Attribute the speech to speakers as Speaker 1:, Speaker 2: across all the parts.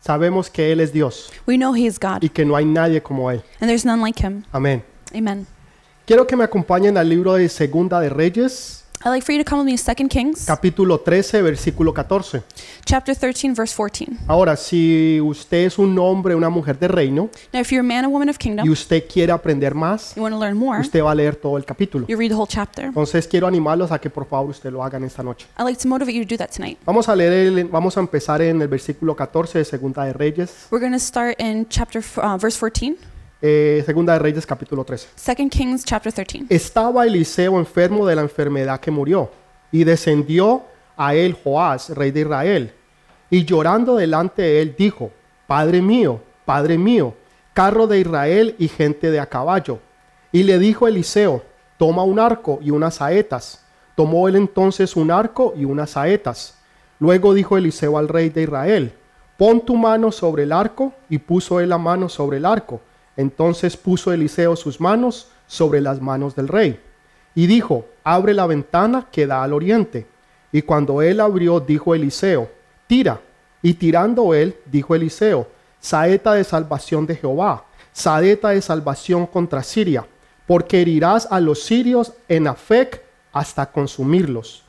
Speaker 1: Sabemos que Él es Dios
Speaker 2: We know He is God,
Speaker 1: y que no hay nadie como Él.
Speaker 2: and there's none like Him.
Speaker 1: Amén.
Speaker 2: Amen.
Speaker 1: Quiero que me acompañen al libro de Segunda de Reyes,
Speaker 2: I'd like for you to come with me to 2 Kings,
Speaker 1: capítulo 13, versículo 14.
Speaker 2: chapter 13, verse 14.
Speaker 1: Ahora, si usted es un hombre, una mujer de reino
Speaker 2: Now, if you're a man or woman of
Speaker 1: y
Speaker 2: kingdom,
Speaker 1: usted quiere aprender más,
Speaker 2: you want to learn more,
Speaker 1: usted va a leer todo el capítulo.
Speaker 2: you read the whole chapter.
Speaker 1: Entonces quiero animarlos a que por favor usted lo hagan esta noche.
Speaker 2: I'd like to motivate you to do that tonight.
Speaker 1: Vamos a leer, el- vamos a empezar en el versículo 14 de Segunda de Reyes,
Speaker 2: We're going to start in chapter f- uh, verse 14,
Speaker 1: eh, Segunda de Reyes capítulo 13.
Speaker 2: 2 Kings chapter 13.
Speaker 1: Estaba Eliseo enfermo de la enfermedad que murió, y descendió a él Joás, rey de Israel, y llorando delante de él dijo, Padre mío, Padre mío, carro de Israel y gente de a caballo. Y le dijo Eliseo, toma un arco y unas saetas. Tomó él entonces un arco y unas saetas. Luego dijo Eliseo al rey de Israel, pon tu mano sobre el arco, y puso él la mano sobre el arco. Entonces puso Eliseo sus manos sobre las manos del rey. Y dijo, abre la ventana que da al oriente. Y cuando él abrió, dijo Eliseo, tira. Y tirando él, dijo Eliseo, saeta de salvación de Jehová, saeta de salvación contra Siria, porque herirás a los sirios en Afec hasta consumirlos.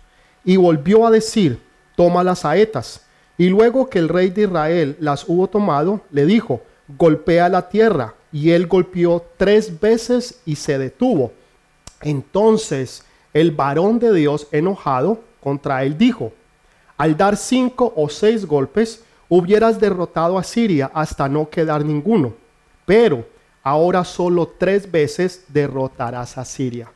Speaker 1: Y volvió a decir, toma las saetas. Y luego que el rey de Israel las hubo tomado, le dijo, golpea la tierra. Y él golpeó tres veces y se detuvo. Entonces el varón de Dios, enojado contra él, dijo, al dar cinco o seis golpes, hubieras derrotado a Siria hasta no quedar ninguno. Pero ahora solo tres veces derrotarás a Siria.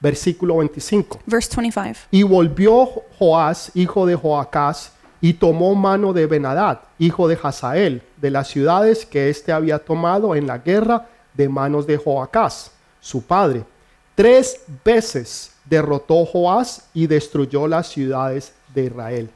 Speaker 1: Versículo 25.
Speaker 2: Verse 25.
Speaker 1: Y volvió Joás, hijo de Joacás, y tomó mano de Benadad, hijo de Hazael, de las ciudades que éste había tomado en la guerra de manos de Joacás, su padre. Tres veces derrotó Joás y destruyó las ciudades de Israel.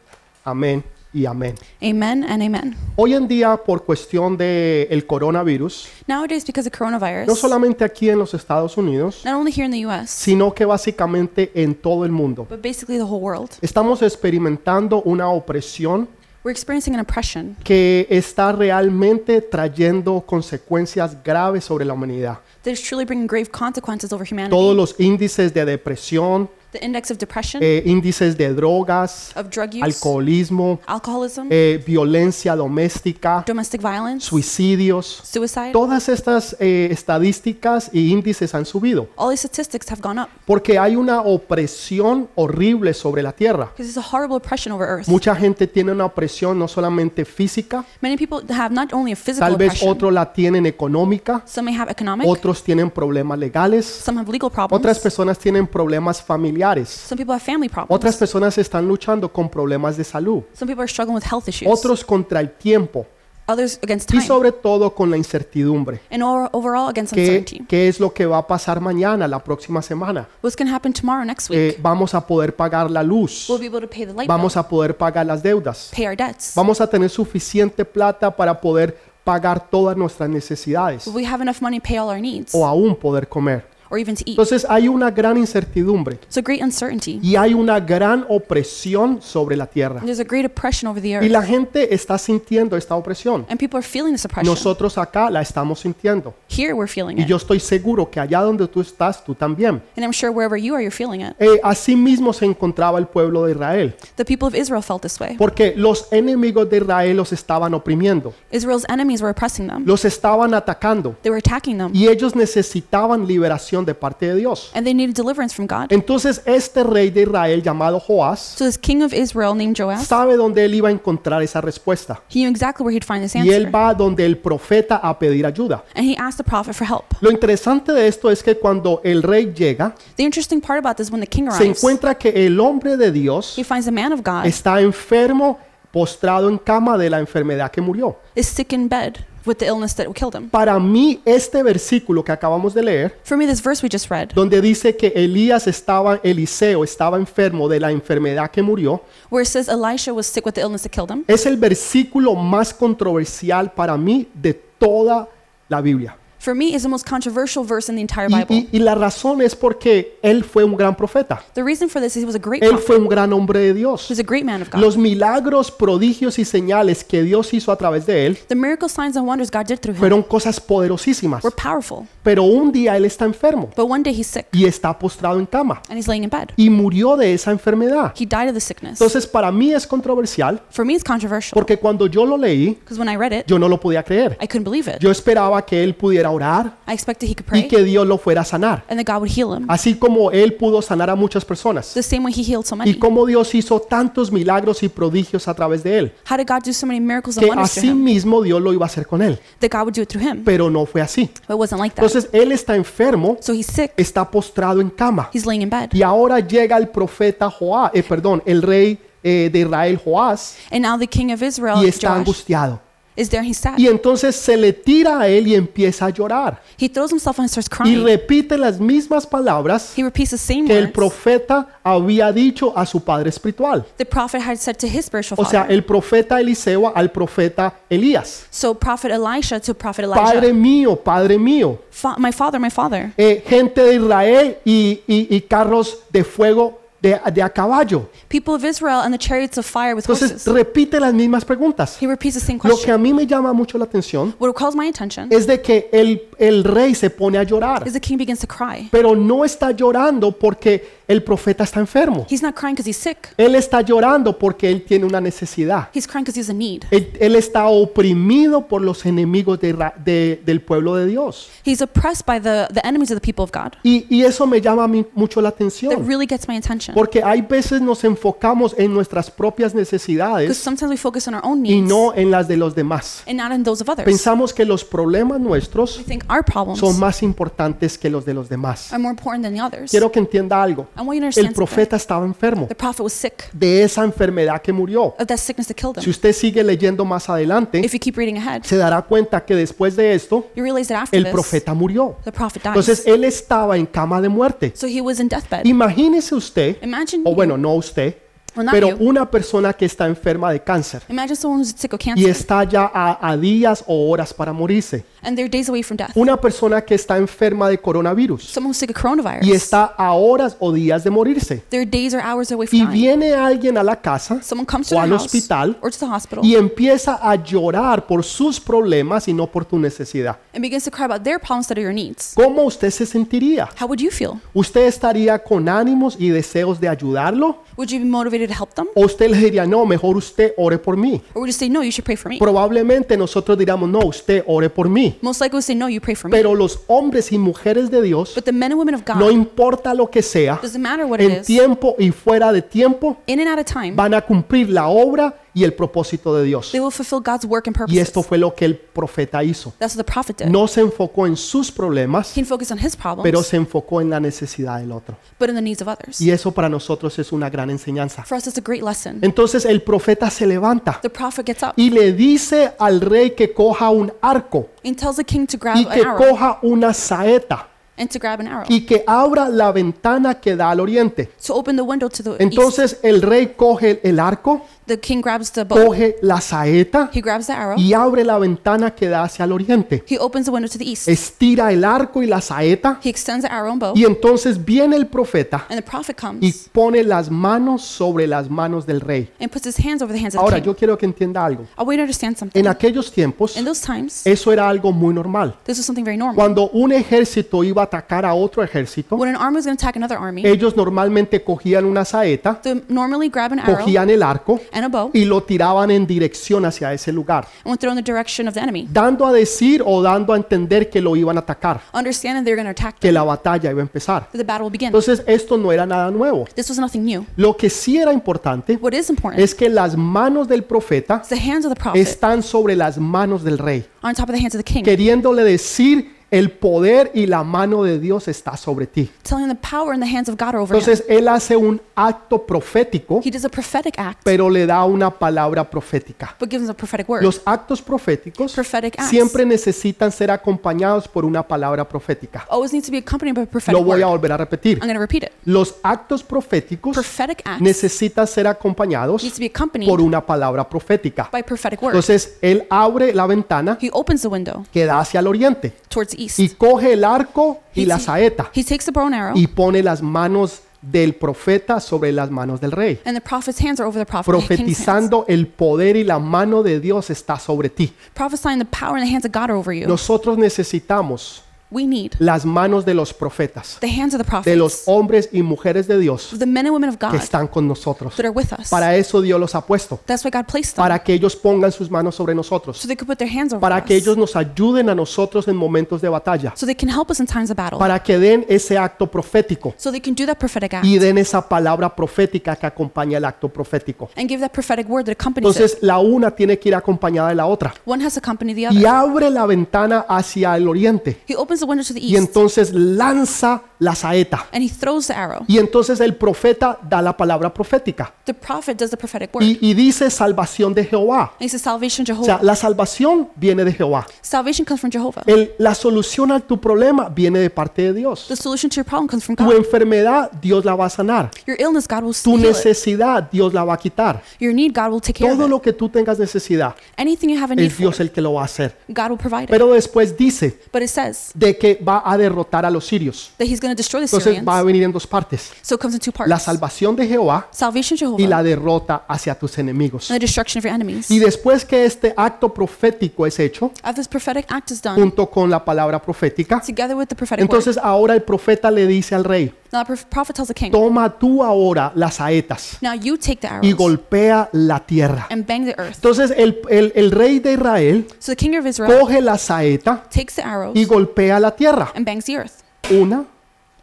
Speaker 1: Amén y amén.
Speaker 2: Amen and amen.
Speaker 1: Hoy en día, por cuestión del el coronavirus,
Speaker 2: Nowadays, because of coronavirus,
Speaker 1: no solamente aquí en los Estados Unidos,
Speaker 2: not only here in the US,
Speaker 1: sino que básicamente en todo el mundo,
Speaker 2: but basically the whole world,
Speaker 1: estamos experimentando una opresión
Speaker 2: we're experiencing an oppression
Speaker 1: que está realmente trayendo consecuencias graves sobre la humanidad.
Speaker 2: that is truly bringing grave consequences over humanity.
Speaker 1: Todos los índices de depresión,
Speaker 2: the index of depression,
Speaker 1: eh, índices de drogas,
Speaker 2: of drug use,
Speaker 1: alcoholismo,
Speaker 2: alcoholism,
Speaker 1: eh, violencia doméstica,
Speaker 2: domestic violence,
Speaker 1: suicidios.
Speaker 2: suicide,
Speaker 1: Todas estas eh, estadísticas y índices han subido
Speaker 2: all these statistics have gone up
Speaker 1: porque hay una opresión horrible sobre la tierra.
Speaker 2: because there's a horrible oppression over earth.
Speaker 1: Mucha gente tiene una opresión no solamente física,
Speaker 2: Many people have not only a physical
Speaker 1: tal vez
Speaker 2: oppression,
Speaker 1: otros la tienen económica,
Speaker 2: some may have economic,
Speaker 1: otros tienen problemas legales,
Speaker 2: some have legal problems,
Speaker 1: Otras personas tienen problemas familiares.
Speaker 2: some people have family problems,
Speaker 1: Otras personas están luchando con problemas de salud.
Speaker 2: some people are struggling with health issues,
Speaker 1: Otros contra el tiempo.
Speaker 2: others against
Speaker 1: Y
Speaker 2: time,
Speaker 1: sobre todo con la incertidumbre.
Speaker 2: and or, overall against
Speaker 1: ¿Qué,
Speaker 2: uncertainty.
Speaker 1: qué es lo que va a pasar mañana, la próxima semana?
Speaker 2: What's going to happen tomorrow, next
Speaker 1: Eh,
Speaker 2: week?
Speaker 1: ¿Vamos a poder pagar la luz?
Speaker 2: we'll be able to pay the light bill,
Speaker 1: ¿Vamos a poder pagar las deudas?
Speaker 2: pay our debts.
Speaker 1: ¿Vamos a tener suficiente plata para poder pagar todas nuestras necesidades?
Speaker 2: Will we have enough money to pay all our needs
Speaker 1: ¿O aún poder comer?
Speaker 2: or even to eat?
Speaker 1: Oh, Entonces hay una gran incertidumbre
Speaker 2: So great uncertainty.
Speaker 1: y hay una gran opresión sobre la tierra.
Speaker 2: There's a great oppression over the
Speaker 1: Y
Speaker 2: earth,
Speaker 1: la gente está sintiendo esta opresión.
Speaker 2: and people are feeling this oppression.
Speaker 1: Nosotros acá la estamos sintiendo.
Speaker 2: Here we're feeling
Speaker 1: Y
Speaker 2: it,
Speaker 1: yo estoy seguro que allá donde tú estás, tú también.
Speaker 2: and I'm sure wherever you are, you're feeling it.
Speaker 1: Eh, asimismo se encontraba el pueblo de Israel,
Speaker 2: The people of Israel felt this way.
Speaker 1: porque los enemigos de Israel los estaban oprimiendo,
Speaker 2: Israel's enemies were oppressing them.
Speaker 1: los estaban atacando
Speaker 2: They were attacking them,
Speaker 1: y ellos necesitaban liberación de parte de Dios.
Speaker 2: and they needed deliverance from God.
Speaker 1: Entonces este rey de Israel llamado Joás
Speaker 2: So this king of Israel named Joash,
Speaker 1: sabe dónde él iba a encontrar esa respuesta
Speaker 2: he knew exactly where he'd find this
Speaker 1: y él
Speaker 2: answer,
Speaker 1: va donde el profeta a pedir ayuda.
Speaker 2: and he asked the prophet for help.
Speaker 1: Lo interesante de esto es que cuando el rey llega,
Speaker 2: The interesting part about this, when the king
Speaker 1: se
Speaker 2: arrives,
Speaker 1: encuentra que el hombre de Dios
Speaker 2: he finds a man of God
Speaker 1: está enfermo, postrado en cama de la enfermedad que murió.
Speaker 2: is sick in bed with the illness that killed him.
Speaker 1: Para mí, este versículo que acabamos de leer,
Speaker 2: For me, this verse we just read,
Speaker 1: donde dice que Elías estaba, Eliseo estaba enfermo de la enfermedad que murió,
Speaker 2: where it says Elisha was sick with the illness that killed him,
Speaker 1: es el versículo más controversial para mí de toda la Biblia.
Speaker 2: for me is the most controversial verse in the entire
Speaker 1: Y,
Speaker 2: Bible.
Speaker 1: y- y la razón es porque él fue un gran profeta.
Speaker 2: the reason for this is he was a great
Speaker 1: Él
Speaker 2: prophet.
Speaker 1: fue un gran hombre de
Speaker 2: He
Speaker 1: Dios.
Speaker 2: was a great man of God.
Speaker 1: Los milagros, prodigios y señales que Dios hizo a través de él
Speaker 2: the miracle signs and wonders God did through him
Speaker 1: fueron cosas poderosísimas.
Speaker 2: were powerful.
Speaker 1: Pero un día él está enfermo
Speaker 2: But one day he's sick
Speaker 1: y está postrado en cama
Speaker 2: and he's laying in bed.
Speaker 1: y murió de esa enfermedad.
Speaker 2: He died of the sickness.
Speaker 1: Entonces para mí es controversial
Speaker 2: for me, it's controversial
Speaker 1: porque cuando yo lo leí
Speaker 2: because when I read it,
Speaker 1: yo no lo podía creer.
Speaker 2: I couldn't believe it.
Speaker 1: Yo esperaba que él pudiera orar
Speaker 2: I expected he could pray
Speaker 1: y que Dios lo fuera a sanar.
Speaker 2: and that God would heal him
Speaker 1: Así como él pudo sanar a muchas personas
Speaker 2: the same way he healed so
Speaker 1: y
Speaker 2: many.
Speaker 1: como Dios hizo tantos milagros y prodigios a través de él.
Speaker 2: How did God do so many miracles and
Speaker 1: Que
Speaker 2: wonders through
Speaker 1: así
Speaker 2: him?
Speaker 1: mismo Dios lo iba a hacer con él.
Speaker 2: That God would do it through him.
Speaker 1: Pero no fue así.
Speaker 2: But it wasn't like that.
Speaker 1: Entonces él está enfermo,
Speaker 2: So he's sick.
Speaker 1: está postrado en cama.
Speaker 2: He's laying in bed.
Speaker 1: Y ahora llega el profeta Joás, eh, perdón, el rey eh, de Israel Joás
Speaker 2: And now the king of Israel,
Speaker 1: y está
Speaker 2: Joash,
Speaker 1: angustiado.
Speaker 2: is there and he's sad.
Speaker 1: Y entonces se le tira a él y empieza a llorar.
Speaker 2: He throws himself and starts
Speaker 1: Y
Speaker 2: crying.
Speaker 1: repite las mismas palabras
Speaker 2: He repeats the same
Speaker 1: que el
Speaker 2: words
Speaker 1: profeta había dicho a su padre espiritual.
Speaker 2: the prophet had said to his spiritual
Speaker 1: O sea,
Speaker 2: father.
Speaker 1: el profeta Eliseo al profeta Elías.
Speaker 2: So prophet Elisha to prophet
Speaker 1: Padre
Speaker 2: Elijah.
Speaker 1: mío, padre mío.
Speaker 2: Fa- my father, my father.
Speaker 1: Eh, gente de Israel y, y- y carros de fuego de, de a caballo.
Speaker 2: People of Israel and the chariots of fire with
Speaker 1: Entonces
Speaker 2: horses.
Speaker 1: repite las mismas preguntas.
Speaker 2: He repeats the same
Speaker 1: Lo que
Speaker 2: question.
Speaker 1: a mí me llama mucho la atención
Speaker 2: What calls my attention
Speaker 1: es de que el, el rey se pone a llorar,
Speaker 2: is the king begins to cry.
Speaker 1: pero no está llorando porque el profeta está enfermo.
Speaker 2: He's not crying because he's sick.
Speaker 1: Él está llorando porque él tiene una necesidad.
Speaker 2: He's crying because he has a need.
Speaker 1: Él, él está oprimido por los enemigos de Ra- de- del pueblo de Dios.
Speaker 2: He's oppressed by the, the enemies of the people of God.
Speaker 1: Y, y eso me llama a mí mucho la
Speaker 2: That
Speaker 1: atención,
Speaker 2: really gets my attention.
Speaker 1: porque hay veces nos enfocamos en nuestras propias
Speaker 2: Because
Speaker 1: necesidades
Speaker 2: sometimes we focus on our own
Speaker 1: y
Speaker 2: needs
Speaker 1: no en las de los demás.
Speaker 2: and not on those of others.
Speaker 1: Pensamos que los problemas nuestros
Speaker 2: We think our problems
Speaker 1: son más importantes que los de los demás.
Speaker 2: are more important than the others.
Speaker 1: Quiero que entienda algo.
Speaker 2: I want you to
Speaker 1: El
Speaker 2: understand something.
Speaker 1: profeta estaba enfermo
Speaker 2: The prophet was sick
Speaker 1: de esa enfermedad que murió.
Speaker 2: of that sickness that killed
Speaker 1: Si
Speaker 2: him.
Speaker 1: usted sigue leyendo más adelante,
Speaker 2: If you keep reading ahead,
Speaker 1: se dará cuenta que después de esto,
Speaker 2: you realize that after
Speaker 1: el
Speaker 2: this,
Speaker 1: profeta murió.
Speaker 2: the prophet
Speaker 1: Entonces eh,
Speaker 2: dies.
Speaker 1: él estaba en cama de muerte.
Speaker 2: So he was in deathbed.
Speaker 1: Imagínese usted,
Speaker 2: Imagine,
Speaker 1: o bueno, no usted,
Speaker 2: Well, not
Speaker 1: pero
Speaker 2: you.
Speaker 1: una persona que está enferma de cáncer
Speaker 2: imagine someone who's sick of
Speaker 1: y
Speaker 2: cancer
Speaker 1: está ya a, a días o horas para morirse.
Speaker 2: and they're days away from death.
Speaker 1: Una persona que está enferma de coronavirus
Speaker 2: Someone who's sick of
Speaker 1: y
Speaker 2: coronavirus.
Speaker 1: está a horas o días de morirse.
Speaker 2: They're days or hours away from
Speaker 1: Y
Speaker 2: dying.
Speaker 1: viene alguien a la casa
Speaker 2: Someone comes to
Speaker 1: o
Speaker 2: the
Speaker 1: al
Speaker 2: house
Speaker 1: hospital
Speaker 2: or to the hospital
Speaker 1: y empieza a llorar por sus problemas y no por tu necesidad.
Speaker 2: and begins to cry about their problems that are your needs.
Speaker 1: ¿Cómo usted se sentiría?
Speaker 2: How would you feel?
Speaker 1: ¿Usted estaría con ánimos y deseos de ayudarlo?
Speaker 2: Would you be motivated to help them?
Speaker 1: ¿O usted le diría, no, mejor usted ore por mí?
Speaker 2: Or would you say, no, you should pray for me?
Speaker 1: Probablemente nosotros diríamos, no, usted ore por mí.
Speaker 2: Most likely would say, no, you pray for me.
Speaker 1: Pero los hombres y mujeres de Dios,
Speaker 2: But the men and women of God,
Speaker 1: no importa lo que sea,
Speaker 2: doesn't matter what it
Speaker 1: en
Speaker 2: is,
Speaker 1: tiempo y fuera de tiempo,
Speaker 2: in and out of time,
Speaker 1: van a cumplir la obra y el propósito de Dios.
Speaker 2: they will fulfill God's work and
Speaker 1: Y
Speaker 2: purposes.
Speaker 1: esto fue lo que el profeta hizo.
Speaker 2: That's what the prophet did.
Speaker 1: No se enfocó en sus problemas,
Speaker 2: He didn't focus on his
Speaker 1: pero
Speaker 2: problems,
Speaker 1: se enfocó en la necesidad del otro.
Speaker 2: but on the needs of others.
Speaker 1: Y eso para nosotros es una gran enseñanza.
Speaker 2: For us, it's a great lesson.
Speaker 1: Entonces el profeta se levanta
Speaker 2: The prophet gets up
Speaker 1: y le dice al rey que coja un arco
Speaker 2: and tells the king to
Speaker 1: y
Speaker 2: grab
Speaker 1: que
Speaker 2: an arrow
Speaker 1: coja una saeta
Speaker 2: and to grab an arrow,
Speaker 1: y que abra la ventana que da al oriente.
Speaker 2: to open the window to the east.
Speaker 1: Entonces el rey coge el arco,
Speaker 2: The king grabs the bow,
Speaker 1: coge la saeta
Speaker 2: he grabs the arrow,
Speaker 1: y abre la ventana que da hacia el oriente.
Speaker 2: he opens the window to the east,
Speaker 1: Estira el arco y la saeta
Speaker 2: he extends the arrow and bow,
Speaker 1: y entonces viene el profeta
Speaker 2: and the prophet
Speaker 1: y
Speaker 2: comes
Speaker 1: pone las manos sobre las manos del rey.
Speaker 2: and puts his hands over the hands of
Speaker 1: Ahora
Speaker 2: the king.
Speaker 1: yo quiero que entienda algo.
Speaker 2: I want you to understand something.
Speaker 1: En aquellos tiempos
Speaker 2: In those times,
Speaker 1: eso era algo muy normal.
Speaker 2: this was something very normal.
Speaker 1: Cuando un ejército iba a atacar a otro ejército,
Speaker 2: When an army was going to attack another army,
Speaker 1: ellos normalmente cogían una saeta,
Speaker 2: they would normally grab an arrow
Speaker 1: cogían el arco
Speaker 2: and a bow
Speaker 1: y lo tiraban en dirección hacia ese lugar,
Speaker 2: and would throw in the direction of the enemy,
Speaker 1: dando a decir o dando a entender que lo iban a atacar,
Speaker 2: understanding they're going to attack
Speaker 1: que
Speaker 2: them,
Speaker 1: la batalla iba a empezar.
Speaker 2: that the battle will begin.
Speaker 1: Entonces esto no era nada nuevo.
Speaker 2: This was nothing new.
Speaker 1: Lo que sí era importante
Speaker 2: What is important
Speaker 1: es que las manos del profeta
Speaker 2: is the hands of the prophet
Speaker 1: están sobre las manos del rey,
Speaker 2: on top of the hands of the king,
Speaker 1: queriéndole decir el poder y la mano de Dios está sobre ti.
Speaker 2: telling him the power in the hands of God are over him.
Speaker 1: Entonces él hace un acto profético
Speaker 2: He does a prophetic act,
Speaker 1: pero le da una palabra profética.
Speaker 2: but gives him a prophetic word.
Speaker 1: Los actos proféticos
Speaker 2: Prophetic acts.
Speaker 1: siempre necesitan ser acompañados por una palabra profética.
Speaker 2: Always needs to be accompanied by a prophetic
Speaker 1: Lo voy
Speaker 2: word.
Speaker 1: a
Speaker 2: I'm
Speaker 1: volver a repetir.
Speaker 2: going to repeat it.
Speaker 1: Los actos proféticos
Speaker 2: Prophetic acts
Speaker 1: necesitan ser acompañados
Speaker 2: needs to be accompanied
Speaker 1: por una palabra profética.
Speaker 2: by prophetic word.
Speaker 1: Entonces, él abre la ventana
Speaker 2: He opens the window
Speaker 1: que da hacia el oriente
Speaker 2: towards the east.
Speaker 1: y coge el arco y
Speaker 2: He
Speaker 1: la
Speaker 2: ta-
Speaker 1: saeta
Speaker 2: He takes the bow and arrow,
Speaker 1: y pone las manos del profeta sobre las manos del rey,
Speaker 2: and the prophet's hands are over the prophet. king's hands.
Speaker 1: profetizando el poder y la mano de Dios está sobre ti.
Speaker 2: Prophesying the power and the hands of God are over you.
Speaker 1: Nosotros necesitamos
Speaker 2: we need
Speaker 1: las manos de los profetas,
Speaker 2: the hands of the prophets,
Speaker 1: de los hombres y mujeres de Dios
Speaker 2: of the men and women of God
Speaker 1: que están con nosotros.
Speaker 2: that are with us.
Speaker 1: Para eso Dios los ha puesto,
Speaker 2: That's why God placed them,
Speaker 1: para que ellos pongan sus manos sobre nosotros,
Speaker 2: so they could put their hands over
Speaker 1: para
Speaker 2: us,
Speaker 1: que ellos nos ayuden a nosotros en momentos de batalla,
Speaker 2: so they can help us in times of battle,
Speaker 1: para que den ese acto profético
Speaker 2: so they can do that prophetic act
Speaker 1: y den esa palabra profética que acompaña el acto profético.
Speaker 2: and give that prophetic word that accompanies it.
Speaker 1: Entonces la una tiene que ir acompañada de la otra.
Speaker 2: One has to accompany the other.
Speaker 1: Y abre la ventana hacia el oriente
Speaker 2: He opens the window to the
Speaker 1: y
Speaker 2: east,
Speaker 1: entonces lanza la saeta.
Speaker 2: and he throws the arrow.
Speaker 1: Y entonces el profeta da la palabra profética
Speaker 2: The prophet does the prophetic word.
Speaker 1: y, y dice salvación de Jehová.
Speaker 2: And he says, Salvation,
Speaker 1: O
Speaker 2: Jehovah.
Speaker 1: sea, la salvación viene de Jehová.
Speaker 2: Salvation comes from Jehovah.
Speaker 1: El- la solución a tu problema viene de parte de Dios.
Speaker 2: The solution to your problem comes from
Speaker 1: Tu
Speaker 2: God.
Speaker 1: enfermedad Dios la va a sanar.
Speaker 2: Your illness, God will
Speaker 1: Tu
Speaker 2: heal it.
Speaker 1: necesidad Dios la va a quitar.
Speaker 2: Your need, God will take care of
Speaker 1: Todo
Speaker 2: it.
Speaker 1: lo que tú tengas necesidad
Speaker 2: Anything you have a need
Speaker 1: es
Speaker 2: for,
Speaker 1: Dios el que lo va a hacer.
Speaker 2: God will provide it.
Speaker 1: Pero después dice
Speaker 2: But it says
Speaker 1: de que va a derrotar a los sirios.
Speaker 2: that he's going to destroy the
Speaker 1: Entonces
Speaker 2: Syrians.
Speaker 1: va a venir en dos partes.
Speaker 2: So it comes in two
Speaker 1: La
Speaker 2: parts.
Speaker 1: salvación de Jehová
Speaker 2: Salvation, Jehovah,
Speaker 1: y
Speaker 2: and
Speaker 1: la derrota hacia tus enemigos.
Speaker 2: the destruction of your enemies.
Speaker 1: Y después que este acto profético es hecho,
Speaker 2: As this prophetic act is done,
Speaker 1: junto con la palabra profética,
Speaker 2: together with the prophetic word,
Speaker 1: entonces ahora el profeta le dice al rey,
Speaker 2: now the prof- prophet tells the king,
Speaker 1: toma tú ahora las saetas
Speaker 2: Now you take the
Speaker 1: y
Speaker 2: arrows
Speaker 1: golpea la tierra.
Speaker 2: and bang the earth.
Speaker 1: Entonces el, el- el rey de Israel
Speaker 2: So the king of Israel
Speaker 1: coge la saeta
Speaker 2: takes the
Speaker 1: y
Speaker 2: arrows
Speaker 1: golpea la tierra.
Speaker 2: and bangs the earth.
Speaker 1: Una,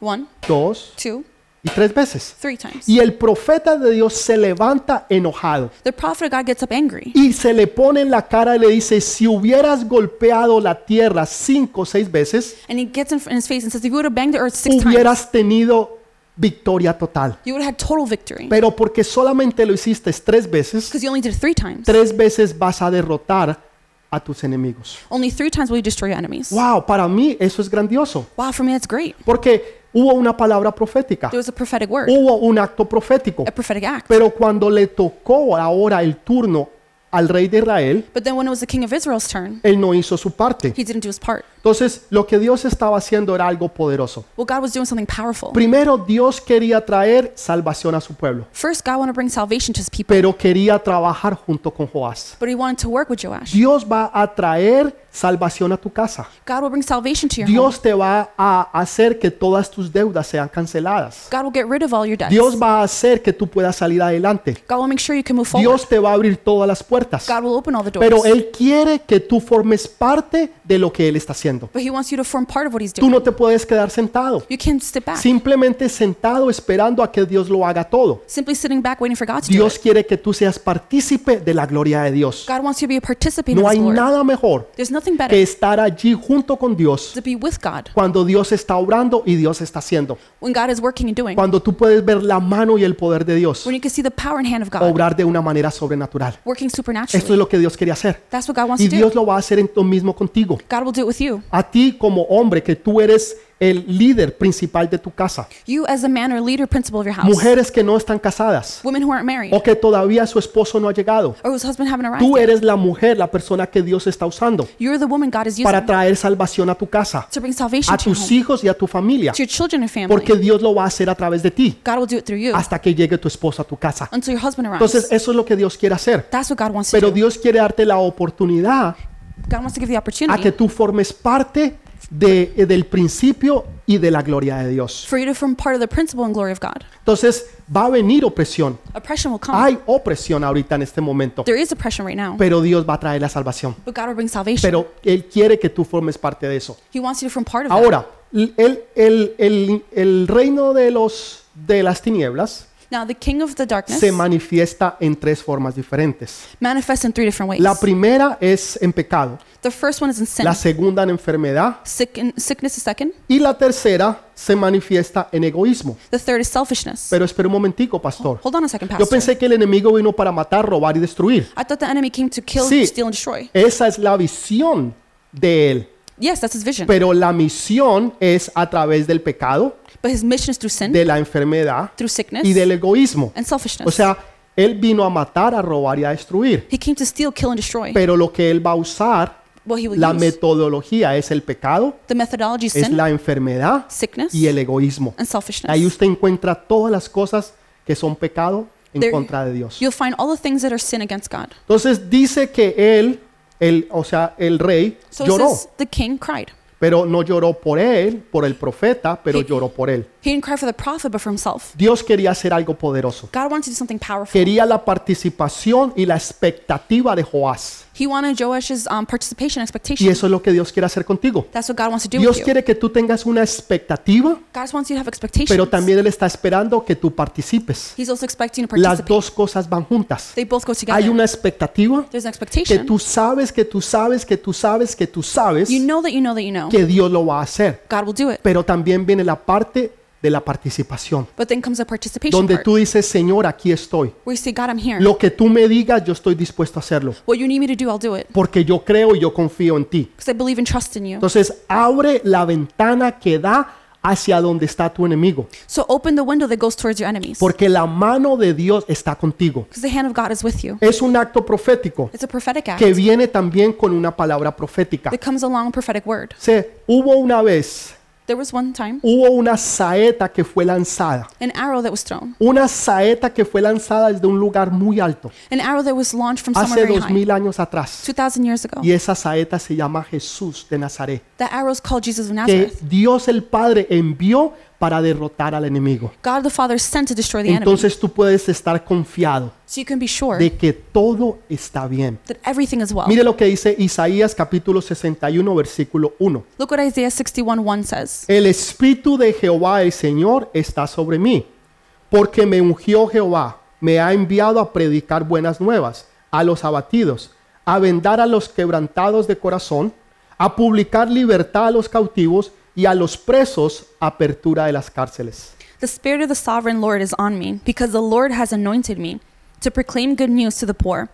Speaker 2: One,
Speaker 1: dos
Speaker 2: two,
Speaker 1: y tres veces.
Speaker 2: three times.
Speaker 1: Y el profeta de Dios se levanta enojado.
Speaker 2: The prophet of God gets up angry.
Speaker 1: y se le pone en la cara y le dice, si hubieras golpeado la tierra cinco o seis veces,
Speaker 2: And he gets in, in his face and says, If you would have banged the earth six times,
Speaker 1: hubieras tenido victoria total.
Speaker 2: you would have had total victory.
Speaker 1: Pero porque solamente lo hiciste tres veces,
Speaker 2: Because you only did it three times.
Speaker 1: tres veces vas a derrotar a tus enemigos.
Speaker 2: Only three times will you destroy your enemies.
Speaker 1: Wow, para mí eso es grandioso,
Speaker 2: Wow, for me, that's great.
Speaker 1: porque hubo una palabra profética,
Speaker 2: There was a prophetic word,
Speaker 1: hubo un acto profético,
Speaker 2: a prophetic act.
Speaker 1: pero cuando le tocó ahora el turno al rey de Israel,
Speaker 2: But then when it was the king of Israel's turn,
Speaker 1: él no hizo su parte.
Speaker 2: he didn't do his part.
Speaker 1: Entonces, lo que Dios estaba haciendo era algo poderoso.
Speaker 2: Well, God was doing something powerful.
Speaker 1: Primero, Dios quería traer salvación a su pueblo,
Speaker 2: First, God wanted to bring salvation to his people,
Speaker 1: pero quería trabajar junto con Joás.
Speaker 2: but he wanted to work with Joash.
Speaker 1: Dios va a traer salvación a tu casa.
Speaker 2: God will bring salvation to your home.
Speaker 1: Dios te va a hacer que todas tus deudas sean canceladas.
Speaker 2: God will get rid of all your debts.
Speaker 1: Dios va a hacer que tú puedas salir adelante.
Speaker 2: God will make sure you can move forward.
Speaker 1: Dios te va a abrir todas las puertas.
Speaker 2: God will open all the
Speaker 1: Pero
Speaker 2: doors.
Speaker 1: Él quiere que tú formes parte de lo que Él está haciendo.
Speaker 2: But he wants you to form part of what he's
Speaker 1: Tú
Speaker 2: doing.
Speaker 1: no te puedes quedar sentado,
Speaker 2: You can't sit back,
Speaker 1: simplemente sentado esperando a que Dios lo haga todo.
Speaker 2: simply sitting back waiting for God to do
Speaker 1: Dios
Speaker 2: it.
Speaker 1: quiere que tú seas partícipe de la gloria de Dios.
Speaker 2: God wants you to be a participant
Speaker 1: No
Speaker 2: in
Speaker 1: hay
Speaker 2: his glory.
Speaker 1: nada mejor
Speaker 2: There's nothing better
Speaker 1: que estar allí junto con Dios
Speaker 2: to be with God
Speaker 1: cuando Dios está obrando y Dios está haciendo.
Speaker 2: when God is working and doing,
Speaker 1: Cuando tú puedes ver la mano y el poder de Dios
Speaker 2: when you can see the power and hand of God
Speaker 1: obrar de una manera sobrenatural.
Speaker 2: working
Speaker 1: Esto es
Speaker 2: supernaturally.
Speaker 1: lo que Dios quería hacer.
Speaker 2: That's what God wants
Speaker 1: Y
Speaker 2: to do.
Speaker 1: Dios lo va a hacer en lo mismo contigo.
Speaker 2: God will do it with you.
Speaker 1: A ti como hombre, que tú eres el líder principal de tu casa.
Speaker 2: You, as a man or leader, principal of your house,
Speaker 1: Mujeres que no están casadas
Speaker 2: women who aren't married,
Speaker 1: o que todavía su esposo no ha llegado.
Speaker 2: or whose husband haven't arrived,
Speaker 1: oh, Tú
Speaker 2: yet.
Speaker 1: eres la mujer, la persona que Dios está usando.
Speaker 2: you're the woman God is using
Speaker 1: para traer salvación a tu casa,
Speaker 2: to bring salvation
Speaker 1: a
Speaker 2: to your
Speaker 1: tus
Speaker 2: home,
Speaker 1: hijos y a tu familia,
Speaker 2: to your children and family.
Speaker 1: porque Dios lo va a hacer a través de ti
Speaker 2: God will do it through you
Speaker 1: hasta que llegue tu esposo a tu casa.
Speaker 2: until your husband
Speaker 1: Entonces,
Speaker 2: arrives.
Speaker 1: eso es lo que Dios quiere hacer.
Speaker 2: That's what God wants to
Speaker 1: Pero
Speaker 2: do.
Speaker 1: Dios quiere darte la oportunidad
Speaker 2: God wants to give you the
Speaker 1: a que
Speaker 2: opportunity
Speaker 1: tú formes parte de- eh, del principio y de la gloria de Dios.
Speaker 2: for you to form part of the principle and glory of God.
Speaker 1: Entonces, va a venir opresión.
Speaker 2: Oppression will come.
Speaker 1: Hay opresión ahorita en este momento,
Speaker 2: There is oppression right now,
Speaker 1: pero Dios va a traer la salvación.
Speaker 2: but God will bring salvation.
Speaker 1: Pero Él quiere que tú formes parte de eso.
Speaker 2: He wants you to form part of that.
Speaker 1: Ahora, el, el- el- el reino de, los, de las tinieblas
Speaker 2: Now, the king of the darkness
Speaker 1: se manifiesta en tres formas diferentes.
Speaker 2: manifests in three different ways.
Speaker 1: La primera es en pecado,
Speaker 2: The first one is in sin.
Speaker 1: la segunda en enfermedad
Speaker 2: Sick sickness is second.
Speaker 1: y la tercera se manifiesta en egoísmo.
Speaker 2: The third is selfishness.
Speaker 1: Pero espera un momentico, pastor.
Speaker 2: Hold on a second,
Speaker 1: Yo
Speaker 2: Pastor.
Speaker 1: pensé que el enemigo vino para matar, robar y destruir.
Speaker 2: I thought the enemy came to kill,
Speaker 1: Sí.
Speaker 2: steal, and destroy.
Speaker 1: Esa es la visión de él.
Speaker 2: Yes, that's his vision.
Speaker 1: Pero la misión es a través del pecado,
Speaker 2: But his mission is through sin,
Speaker 1: de la enfermedad
Speaker 2: through sickness,
Speaker 1: y del egoísmo.
Speaker 2: and
Speaker 1: O
Speaker 2: selfishness.
Speaker 1: sea, él vino a matar, a robar y a destruir.
Speaker 2: He came to steal, kill, and destroy.
Speaker 1: Pero lo que él va a usar
Speaker 2: what he will
Speaker 1: La
Speaker 2: use.
Speaker 1: metodología es el pecado,
Speaker 2: The methodology is
Speaker 1: es
Speaker 2: sin,
Speaker 1: la enfermedad
Speaker 2: sickness,
Speaker 1: y el egoísmo.
Speaker 2: and selfishness.
Speaker 1: Ahí usted encuentra todas las cosas que son pecado en
Speaker 2: There-
Speaker 1: contra de Dios.
Speaker 2: You'll find all the things that are sin against God.
Speaker 1: Entonces dice que él, el, o sea, el rey
Speaker 2: So it
Speaker 1: lloró,
Speaker 2: says the king cried.
Speaker 1: pero no lloró por él, por el profeta, pero
Speaker 2: He-
Speaker 1: lloró por él.
Speaker 2: He didn't cry for the prophet, but for himself.
Speaker 1: Dios quería hacer algo poderoso.
Speaker 2: God wanted to do something powerful.
Speaker 1: Quería la participación y la expectativa de Joás.
Speaker 2: He wanted Joash's um, participation, expectation.
Speaker 1: Y eso es lo que Dios quiere hacer contigo.
Speaker 2: That's what God wants to do
Speaker 1: Dios
Speaker 2: with you.
Speaker 1: quiere que tú tengas una expectativa,
Speaker 2: God just wants you to have expectations.
Speaker 1: pero también Él está esperando que tú participes.
Speaker 2: He's also expecting you to
Speaker 1: Las
Speaker 2: participate.
Speaker 1: dos cosas van juntas.
Speaker 2: They both go together.
Speaker 1: Hay una expectativa
Speaker 2: There's an
Speaker 1: que
Speaker 2: expectation.
Speaker 1: tú sabes, que tú sabes, que tú sabes, que tú sabes
Speaker 2: You know that you know that you know.
Speaker 1: que Dios lo va a hacer.
Speaker 2: God will do it.
Speaker 1: pero también viene la parte de la participación,
Speaker 2: But then comes the participation
Speaker 1: donde
Speaker 2: part,
Speaker 1: tú dices, Señor, aquí estoy.
Speaker 2: where you say, God, I'm here.
Speaker 1: Lo que tú me digas, yo estoy dispuesto a hacerlo,
Speaker 2: What you need me to do, I'll do it.
Speaker 1: porque yo creo y yo confío en ti.
Speaker 2: Because I believe and trust in you.
Speaker 1: Entonces, abre la ventana que da hacia donde está tu enemigo,
Speaker 2: So open the window that goes towards your enemies.
Speaker 1: porque la mano de Dios está contigo.
Speaker 2: Because the hand of God is with you.
Speaker 1: Es un acto profético
Speaker 2: It's a prophetic act
Speaker 1: que viene también con una palabra profética.
Speaker 2: that comes along with prophetic word.
Speaker 1: Se, hubo una vez,
Speaker 2: There was one time
Speaker 1: hubo una saeta que fue lanzada,
Speaker 2: an arrow that was thrown.
Speaker 1: una saeta que fue lanzada desde un lugar muy alto.
Speaker 2: An arrow that was launched from
Speaker 1: hace
Speaker 2: somewhere very
Speaker 1: dos
Speaker 2: high.
Speaker 1: mil años atrás.
Speaker 2: 2,000 years ago.
Speaker 1: Y esa saeta se llama Jesús de Nazaret,
Speaker 2: The arrow is called Jesus of
Speaker 1: que
Speaker 2: Nazareth.
Speaker 1: Dios el Padre envió para derrotar al enemigo.
Speaker 2: God the Father sent to destroy the enemy.
Speaker 1: Entonces tú puedes estar confiado
Speaker 2: So you can be sure
Speaker 1: de que todo está bien.
Speaker 2: that everything is well.
Speaker 1: Mire lo que dice Isaías capítulo 61 versículo 1.
Speaker 2: Look what Isaiah 61 1 says.
Speaker 1: El Espíritu de Jehová el Señor está sobre mí, porque me ungió Jehová, me ha enviado a predicar buenas nuevas a los abatidos, a vendar a los quebrantados de corazón, a publicar libertad a los cautivos y a los presos apertura de las cárceles.
Speaker 2: The Spirit of the Sovereign Lord is on me, because the Lord has anointed me to proclaim good news to the poor.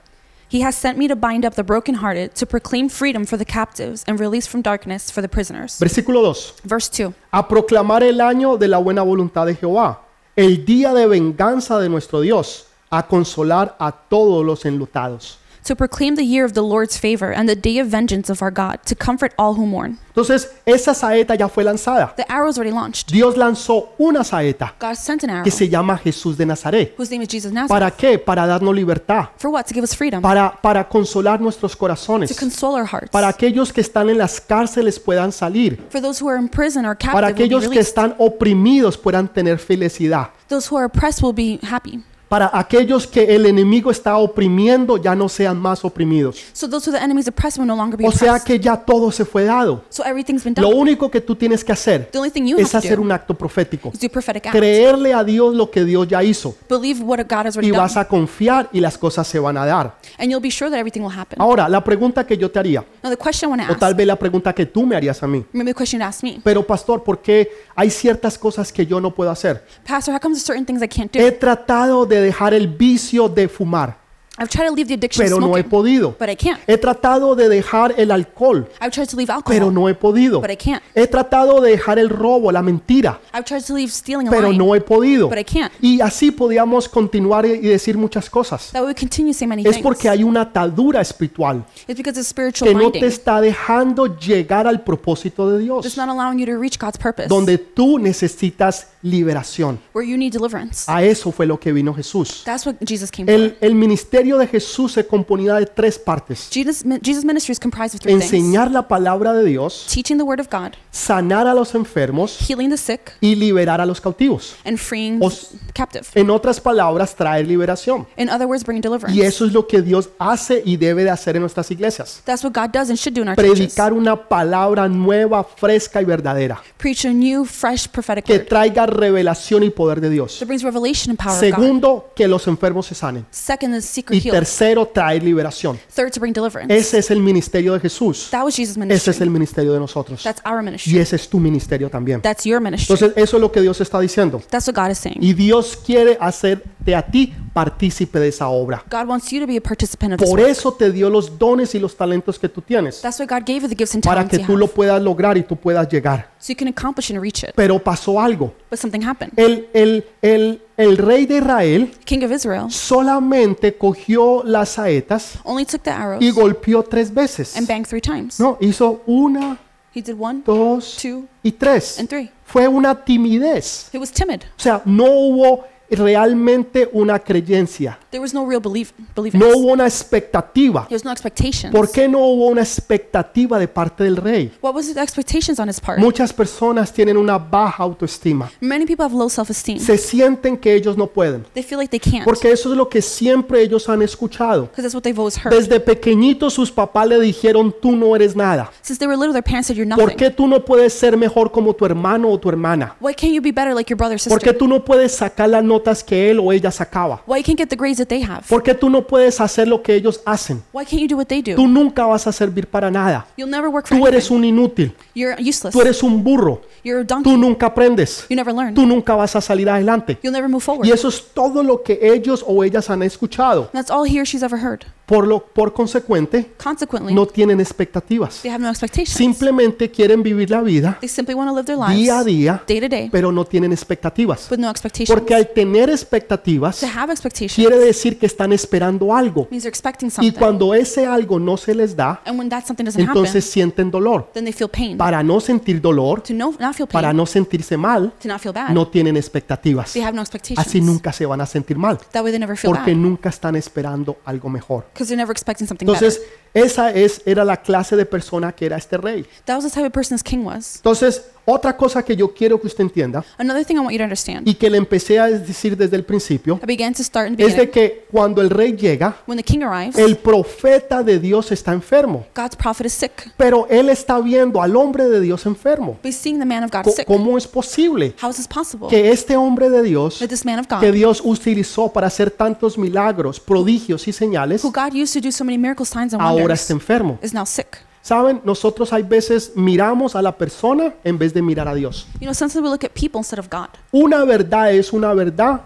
Speaker 2: He has sent me to bind up the brokenhearted, to proclaim freedom for the captives and release from darkness for the prisoners.
Speaker 1: Versículo 2.
Speaker 2: Verse 2
Speaker 1: A proclamar el año de la buena voluntad de Jehová, el día de venganza de nuestro Dios, a consolar a todos los enlutados.
Speaker 2: To proclaim the year of the Lord's favor and the day of vengeance of our God, to comfort all who mourn.
Speaker 1: Entonces, esa saeta ya fue lanzada.
Speaker 2: The arrow's already launched.
Speaker 1: Dios lanzó una saeta
Speaker 2: God sent an arrow,
Speaker 1: que se llama Jesús de Nazaret.
Speaker 2: whose name is Jesus of Nazareth.
Speaker 1: ¿Para qué? Para darnos libertad,
Speaker 2: For what? To give us freedom,
Speaker 1: para, para consolar nuestros
Speaker 2: to
Speaker 1: corazones,
Speaker 2: console our hearts.
Speaker 1: para aquellos que están en las cárceles puedan salir,
Speaker 2: For those who are in prison or captive,
Speaker 1: para
Speaker 2: will be
Speaker 1: aquellos que
Speaker 2: released.
Speaker 1: están oprimidos puedan tener felicidad,
Speaker 2: those who are oppressed will be happy.
Speaker 1: para aquellos que el enemigo está oprimiendo ya no sean más oprimidos.
Speaker 2: So those who the enemy's oppressed will no longer be
Speaker 1: O sea
Speaker 2: oppressed.
Speaker 1: que ya todo se fue dado.
Speaker 2: so everything's been done.
Speaker 1: Lo único que tú tienes que hacer
Speaker 2: the only thing you
Speaker 1: es
Speaker 2: have to
Speaker 1: hacer
Speaker 2: do
Speaker 1: un acto profético,
Speaker 2: is do prophetic acts.
Speaker 1: creerle a Dios lo que Dios ya hizo
Speaker 2: Believe what God has
Speaker 1: y
Speaker 2: already done,
Speaker 1: vas a confiar y las cosas se van a dar.
Speaker 2: and you'll be sure that everything will happen.
Speaker 1: Ahora, la pregunta que yo te haría,
Speaker 2: Now, the question I want to
Speaker 1: o
Speaker 2: ask,
Speaker 1: tal vez la pregunta que tú me harías a mí,
Speaker 2: maybe the question you asked me,
Speaker 1: pero pastor, ¿por qué hay ciertas cosas que yo no puedo hacer?
Speaker 2: Pastor, how come there's certain things I can't do?
Speaker 1: He tratado de dejar el vicio de fumar,
Speaker 2: I've tried to leave the addiction of
Speaker 1: pero no he
Speaker 2: smoking,
Speaker 1: podido.
Speaker 2: but I can't.
Speaker 1: He tratado de dejar el alcohol,
Speaker 2: I've tried to leave alcohol,
Speaker 1: pero no he podido.
Speaker 2: but I can't.
Speaker 1: He tratado de dejar el robo, la mentira,
Speaker 2: I've tried to leave stealing and
Speaker 1: pero
Speaker 2: lying.
Speaker 1: no he podido.
Speaker 2: But I can't.
Speaker 1: Y así podíamos continuar y y decir muchas cosas.
Speaker 2: That we continue to say many
Speaker 1: Es
Speaker 2: things.
Speaker 1: porque hay una atadura espiritual
Speaker 2: it's because it's spiritual
Speaker 1: que no te
Speaker 2: binding.
Speaker 1: está dejando llegar al propósito de Dios.
Speaker 2: It's not allowing you to reach God's purpose,
Speaker 1: donde tú necesitas liberación.
Speaker 2: where you need deliverance.
Speaker 1: A eso fue lo que vino Jesús.
Speaker 2: That's what Jesus came for.
Speaker 1: El, el ministerio de Jesús se componía de tres partes.
Speaker 2: Jesus, mi- Jesus' ministry is comprised of three things.
Speaker 1: Enseñar la palabra de Dios,
Speaker 2: Teaching the word of God,
Speaker 1: sanar a los enfermos
Speaker 2: healing the sick,
Speaker 1: y liberar a los cautivos.
Speaker 2: and freeing
Speaker 1: Os-
Speaker 2: the captive.
Speaker 1: En otras palabras, traer liberación.
Speaker 2: In other words, bringing deliverance.
Speaker 1: Y eso es lo que Dios hace y debe de hacer en nuestras iglesias.
Speaker 2: That's what God does and should do in our churches.
Speaker 1: Predicar una palabra nueva, fresca y verdadera,
Speaker 2: Preach a new, fresh prophetic
Speaker 1: que
Speaker 2: word
Speaker 1: traiga revelación y poder de Dios.
Speaker 2: that brings revelation and power of God.
Speaker 1: Segundo, que los enfermos se sanen.
Speaker 2: Second is secret
Speaker 1: Y
Speaker 2: healing.
Speaker 1: tercero, traer liberación.
Speaker 2: Third, to bring deliverance.
Speaker 1: Ese es el ministerio de Jesús.
Speaker 2: that was Jesus'
Speaker 1: Ese
Speaker 2: ministry.
Speaker 1: es el ministerio de nosotros.
Speaker 2: That's our
Speaker 1: Y
Speaker 2: ministry.
Speaker 1: ese es tu ministerio también.
Speaker 2: That's your ministry.
Speaker 1: Entonces, eso es lo que Dios está diciendo.
Speaker 2: That's what God is saying.
Speaker 1: Y Dios quiere hacerte a ti partícipe de esa obra.
Speaker 2: God wants you to be a participant of this.
Speaker 1: Por
Speaker 2: work.
Speaker 1: eso te dio los dones y los talentos que tú tienes.
Speaker 2: That's why God gave you the gifts and
Speaker 1: Para
Speaker 2: talents
Speaker 1: que
Speaker 2: you
Speaker 1: tú lo
Speaker 2: have,
Speaker 1: puedas lograr y tú puedas llegar.
Speaker 2: so you can accomplish and reach it.
Speaker 1: Pero pasó algo.
Speaker 2: But something happened.
Speaker 1: El, el, el, el rey de Israel
Speaker 2: King of Israel
Speaker 1: solamente cogió las saetas
Speaker 2: only took the arrows
Speaker 1: y golpeó tres veces.
Speaker 2: and banged three times.
Speaker 1: No, hizo una,
Speaker 2: He did one,
Speaker 1: dos
Speaker 2: two,
Speaker 1: y tres.
Speaker 2: and three.
Speaker 1: Fue una timidez.
Speaker 2: He was timid.
Speaker 1: O sea, no hubo realmente una creencia.
Speaker 2: There was no real belief believing.
Speaker 1: No hubo una expectativa.
Speaker 2: There was no expectations.
Speaker 1: ¿Por qué no hubo una expectativa de parte del rey?
Speaker 2: What was the expectations on his part?
Speaker 1: Muchas personas tienen una baja autoestima.
Speaker 2: Many people have low self-esteem.
Speaker 1: Se sienten que ellos no pueden.
Speaker 2: They feel like they can't because
Speaker 1: Porque eso es lo que siempre ellos han escuchado.
Speaker 2: that's what they've always heard.
Speaker 1: Desde pequeñitos sus papás le dijeron, tú no eres nada.
Speaker 2: Since they were little, their parents said you're
Speaker 1: ¿Por
Speaker 2: nothing.
Speaker 1: qué tú no puedes ser mejor como tu hermano o tu hermana?
Speaker 2: Why can't you be better like your brother or sister?
Speaker 1: ¿Por qué tú no puedes sacar las notas que él o ella sacaba?
Speaker 2: Why you can't get the grades that they have?
Speaker 1: ¿Por qué tú no puedes hacer lo que ellos hacen?
Speaker 2: Why can't you do what they do?
Speaker 1: Tú nunca vas a servir para nada.
Speaker 2: You'll never work for
Speaker 1: Tú eres
Speaker 2: anything.
Speaker 1: un inútil.
Speaker 2: You're useless.
Speaker 1: Tú eres un burro.
Speaker 2: You're a
Speaker 1: Tú
Speaker 2: donkey.
Speaker 1: nunca aprendes.
Speaker 2: You never learn.
Speaker 1: Tú nunca vas a salir adelante.
Speaker 2: You'll never move forward.
Speaker 1: Y eso es todo lo que ellos o ellas han escuchado.
Speaker 2: That's all he or she's ever heard.
Speaker 1: Por lo por consecuente,
Speaker 2: Consequently,
Speaker 1: no tienen expectativas.
Speaker 2: they have no expectations.
Speaker 1: Simplemente quieren vivir la vida
Speaker 2: they simply want to live their lives
Speaker 1: día a día,
Speaker 2: day to day
Speaker 1: pero no tienen expectativas.
Speaker 2: with no expectations.
Speaker 1: Porque al tener expectativas,
Speaker 2: to have expectations
Speaker 1: quiere decir que están esperando algo.
Speaker 2: means they're expecting
Speaker 1: Y
Speaker 2: something.
Speaker 1: cuando ese algo no se les da,
Speaker 2: and when that something doesn't
Speaker 1: entonces
Speaker 2: happen,
Speaker 1: sienten dolor.
Speaker 2: then they feel pain.
Speaker 1: Para no sentir dolor,
Speaker 2: to no, not feel pain,
Speaker 1: para no sentirse mal,
Speaker 2: to not feel bad,
Speaker 1: no tienen expectativas.
Speaker 2: they have no expectations.
Speaker 1: Así nunca se van a sentir mal,
Speaker 2: that way they never feel
Speaker 1: porque
Speaker 2: bad
Speaker 1: nunca están esperando algo mejor.
Speaker 2: because they're never expecting something
Speaker 1: Entonces,
Speaker 2: better.
Speaker 1: esa es, era la clase de persona que era este rey.
Speaker 2: That was the type of person this king was.
Speaker 1: Entonces, otra cosa que yo quiero que usted entienda
Speaker 2: Another thing I want you to understand,
Speaker 1: y que le empecé a decir desde el principio
Speaker 2: I began to start in the
Speaker 1: es
Speaker 2: beginning.
Speaker 1: de que cuando el rey llega,
Speaker 2: when the king arrives,
Speaker 1: el profeta de Dios está enfermo,
Speaker 2: God's prophet is sick.
Speaker 1: pero él está viendo al hombre de Dios enfermo.
Speaker 2: But he's seeing the man of God
Speaker 1: Co-
Speaker 2: sick.
Speaker 1: ¿Cómo es posible
Speaker 2: How is this possible?
Speaker 1: que este hombre de Dios
Speaker 2: That this man of
Speaker 1: que
Speaker 2: God,
Speaker 1: Dios utilizó para hacer tantos milagros, prodigios y señales,
Speaker 2: who God used to do so many miracle signs and
Speaker 1: ahora
Speaker 2: wonders,
Speaker 1: está enfermo?
Speaker 2: is now sick.
Speaker 1: Saben, nosotros hay veces miramos a la persona en vez de mirar a Dios.
Speaker 2: You know, sometimes we look at people instead of God.
Speaker 1: Una verdad es una verdad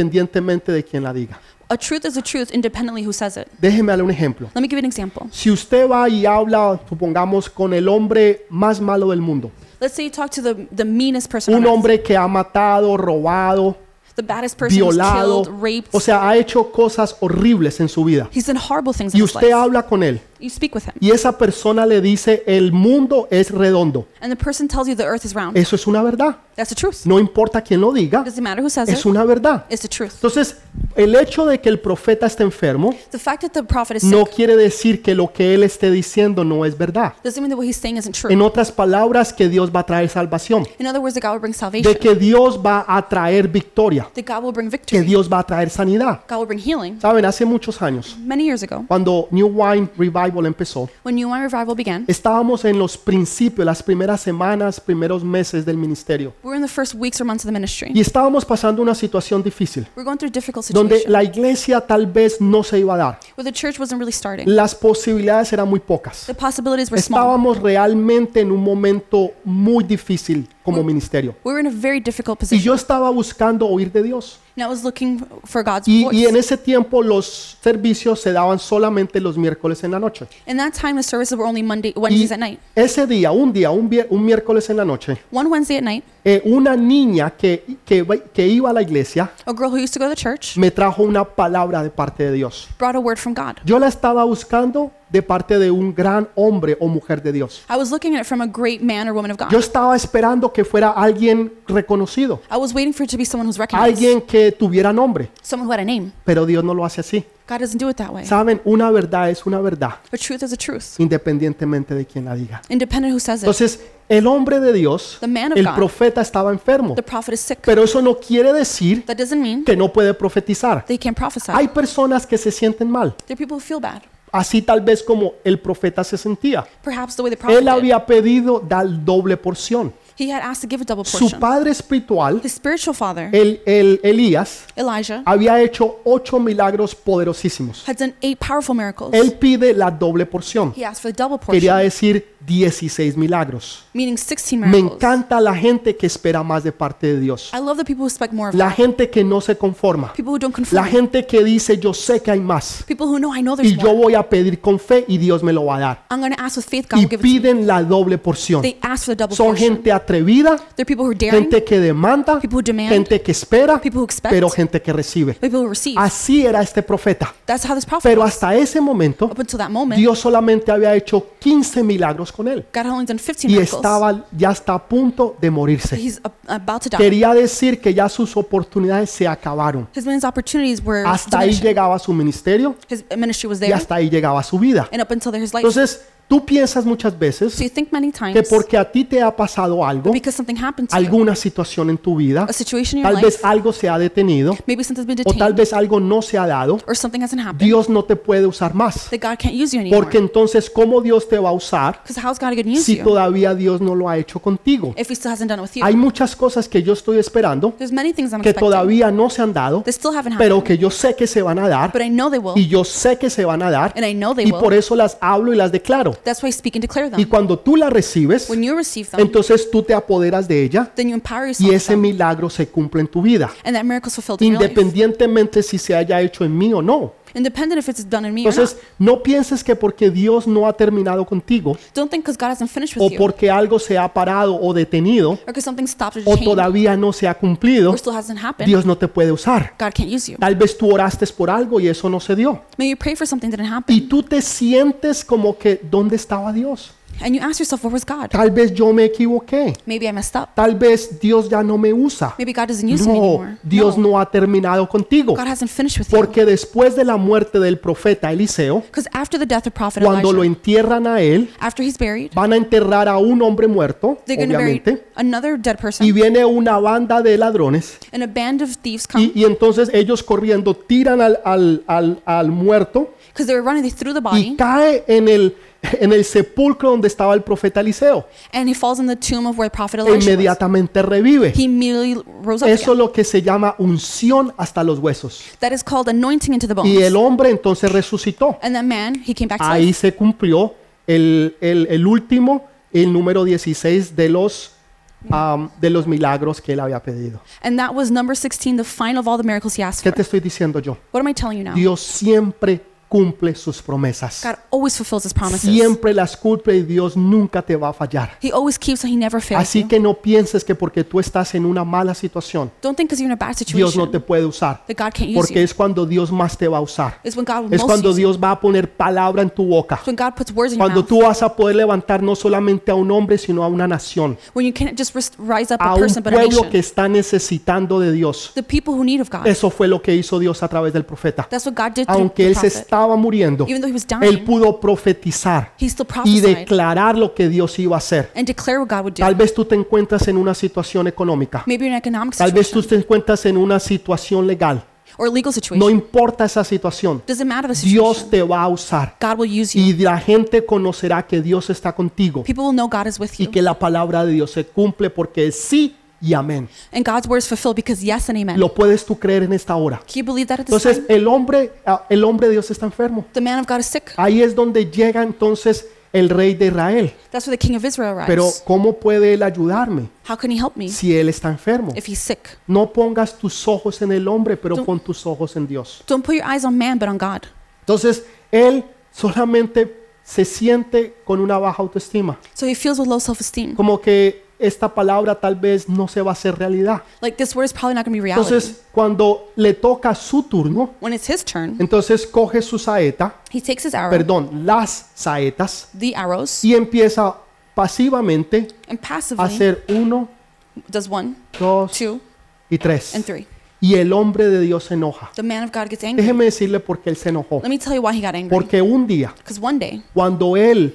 Speaker 1: independientemente de quien la diga.
Speaker 2: A truth is a truth independently who says it.
Speaker 1: Déjeme darle un ejemplo.
Speaker 2: Let me give you an example.
Speaker 1: Si usted va y habla, supongamos, con el hombre más malo del mundo,
Speaker 2: Let's say you talk to the, the meanest person,
Speaker 1: un
Speaker 2: on earth,
Speaker 1: hombre que ha matado, robado,
Speaker 2: the baddest person who's
Speaker 1: violado,
Speaker 2: killed, raped.
Speaker 1: o sea, ha hecho cosas horribles en su vida.
Speaker 2: he's done horrible things in
Speaker 1: Y
Speaker 2: his
Speaker 1: usted
Speaker 2: life.
Speaker 1: habla con él
Speaker 2: You speak with him,
Speaker 1: y esa persona le dice, el mundo es redondo.
Speaker 2: and the person tells you the earth is round.
Speaker 1: Eso es una verdad.
Speaker 2: That's the truth.
Speaker 1: No importa quién lo diga,
Speaker 2: It doesn't matter who says
Speaker 1: es
Speaker 2: it.
Speaker 1: una verdad.
Speaker 2: It's the truth.
Speaker 1: Entonces, el hecho de que el profeta esté enfermo
Speaker 2: The fact that the prophet is
Speaker 1: no
Speaker 2: sick
Speaker 1: quiere decir que lo que él esté diciendo no es verdad.
Speaker 2: doesn't mean that what he's saying isn't true.
Speaker 1: En otras palabras, que Dios va a traer salvación,
Speaker 2: In other words, that God will bring salvation.
Speaker 1: de que Dios va a traer victoria,
Speaker 2: that God will bring
Speaker 1: que
Speaker 2: victory.
Speaker 1: Dios va a traer sanidad.
Speaker 2: God will bring healing.
Speaker 1: Saben, hace muchos años,
Speaker 2: Many years ago,
Speaker 1: cuando New Wine Revival empezó,
Speaker 2: when New Wine Revival began,
Speaker 1: estábamos en los principios, las primeras semanas, primeros meses del ministerio,
Speaker 2: we were in the first weeks or months of the ministry.
Speaker 1: y estábamos pasando una situación difícil,
Speaker 2: We We're going through a difficult
Speaker 1: donde
Speaker 2: situation
Speaker 1: la iglesia tal vez no se iba a dar,
Speaker 2: where the church wasn't really starting.
Speaker 1: las posibilidades eran muy pocas.
Speaker 2: The possibilities were small.
Speaker 1: Estábamos realmente en un momento muy difícil como ministerio.
Speaker 2: We were in a very difficult
Speaker 1: Y
Speaker 2: position.
Speaker 1: yo estaba buscando oír de Dios.
Speaker 2: And I was looking for God's
Speaker 1: Y, y en
Speaker 2: voice.
Speaker 1: ese tiempo los servicios se daban solamente los miércoles en la noche.
Speaker 2: In that time, the services were only Monday,
Speaker 1: Y
Speaker 2: Wednesdays at night.
Speaker 1: ese día, un día, un, vier- un miércoles en la noche,
Speaker 2: One Wednesday at night,
Speaker 1: eh, una niña que, que, va- que iba a la iglesia
Speaker 2: a girl who used to go to church
Speaker 1: me trajo una palabra de parte de Dios.
Speaker 2: brought a word from God.
Speaker 1: Yo la estaba buscando de parte de un gran hombre o mujer de Dios.
Speaker 2: I was looking at it from a great man or woman of
Speaker 1: Yo
Speaker 2: God.
Speaker 1: estaba esperando que fuera alguien reconocido,
Speaker 2: I was waiting for it to be someone who's recognized,
Speaker 1: alguien que tuviera nombre,
Speaker 2: someone who had a name.
Speaker 1: pero Dios no lo hace así.
Speaker 2: God doesn't do it that way.
Speaker 1: Saben, una verdad es una verdad,
Speaker 2: But truth is a truth,
Speaker 1: independientemente de quien la diga.
Speaker 2: independent who says it.
Speaker 1: Entonces, el hombre de Dios,
Speaker 2: The man of
Speaker 1: el
Speaker 2: God.
Speaker 1: profeta estaba enfermo,
Speaker 2: The prophet is sick.
Speaker 1: pero eso no quiere decir
Speaker 2: That doesn't mean
Speaker 1: que no puede profetizar.
Speaker 2: they can't prophesy.
Speaker 1: Hay personas que se sienten mal,
Speaker 2: There are people who feel bad.
Speaker 1: así tal vez como el profeta se sentía.
Speaker 2: Perhaps the way the prophet
Speaker 1: Él
Speaker 2: did.
Speaker 1: había pedido dar doble porción.
Speaker 2: He had asked to give a double
Speaker 1: Su
Speaker 2: portion.
Speaker 1: padre espiritual,
Speaker 2: His spiritual father,
Speaker 1: el, el Ah. Elías,
Speaker 2: Elijah,
Speaker 1: había hecho ocho milagros poderosísimos.
Speaker 2: had done eight powerful miracles.
Speaker 1: Él pide la doble porción.
Speaker 2: He asked for the double
Speaker 1: Quería
Speaker 2: portion,
Speaker 1: decir 16 milagros.
Speaker 2: meaning 16
Speaker 1: Me
Speaker 2: miracles.
Speaker 1: encanta la gente que espera más de parte de Dios.
Speaker 2: I love the people who expect more of
Speaker 1: La
Speaker 2: God.
Speaker 1: gente que no se conforma.
Speaker 2: People who don't
Speaker 1: La
Speaker 2: conform.
Speaker 1: gente que dice yo sé que hay más.
Speaker 2: People who know I know there's
Speaker 1: Y yo
Speaker 2: more.
Speaker 1: voy a pedir con fe y Dios me lo va a dar.
Speaker 2: I'm going to ask with faith, God
Speaker 1: Y
Speaker 2: will give it to me.
Speaker 1: piden la doble porción.
Speaker 2: They ask for the double
Speaker 1: Son
Speaker 2: portion.
Speaker 1: gente atrevida,
Speaker 2: They're people who are daring,
Speaker 1: gente que demanda,
Speaker 2: people who demand,
Speaker 1: gente que espera,
Speaker 2: people who expect,
Speaker 1: pero gente que recibe.
Speaker 2: people who receive.
Speaker 1: Así era este profeta.
Speaker 2: That's how this prophet
Speaker 1: Pero
Speaker 2: was.
Speaker 1: hasta ese momento,
Speaker 2: Up until that moment,
Speaker 1: Dios solamente había hecho 15 milagros con él
Speaker 2: God had only done 15
Speaker 1: y
Speaker 2: miracles.
Speaker 1: estaba ya está a punto de morirse.
Speaker 2: He's a- about to die.
Speaker 1: Quería decir que ya sus oportunidades se acabaron.
Speaker 2: His men's opportunities were
Speaker 1: Hasta ahí
Speaker 2: diminishing.
Speaker 1: llegaba su ministerio
Speaker 2: His ministry was
Speaker 1: y
Speaker 2: there,
Speaker 1: hasta ahí llegaba su vida.
Speaker 2: and up until there, his life.
Speaker 1: Entonces, tú piensas muchas veces
Speaker 2: so you think many times
Speaker 1: que porque a ti te ha pasado algo,
Speaker 2: because something happened to you,
Speaker 1: alguna situación en tu vida,
Speaker 2: a situation in
Speaker 1: tal
Speaker 2: your life,
Speaker 1: vez algo se ha detenido
Speaker 2: maybe something's been
Speaker 1: o
Speaker 2: detained,
Speaker 1: tal vez algo no se ha dado,
Speaker 2: or something hasn't happened,
Speaker 1: Dios no te puede usar más.
Speaker 2: that God can't use you anymore.
Speaker 1: Porque entonces, ¿cómo Dios te va a usar
Speaker 2: Because how's God going to use
Speaker 1: si
Speaker 2: you
Speaker 1: todavía Dios no lo ha hecho contigo?
Speaker 2: if He still hasn't done it with you?
Speaker 1: Hay muchas cosas que yo estoy esperando
Speaker 2: There's many things I'm
Speaker 1: que
Speaker 2: expecting
Speaker 1: todavía no se han dado,
Speaker 2: that still haven't happened,
Speaker 1: pero que yo sé que se van a dar
Speaker 2: but I know they will,
Speaker 1: y yo sé que se van a dar
Speaker 2: and I know they
Speaker 1: y
Speaker 2: will. Ah.
Speaker 1: por eso las hablo y las declaro.
Speaker 2: That's why I speak and declare them.
Speaker 1: Y cuando tú las recibes,
Speaker 2: when you receive them,
Speaker 1: entonces tú te apoderas de ella
Speaker 2: then you empower yourself,
Speaker 1: y
Speaker 2: with
Speaker 1: ese
Speaker 2: them,
Speaker 1: milagro se cumple en tu vida,
Speaker 2: and that miracle's fulfilled in your life,
Speaker 1: independientemente si se haya hecho en mí o no.
Speaker 2: independent if it's done in me or
Speaker 1: Entonces,
Speaker 2: not.
Speaker 1: no pienses que porque Dios no ha terminado contigo
Speaker 2: Don't think because God hasn't finished
Speaker 1: o
Speaker 2: with you, or
Speaker 1: porque algo se ha parado o detenido
Speaker 2: because something stopped or
Speaker 1: o
Speaker 2: changed,
Speaker 1: todavía no se ha cumplido,
Speaker 2: or still hasn't happened,
Speaker 1: Dios no te puede usar.
Speaker 2: God can't use you.
Speaker 1: Tal vez tú oraste por algo y eso no se dio.
Speaker 2: May you pray for something that didn't happen,
Speaker 1: Y tú te sientes como que, ¿dónde estaba Dios?
Speaker 2: and you ask yourself, where was God?
Speaker 1: Tal vez yo me equivoqué.
Speaker 2: Maybe I messed up.
Speaker 1: Tal vez Dios ya no me usa.
Speaker 2: Maybe God doesn't use me
Speaker 1: No,
Speaker 2: anymore.
Speaker 1: Dios
Speaker 2: no.
Speaker 1: no ha terminado contigo.
Speaker 2: God hasn't finished with you.
Speaker 1: Porque después de la muerte del profeta Eliseo,
Speaker 2: Because after the death of prophet
Speaker 1: cuando lo
Speaker 2: Elijah,
Speaker 1: entierran a él,
Speaker 2: after he's buried,
Speaker 1: van a enterrar a un hombre muerto,
Speaker 2: they're going to bury
Speaker 1: obviamente,
Speaker 2: another dead
Speaker 1: y
Speaker 2: person,
Speaker 1: viene una banda de ladrones.
Speaker 2: and a band of thieves come
Speaker 1: Y, y entonces ellos corriendo tiran al, al- al- al muerto
Speaker 2: because they were running. They threw the
Speaker 1: y
Speaker 2: body,
Speaker 1: cae en el, en el sepulcro donde estaba el profeta Eliseo.
Speaker 2: and he falls in the tomb of where prophet
Speaker 1: E
Speaker 2: Elijah was.
Speaker 1: inmediatamente revive.
Speaker 2: He immediately rose up.
Speaker 1: Eso
Speaker 2: Again.
Speaker 1: es lo que se llama unción hasta los huesos.
Speaker 2: That is called anointing into the
Speaker 1: Y el
Speaker 2: bones.
Speaker 1: hombre entonces resucitó.
Speaker 2: And that man, he came back to
Speaker 1: Ahí
Speaker 2: life.
Speaker 1: se cumplió el, el- el último, el número 16 de los, am, de los milagros que él había pedido.
Speaker 2: And that was number 16, the final of all the miracles he asked
Speaker 1: ¿Qué
Speaker 2: for.
Speaker 1: te estoy diciendo yo?
Speaker 2: What am I telling you now?
Speaker 1: Dios siempre cumple sus promesas.
Speaker 2: God always fulfills his promises.
Speaker 1: Siempre las cumple y Dios nunca te va a fallar.
Speaker 2: He always keeps and he never fails
Speaker 1: Así
Speaker 2: you.
Speaker 1: que no pienses que porque tú estás en una mala situación,
Speaker 2: Don't think because you're in a bad
Speaker 1: Dios no
Speaker 2: situation
Speaker 1: te puede usar.
Speaker 2: that God can't use
Speaker 1: Porque
Speaker 2: you.
Speaker 1: es cuando Dios más te va a usar.
Speaker 2: It's when God will
Speaker 1: Es
Speaker 2: most
Speaker 1: cuando
Speaker 2: use you.
Speaker 1: Dios va a poner palabra en tu boca.
Speaker 2: It's when God puts words in your
Speaker 1: Cuando
Speaker 2: mouth.
Speaker 1: tú vas a poder levantar no solamente a un hombre, sino a una nación.
Speaker 2: When you can't just ris- rise up
Speaker 1: a
Speaker 2: a
Speaker 1: un
Speaker 2: person but a
Speaker 1: pueblo que
Speaker 2: nation.
Speaker 1: está necesitando de Dios.
Speaker 2: The people who need of God.
Speaker 1: Eso fue lo que hizo Dios a través del profeta.
Speaker 2: That's what God did through
Speaker 1: Aunque
Speaker 2: the
Speaker 1: él se
Speaker 2: prophet.
Speaker 1: estaba muriendo,
Speaker 2: Even though he was
Speaker 1: él
Speaker 2: dying,
Speaker 1: pudo profetizar
Speaker 2: he still
Speaker 1: y
Speaker 2: prophesied
Speaker 1: declarar lo que Dios iba a hacer.
Speaker 2: and declare what God would
Speaker 1: Tal
Speaker 2: do.
Speaker 1: vez tú te encuentras en una situación económica,
Speaker 2: Maybe an economic
Speaker 1: tal vez
Speaker 2: situation
Speaker 1: tú te encuentras en una situación legal.
Speaker 2: or a legal
Speaker 1: No
Speaker 2: situation.
Speaker 1: importa esa Pues situación,
Speaker 2: Doesn't matter the
Speaker 1: Dios
Speaker 2: situation.
Speaker 1: te va a usar
Speaker 2: God will use you.
Speaker 1: y la gente conocerá que Dios está contigo
Speaker 2: People will know God is with
Speaker 1: y
Speaker 2: you.
Speaker 1: que la palabra de Dios se cumple porque es sí y amén.
Speaker 2: And God's word is fulfilled because yes and amen.
Speaker 1: Lo puedes tú creer en esta hora.
Speaker 2: Can you believe that at this
Speaker 1: Entonces
Speaker 2: time?
Speaker 1: el hombre, ah, el hombre de Dios está enfermo.
Speaker 2: The man of God is sick.
Speaker 1: Ahí es donde llega entonces el rey de Israel.
Speaker 2: That's where the king of Israel
Speaker 1: Pero
Speaker 2: arrives.
Speaker 1: ¿cómo puede él ayudarme
Speaker 2: How can he help me
Speaker 1: si él está enfermo?
Speaker 2: if he's sick?
Speaker 1: No pongas tus ojos en el hombre, pero
Speaker 2: Tú-
Speaker 1: pon tus ojos en Dios.
Speaker 2: Don't put your eyes on man but on God.
Speaker 1: Entonces él solamente se siente con una baja autoestima,
Speaker 2: So he feels with low self esteem.
Speaker 1: como que esta palabra tal vez no se va a hacer realidad.
Speaker 2: Like this word is probably not going to be reality.
Speaker 1: Entonces cuando le toca su turno,
Speaker 2: When it's his turn,
Speaker 1: entonces coge su saeta,
Speaker 2: he takes his arrow,
Speaker 1: perdón, las saetas.
Speaker 2: the arrows,
Speaker 1: y empieza pasivamente
Speaker 2: and
Speaker 1: a
Speaker 2: passively
Speaker 1: hacer uno,
Speaker 2: does one,
Speaker 1: dos
Speaker 2: two,
Speaker 1: y
Speaker 2: and
Speaker 1: tres.
Speaker 2: three.
Speaker 1: Y el hombre de Dios se enoja.
Speaker 2: The man of God gets angry.
Speaker 1: Déjeme decirle por qué él se enojó.
Speaker 2: Let me tell you why he got angry.
Speaker 1: Porque un día,
Speaker 2: Because one day,
Speaker 1: cuando él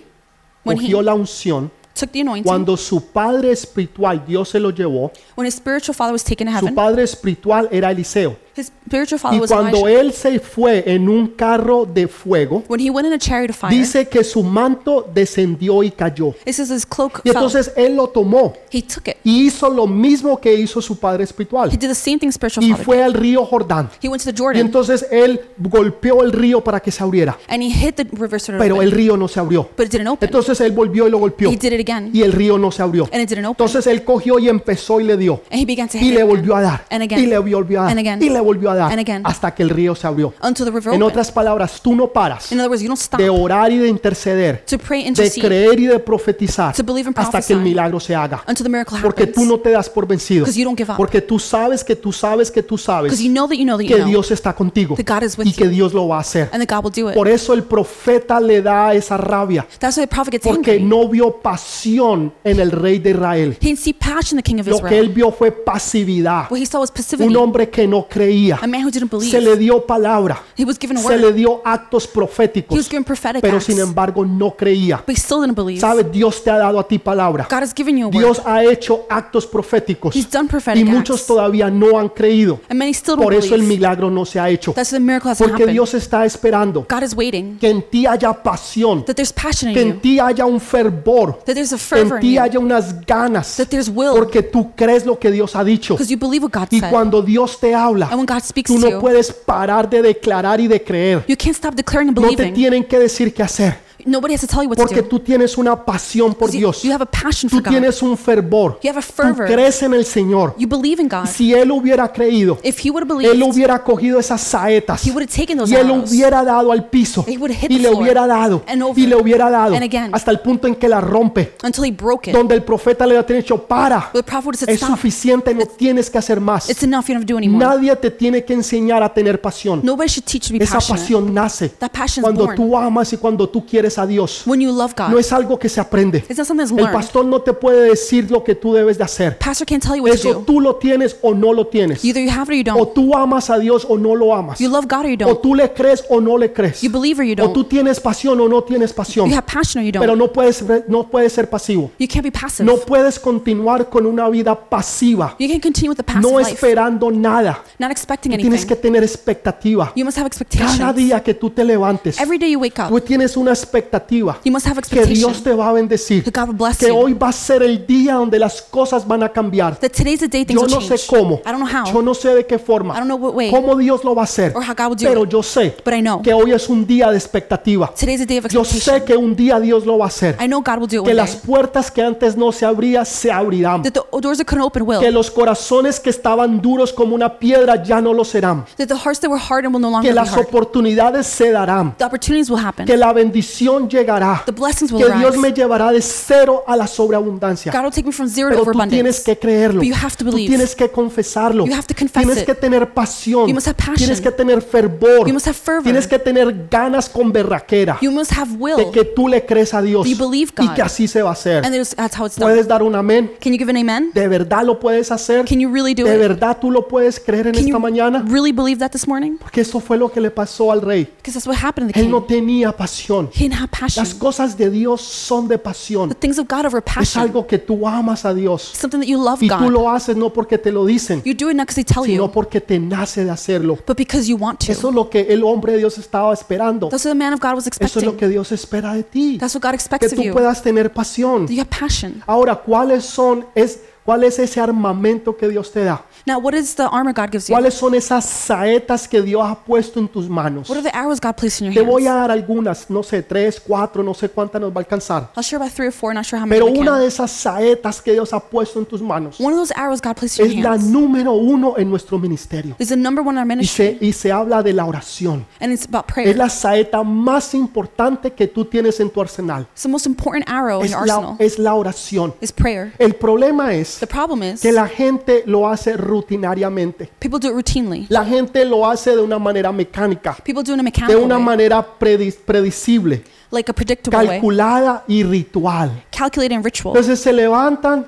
Speaker 2: When
Speaker 1: cogió
Speaker 2: he-
Speaker 1: la unción,
Speaker 2: took the anointing,
Speaker 1: cuando su padre espiritual Dios se lo llevó,
Speaker 2: when his spiritual father was taken to
Speaker 1: su
Speaker 2: heaven,
Speaker 1: padre espiritual era Eliseo.
Speaker 2: his spiritual father
Speaker 1: Y
Speaker 2: was
Speaker 1: cuando
Speaker 2: Elijah.
Speaker 1: él se fue en un carro de fuego,
Speaker 2: When he went in a chariot of fire,
Speaker 1: dice que su manto descendió y cayó.
Speaker 2: it says his cloak
Speaker 1: Y
Speaker 2: fell.
Speaker 1: entonces él lo tomó
Speaker 2: He took it.
Speaker 1: y hizo lo mismo que hizo su padre espiritual.
Speaker 2: He did the same thing spiritual
Speaker 1: y
Speaker 2: father did.
Speaker 1: fue al río Jordán.
Speaker 2: He went to the
Speaker 1: Y
Speaker 2: Jordan
Speaker 1: entonces él golpeó el río para que se abriera,
Speaker 2: and he hit the river sort of
Speaker 1: pero
Speaker 2: open,
Speaker 1: el río no se abrió.
Speaker 2: but it didn't open.
Speaker 1: Entonces él volvió y lo golpeó
Speaker 2: He did it again
Speaker 1: y el río no se abrió.
Speaker 2: and it didn't open.
Speaker 1: Entonces él cogió y empezó y le dio
Speaker 2: And he began to
Speaker 1: y
Speaker 2: hit
Speaker 1: le
Speaker 2: it again.
Speaker 1: volvió a dar
Speaker 2: And
Speaker 1: y
Speaker 2: again.
Speaker 1: le volvió a
Speaker 2: And
Speaker 1: dar
Speaker 2: again.
Speaker 1: y le volvió a dar
Speaker 2: And again.
Speaker 1: hasta que el río se abrió.
Speaker 2: until the river
Speaker 1: En
Speaker 2: opened.
Speaker 1: otras palabras, tú no paras
Speaker 2: In other words, you don't stop
Speaker 1: de orar y de interceder,
Speaker 2: to pray,
Speaker 1: de
Speaker 2: intercede,
Speaker 1: creer y de profetizar
Speaker 2: to believe and
Speaker 1: hasta que el
Speaker 2: prophesy.
Speaker 1: milagro se haga.
Speaker 2: until the miracle
Speaker 1: Porque tú
Speaker 2: happens.
Speaker 1: no te das por vencido.
Speaker 2: 'Cause you don't give up.
Speaker 1: Porque tú sabes que tú sabes que tú sabes
Speaker 2: Because you know that you know that you
Speaker 1: que
Speaker 2: know,
Speaker 1: Dios está contigo
Speaker 2: that God is with
Speaker 1: y que
Speaker 2: you.
Speaker 1: Dios lo va a hacer.
Speaker 2: and that God will do it.
Speaker 1: Por eso el profeta le da esa rabia,
Speaker 2: That's why the prophet gets
Speaker 1: porque
Speaker 2: angry.
Speaker 1: no vio pasión en el rey de Israel.
Speaker 2: He didn't see passion in the king of
Speaker 1: Lo que
Speaker 2: Israel.
Speaker 1: él vio fue pasividad.
Speaker 2: What he saw was passivity.
Speaker 1: Un hombre que no creía.
Speaker 2: Pues, A man who didn't
Speaker 1: Se le
Speaker 2: believe.
Speaker 1: dio palabra,
Speaker 2: He was given a
Speaker 1: se le
Speaker 2: word.
Speaker 1: dio actos
Speaker 2: He was
Speaker 1: proféticos,
Speaker 2: given prophetic
Speaker 1: pero
Speaker 2: acts.
Speaker 1: sin
Speaker 2: But
Speaker 1: embargo no creía.
Speaker 2: he still didn't believe.
Speaker 1: Sabes, Dios te ha dado a ti palabra.
Speaker 2: God has given you a word.
Speaker 1: Dios ha hecho actos proféticos
Speaker 2: He's done prophetic
Speaker 1: y muchos
Speaker 2: acts.
Speaker 1: todavía no han creído.
Speaker 2: And many still don't
Speaker 1: Por eso el
Speaker 2: believe.
Speaker 1: milagro no se ha hecho.
Speaker 2: That's why the miracle hasn't
Speaker 1: Porque
Speaker 2: happened.
Speaker 1: Dios está esperando
Speaker 2: God is waiting.
Speaker 1: que en ti haya pasión,
Speaker 2: That there's passion
Speaker 1: que
Speaker 2: in
Speaker 1: en
Speaker 2: you.
Speaker 1: ti haya un fervor,
Speaker 2: That there's a
Speaker 1: que en
Speaker 2: fervor in
Speaker 1: ti
Speaker 2: you.
Speaker 1: haya unas ganas,
Speaker 2: That there's will.
Speaker 1: porque tú crees lo que Dios ha dicho.
Speaker 2: Because you believe what God
Speaker 1: Y
Speaker 2: said.
Speaker 1: cuando Dios te habla,
Speaker 2: And when God speaks
Speaker 1: tú
Speaker 2: to
Speaker 1: no
Speaker 2: you,
Speaker 1: puedes parar de declarar y de creer.
Speaker 2: you can't stop declaring and
Speaker 1: No te
Speaker 2: believing.
Speaker 1: tienen que decir qué hacer,
Speaker 2: Nobody has to tell you what to
Speaker 1: porque
Speaker 2: do.
Speaker 1: tú tienes una pasión por
Speaker 2: 'Cause You,
Speaker 1: Dios.
Speaker 2: you have a passion for
Speaker 1: Tú
Speaker 2: God.
Speaker 1: tienes un fervor.
Speaker 2: You have a
Speaker 1: Tú
Speaker 2: fervor.
Speaker 1: crees en el Señor.
Speaker 2: You believe in God.
Speaker 1: Si él hubiera creído,
Speaker 2: If he would have
Speaker 1: él
Speaker 2: believed,
Speaker 1: hubiera cogido esas saetas
Speaker 2: he would have taken those
Speaker 1: y él
Speaker 2: arrows.
Speaker 1: hubiera dado al piso
Speaker 2: He would have hit
Speaker 1: y
Speaker 2: the
Speaker 1: le
Speaker 2: floor.
Speaker 1: hubiera dado
Speaker 2: And over.
Speaker 1: y le hubiera dado
Speaker 2: And again.
Speaker 1: hasta el punto en que la rompe,
Speaker 2: until he broke it. But
Speaker 1: donde el profeta le ha dicho, para,
Speaker 2: the prophet would have said,
Speaker 1: es
Speaker 2: stop.
Speaker 1: suficiente, no tienes que hacer más.
Speaker 2: It's enough. You don't have to do anymore.
Speaker 1: Nadie te tiene que enseñar a tener pasión.
Speaker 2: Nobody should teach you to be
Speaker 1: Esa
Speaker 2: passionate.
Speaker 1: pasión nace
Speaker 2: eh. That passion is
Speaker 1: cuando
Speaker 2: born.
Speaker 1: tú amas y cuando tú quieres a Dios.
Speaker 2: When you love
Speaker 1: No
Speaker 2: God,
Speaker 1: es algo que se aprende.
Speaker 2: it's not something that's
Speaker 1: El
Speaker 2: learned.
Speaker 1: pastor no te puede decir lo que tú debes de hacer.
Speaker 2: Pastor can't tell you what to
Speaker 1: Eso
Speaker 2: do.
Speaker 1: tú lo tienes o no lo tienes.
Speaker 2: Either you have it or you
Speaker 1: O
Speaker 2: don't.
Speaker 1: tú amas a Dios o no lo amas.
Speaker 2: You love God or you
Speaker 1: O
Speaker 2: don't.
Speaker 1: tú le crees o no le crees.
Speaker 2: You believe or you
Speaker 1: O tú
Speaker 2: don't.
Speaker 1: tienes pasión o no tienes pasión.
Speaker 2: You have passion or you
Speaker 1: Pero
Speaker 2: don't.
Speaker 1: no puedes, re- no puedes ser pasivo.
Speaker 2: You can't be passive.
Speaker 1: No puedes continuar con una vida pasiva,
Speaker 2: You can't continue with the passive
Speaker 1: no
Speaker 2: life,
Speaker 1: esperando nada.
Speaker 2: not expecting
Speaker 1: Tienes que
Speaker 2: anything.
Speaker 1: tener expectativa.
Speaker 2: You must have
Speaker 1: Cada
Speaker 2: expectations.
Speaker 1: día que tú te levantes,
Speaker 2: Every day you wake up,
Speaker 1: tú tienes una expectativa
Speaker 2: you must have
Speaker 1: que Dios
Speaker 2: expectations.
Speaker 1: te va a bendecir.
Speaker 2: That God will bless
Speaker 1: Que
Speaker 2: you.
Speaker 1: hoy va a ser el día donde las cosas van a cambiar.
Speaker 2: That today's the day things
Speaker 1: Yo
Speaker 2: will
Speaker 1: no sé
Speaker 2: change.
Speaker 1: cómo,
Speaker 2: I don't know
Speaker 1: yo
Speaker 2: how,
Speaker 1: no sé de qué
Speaker 2: I
Speaker 1: forma,
Speaker 2: don't know what way,
Speaker 1: cómo Dios lo va a hacer,
Speaker 2: or how God will do
Speaker 1: pero
Speaker 2: it.
Speaker 1: yo sé
Speaker 2: But I know.
Speaker 1: que hoy es un día de expectativa.
Speaker 2: Today's the day of
Speaker 1: Yo sé
Speaker 2: expectation.
Speaker 1: que un día Dios lo va a hacer.
Speaker 2: I know God will do it
Speaker 1: Que
Speaker 2: one
Speaker 1: las
Speaker 2: day.
Speaker 1: puertas que antes no se abrían se abrirán.
Speaker 2: That the doors that couldn't open will.
Speaker 1: Que los corazones que estaban duros como una piedra ya no lo serán.
Speaker 2: That the hearts that were hardened will no
Speaker 1: Que
Speaker 2: longer be
Speaker 1: las
Speaker 2: hard.
Speaker 1: oportunidades se darán.
Speaker 2: The opportunities will happen.
Speaker 1: Que la bendición llegará.
Speaker 2: The blessings will
Speaker 1: Que Dios me
Speaker 2: rise.
Speaker 1: llevará de cero a la sobreabundancia.
Speaker 2: God will take me from zero to
Speaker 1: Pero tú tienes
Speaker 2: overabundance.
Speaker 1: que creerlo.
Speaker 2: But you have to
Speaker 1: Tú
Speaker 2: believe.
Speaker 1: tienes que confesarlo.
Speaker 2: You have to confess
Speaker 1: Tienes
Speaker 2: it.
Speaker 1: que tener pasión.
Speaker 2: You must have passion.
Speaker 1: Tienes que tener fervor.
Speaker 2: You must have fervor.
Speaker 1: Tienes que tener ganas con berraquera
Speaker 2: You must have
Speaker 1: de
Speaker 2: will.
Speaker 1: que tú le crees a Dios
Speaker 2: You believe
Speaker 1: y
Speaker 2: God.
Speaker 1: que así se va a hacer.
Speaker 2: And there's- that's how it's done.
Speaker 1: ¿Puedes dar un amén?
Speaker 2: Can you give an amen?
Speaker 1: ¿De verdad lo puedes hacer?
Speaker 2: Can you really do
Speaker 1: ¿De
Speaker 2: it?
Speaker 1: verdad tú lo puedes creer en
Speaker 2: Can
Speaker 1: esta
Speaker 2: you
Speaker 1: mañana?
Speaker 2: really believe that this morning?
Speaker 1: Porque eso fue lo que le pasó al rey.
Speaker 2: Because that's what happened to the
Speaker 1: Él no
Speaker 2: king.
Speaker 1: tenía pasión.
Speaker 2: He didn't have
Speaker 1: Las
Speaker 2: passion.
Speaker 1: cosas de Dios son de pasión.
Speaker 2: The things of God over
Speaker 1: Es
Speaker 2: passion.
Speaker 1: algo que tú amas a Dios.
Speaker 2: Something that you love
Speaker 1: Y tú
Speaker 2: God.
Speaker 1: lo haces no porque te lo dicen,
Speaker 2: You do it not because they tell
Speaker 1: sino
Speaker 2: you,
Speaker 1: porque te nace de hacerlo.
Speaker 2: but because you want to.
Speaker 1: Eso es lo que el hombre de Dios estaba esperando.
Speaker 2: That's what the man of God was
Speaker 1: Eso es lo
Speaker 2: expecting.
Speaker 1: que Dios espera de ti.
Speaker 2: That's what God
Speaker 1: Que
Speaker 2: expects of
Speaker 1: tú
Speaker 2: you. That
Speaker 1: puedas tener pasión.
Speaker 2: you have passion.
Speaker 1: Ahora, ¿cuáles son es cuál es ese armamento que Dios te da?
Speaker 2: Now, what is the armor God gives you?
Speaker 1: ¿Cuáles son esas saetas que Dios ha puesto en tus manos?
Speaker 2: What are the arrows God placed in
Speaker 1: Te
Speaker 2: your
Speaker 1: voy a
Speaker 2: hands?
Speaker 1: dar algunas, no sé, tres, cuatro, no sé cuántas nos va a alcanzar.
Speaker 2: I'll share about three or four, not sure how many
Speaker 1: Pero
Speaker 2: we
Speaker 1: una
Speaker 2: can.
Speaker 1: de esas saetas que Dios ha puesto en tus manos
Speaker 2: One of those arrows God placed in
Speaker 1: es
Speaker 2: your
Speaker 1: la
Speaker 2: hands
Speaker 1: número uno en nuestro ministerio.
Speaker 2: is the number one in our
Speaker 1: Y se,
Speaker 2: ministry,
Speaker 1: y se habla de la oración.
Speaker 2: and it's about
Speaker 1: Es
Speaker 2: prayer.
Speaker 1: la saeta más importante que tú tienes en tu arsenal.
Speaker 2: It's the most important arrow in
Speaker 1: Es
Speaker 2: your
Speaker 1: la,
Speaker 2: arsenal
Speaker 1: es la oración.
Speaker 2: is prayer.
Speaker 1: El problema es
Speaker 2: The problem is
Speaker 1: que la gente lo hace rutinariamente.
Speaker 2: people do it routinely.
Speaker 1: La gente lo hace de una manera mecánica,
Speaker 2: People do it in a
Speaker 1: de una
Speaker 2: mechanical way,
Speaker 1: manera predis- predecible,
Speaker 2: like a predictable way,
Speaker 1: calculada y ritual.
Speaker 2: calculated and ritual.
Speaker 1: Entonces se levantan,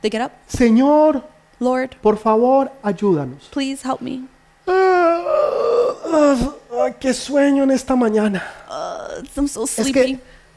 Speaker 2: They get up,
Speaker 1: Señor,
Speaker 2: Lord,
Speaker 1: por favor, ayúdanos.
Speaker 2: please help me.
Speaker 1: Ah, ah, ah, qué sueño en esta mañana.
Speaker 2: Uh, I'm so
Speaker 1: Es
Speaker 2: sleepy.
Speaker 1: que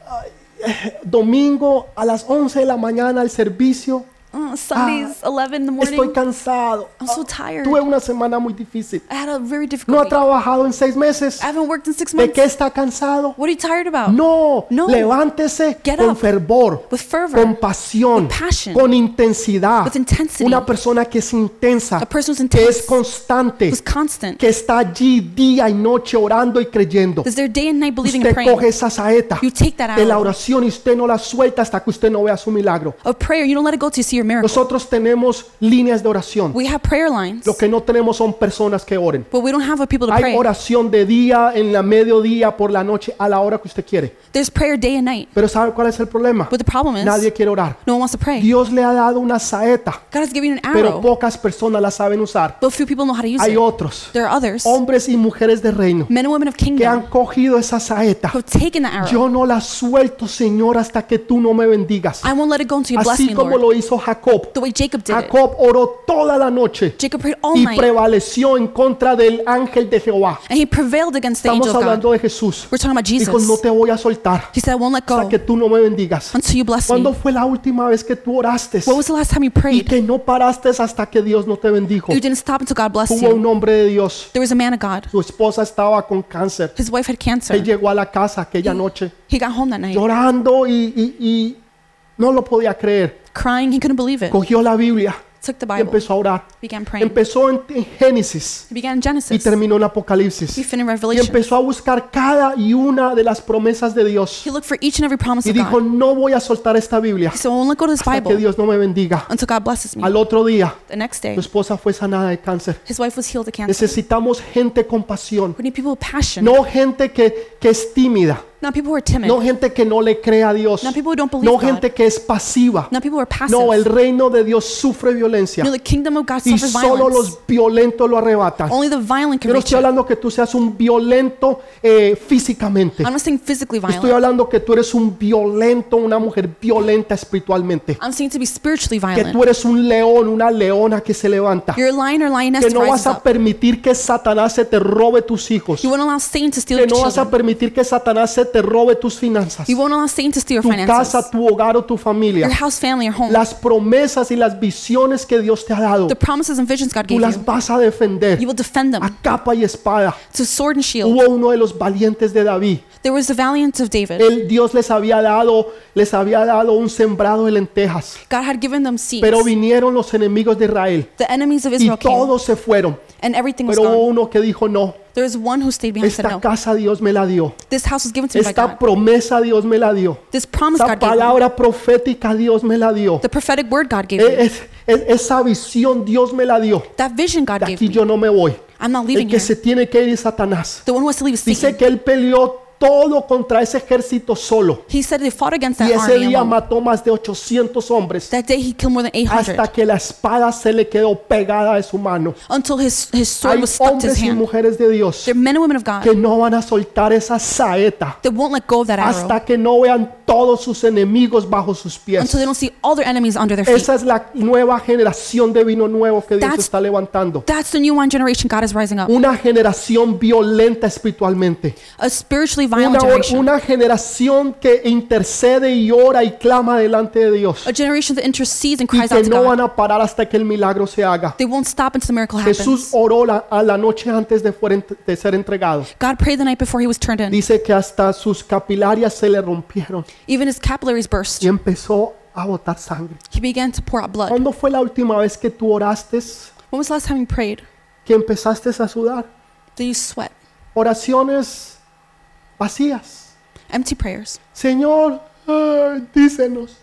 Speaker 1: ay, eh, domingo a las 11 de la mañana el servicio,
Speaker 2: Uh, Sunday's 11 in the
Speaker 1: Ah, estoy
Speaker 2: morning.
Speaker 1: cansado.
Speaker 2: I'm so
Speaker 1: Ah,
Speaker 2: tired.
Speaker 1: Tuve una semana muy difícil.
Speaker 2: I had a very
Speaker 1: No
Speaker 2: difficult
Speaker 1: ha
Speaker 2: week.
Speaker 1: trabajado en seis meses.
Speaker 2: I haven't worked in six
Speaker 1: ¿De
Speaker 2: months.
Speaker 1: qué está cansado?
Speaker 2: What are you tired about?
Speaker 1: No,
Speaker 2: pues No.
Speaker 1: levántese
Speaker 2: Get
Speaker 1: con
Speaker 2: up.
Speaker 1: fervor,
Speaker 2: With fervor.
Speaker 1: con pasión,
Speaker 2: With passion.
Speaker 1: con intensidad.
Speaker 2: With intensity.
Speaker 1: Una persona que es intensa,
Speaker 2: A person who's
Speaker 1: que es
Speaker 2: intense.
Speaker 1: constante,
Speaker 2: Who's constant.
Speaker 1: que está allí día y noche orando y creyendo.
Speaker 2: Is there day and night believing
Speaker 1: Usted
Speaker 2: and praying?
Speaker 1: coge esa saeta
Speaker 2: You take that
Speaker 1: de la
Speaker 2: arrow.
Speaker 1: oración y usted no la suelta hasta que usted no vea su milagro.
Speaker 2: Of prayer, you don't let it go till you see your miracle.
Speaker 1: Nosotros tenemos líneas de oración.
Speaker 2: We have prayer lines,
Speaker 1: Lo que no tenemos son personas que oren.
Speaker 2: but we don't have a people to
Speaker 1: Hay
Speaker 2: pray.
Speaker 1: oración de día, en la mediodía, por la noche, a la hora que usted quiere.
Speaker 2: There's prayer day and night.
Speaker 1: Pero ¿sabe cuál es el problema?
Speaker 2: But the problem is,
Speaker 1: Nadie quiere orar.
Speaker 2: no one wants to pray.
Speaker 1: Dios le ha dado una saeta,
Speaker 2: God has given you an
Speaker 1: pero
Speaker 2: arrow,
Speaker 1: pocas personas la saben usar.
Speaker 2: but few people know how to use
Speaker 1: Hay
Speaker 2: it.
Speaker 1: otros,
Speaker 2: There are others,
Speaker 1: hombres y mujeres de reino,
Speaker 2: men and women of
Speaker 1: que han
Speaker 2: kingdom,
Speaker 1: cogido esa saeta.
Speaker 2: who have taken the arrow.
Speaker 1: Yo no la suelto, Señor, hasta que tú no me bendigas.
Speaker 2: I won't let it go until you bless
Speaker 1: Así
Speaker 2: me,
Speaker 1: como
Speaker 2: Lord.
Speaker 1: lo hizo Jacob.
Speaker 2: The way Jacob did it. Oh
Speaker 1: Jacob oró toda la noche
Speaker 2: Jacob prayed all
Speaker 1: y
Speaker 2: night,
Speaker 1: prevaleció en contra del ángel de Jehová.
Speaker 2: and he prevailed against the
Speaker 1: Estamos
Speaker 2: angel of God.
Speaker 1: hablando de Jesús.
Speaker 2: We're talking about
Speaker 1: Dijo, no
Speaker 2: Jesus.
Speaker 1: te voy a soltar
Speaker 2: He said, I won't let
Speaker 1: hasta
Speaker 2: go
Speaker 1: que tú no me bendigas.
Speaker 2: until you bless
Speaker 1: ¿Cuándo
Speaker 2: me.
Speaker 1: fue la última vez que tú oraste
Speaker 2: What was the last time you
Speaker 1: y
Speaker 2: prayed?
Speaker 1: que no paraste hasta que Dios no te bendijo?
Speaker 2: You didn't stop until God blessed
Speaker 1: Hubo
Speaker 2: you.
Speaker 1: un hombre de Dios.
Speaker 2: There was a man of God.
Speaker 1: Su esposa estaba con cáncer.
Speaker 2: His wife had
Speaker 1: Él
Speaker 2: cancer.
Speaker 1: llegó a la casa aquella noche
Speaker 2: He got home that night
Speaker 1: llorando y, y- y no lo podía creer.
Speaker 2: crying. He couldn't believe it.
Speaker 1: Cogió la Biblia
Speaker 2: Took the
Speaker 1: y
Speaker 2: Bible,
Speaker 1: empezó a orar.
Speaker 2: began praying.
Speaker 1: Empezó en, en Génesis
Speaker 2: He began in
Speaker 1: y
Speaker 2: Genesis.
Speaker 1: terminó en
Speaker 2: He
Speaker 1: Apocalipsis.
Speaker 2: finished in
Speaker 1: Y
Speaker 2: Revelation.
Speaker 1: empezó a buscar cada y una de las promesas de Dios.
Speaker 2: He looked for each and every promise
Speaker 1: Y
Speaker 2: of
Speaker 1: dijo,
Speaker 2: God.
Speaker 1: no voy a soltar esta Biblia
Speaker 2: He said, I won't let go of this
Speaker 1: hasta que
Speaker 2: Bible
Speaker 1: Dios no me bendiga.
Speaker 2: until God blesses me.
Speaker 1: Al otro día,
Speaker 2: The next day,
Speaker 1: su esposa fue sanada de cáncer.
Speaker 2: his wife was healed of cancer.
Speaker 1: Necesitamos gente con pasión.
Speaker 2: We need people with passion,
Speaker 1: No gente que, que es tímida.
Speaker 2: not people who are timid,
Speaker 1: No gente que no le cree a Dios.
Speaker 2: not people who don't believe
Speaker 1: No
Speaker 2: God,
Speaker 1: gente que es pasiva.
Speaker 2: not people who are passive.
Speaker 1: No, el
Speaker 2: No,
Speaker 1: reino de Dios sufre violencia.
Speaker 2: the kingdom of God
Speaker 1: Y
Speaker 2: suffers
Speaker 1: solo
Speaker 2: violence.
Speaker 1: los violentos lo arrebatan.
Speaker 2: Only the violent
Speaker 1: Yo
Speaker 2: can
Speaker 1: no
Speaker 2: reach
Speaker 1: estoy
Speaker 2: it.
Speaker 1: hablando que tú seas un violento eh, físicamente.
Speaker 2: I'm not saying physically
Speaker 1: Estoy
Speaker 2: violent.
Speaker 1: hablando que tú eres un violento, una mujer violenta espiritualmente.
Speaker 2: I'm saying to be spiritually
Speaker 1: Que tú
Speaker 2: violent.
Speaker 1: eres un león, una leona que se levanta.
Speaker 2: You're a lion or lioness
Speaker 1: Que
Speaker 2: who
Speaker 1: no
Speaker 2: rises
Speaker 1: vas a
Speaker 2: up.
Speaker 1: permitir que Satanás se te robe tus hijos.
Speaker 2: You won't allow Satan to steal
Speaker 1: que
Speaker 2: your
Speaker 1: no vas a
Speaker 2: children.
Speaker 1: permitir que Satanás se te robe tus finanzas,
Speaker 2: You won't allow Satan to steal your
Speaker 1: tu
Speaker 2: finances,
Speaker 1: casa, tu hogar o tu
Speaker 2: your
Speaker 1: familia.
Speaker 2: house, family, your home,
Speaker 1: Las promesas y las visiones que Dios te ha dado,
Speaker 2: the promises and visions God
Speaker 1: tú
Speaker 2: gave
Speaker 1: las
Speaker 2: you.
Speaker 1: vas a defender
Speaker 2: You will defend them
Speaker 1: a capa y espada.
Speaker 2: to sword and shield.
Speaker 1: Hubo uno de los valientes de David.
Speaker 2: There was the valiant of David.
Speaker 1: Él, Dios les había dado, les había dado un sembrado de lentejas,
Speaker 2: God had given them seeds.
Speaker 1: pero vinieron los enemigos de Israel
Speaker 2: The enemies of
Speaker 1: y
Speaker 2: Israel came,
Speaker 1: todos se fueron.
Speaker 2: and everything was
Speaker 1: Pero hubo
Speaker 2: gone.
Speaker 1: uno que dijo no.
Speaker 2: There was one who stayed behind and said,
Speaker 1: Esta
Speaker 2: No,
Speaker 1: casa Dios me la dio.
Speaker 2: this house was given to me by
Speaker 1: Esta
Speaker 2: God.
Speaker 1: promesa Dios me la dio.
Speaker 2: This promise
Speaker 1: Esta
Speaker 2: God gave me,
Speaker 1: palabra profética Dios me la dio.
Speaker 2: the prophetic word God gave me,
Speaker 1: E- es- es- esa visión Dios me la dio.
Speaker 2: that vision
Speaker 1: De
Speaker 2: God gave
Speaker 1: aquí
Speaker 2: me.
Speaker 1: yo no me voy.
Speaker 2: I'm not
Speaker 1: El
Speaker 2: leaving
Speaker 1: que
Speaker 2: here.
Speaker 1: se tiene que ir es Satanás.
Speaker 2: The one who has to leave is
Speaker 1: Dice
Speaker 2: Satan.
Speaker 1: que él peleó todo contra ese ejército solo.
Speaker 2: He said they fought against
Speaker 1: Y
Speaker 2: that
Speaker 1: ese
Speaker 2: army
Speaker 1: día
Speaker 2: alone.
Speaker 1: mató más de 800 hombres.
Speaker 2: That day he killed more than 800
Speaker 1: Hasta que la espada se le quedó pegada de su mano.
Speaker 2: until his, his sword
Speaker 1: Hay
Speaker 2: was stuck to his
Speaker 1: hombres y
Speaker 2: hand.
Speaker 1: mujeres de Dios
Speaker 2: They're men and women of God
Speaker 1: que no van a soltar esa saeta
Speaker 2: that won't let go of that arrow
Speaker 1: hasta que no vean todos sus enemigos bajo sus pies.
Speaker 2: until they don't see all their enemies under their feet.
Speaker 1: Esa es la nueva generación de vino nuevo que Dios
Speaker 2: That's-
Speaker 1: está levantando.
Speaker 2: That's the new wine generation God is rising up.
Speaker 1: Una generación violenta espiritualmente.
Speaker 2: A spiritually
Speaker 1: Una,
Speaker 2: violent generation.
Speaker 1: una generación que intercede y ora y clama delante de Dios.
Speaker 2: A generation that intercedes and
Speaker 1: Y
Speaker 2: cries
Speaker 1: que
Speaker 2: out to
Speaker 1: no
Speaker 2: Oh, God.
Speaker 1: van a parar hasta que el milagro se haga.
Speaker 2: They won't stop until the miracle
Speaker 1: Jesús
Speaker 2: happens.
Speaker 1: oró la- a la noche antes de, fuer- de ser entregado.
Speaker 2: God prayed the night before he was turned in.
Speaker 1: Dice que hasta sus capilarias se le rompieron
Speaker 2: Even his capillaries burst.
Speaker 1: y empezó a botar sangre.
Speaker 2: He began to pour out blood.
Speaker 1: ¿Cuándo fue la última vez que tú oraste
Speaker 2: When was the last time you prayed?
Speaker 1: que empezaste a sudar?
Speaker 2: Did you sweat?
Speaker 1: oraciones vacías.
Speaker 2: Empty prayers.
Speaker 1: Señor, ay, dícenos.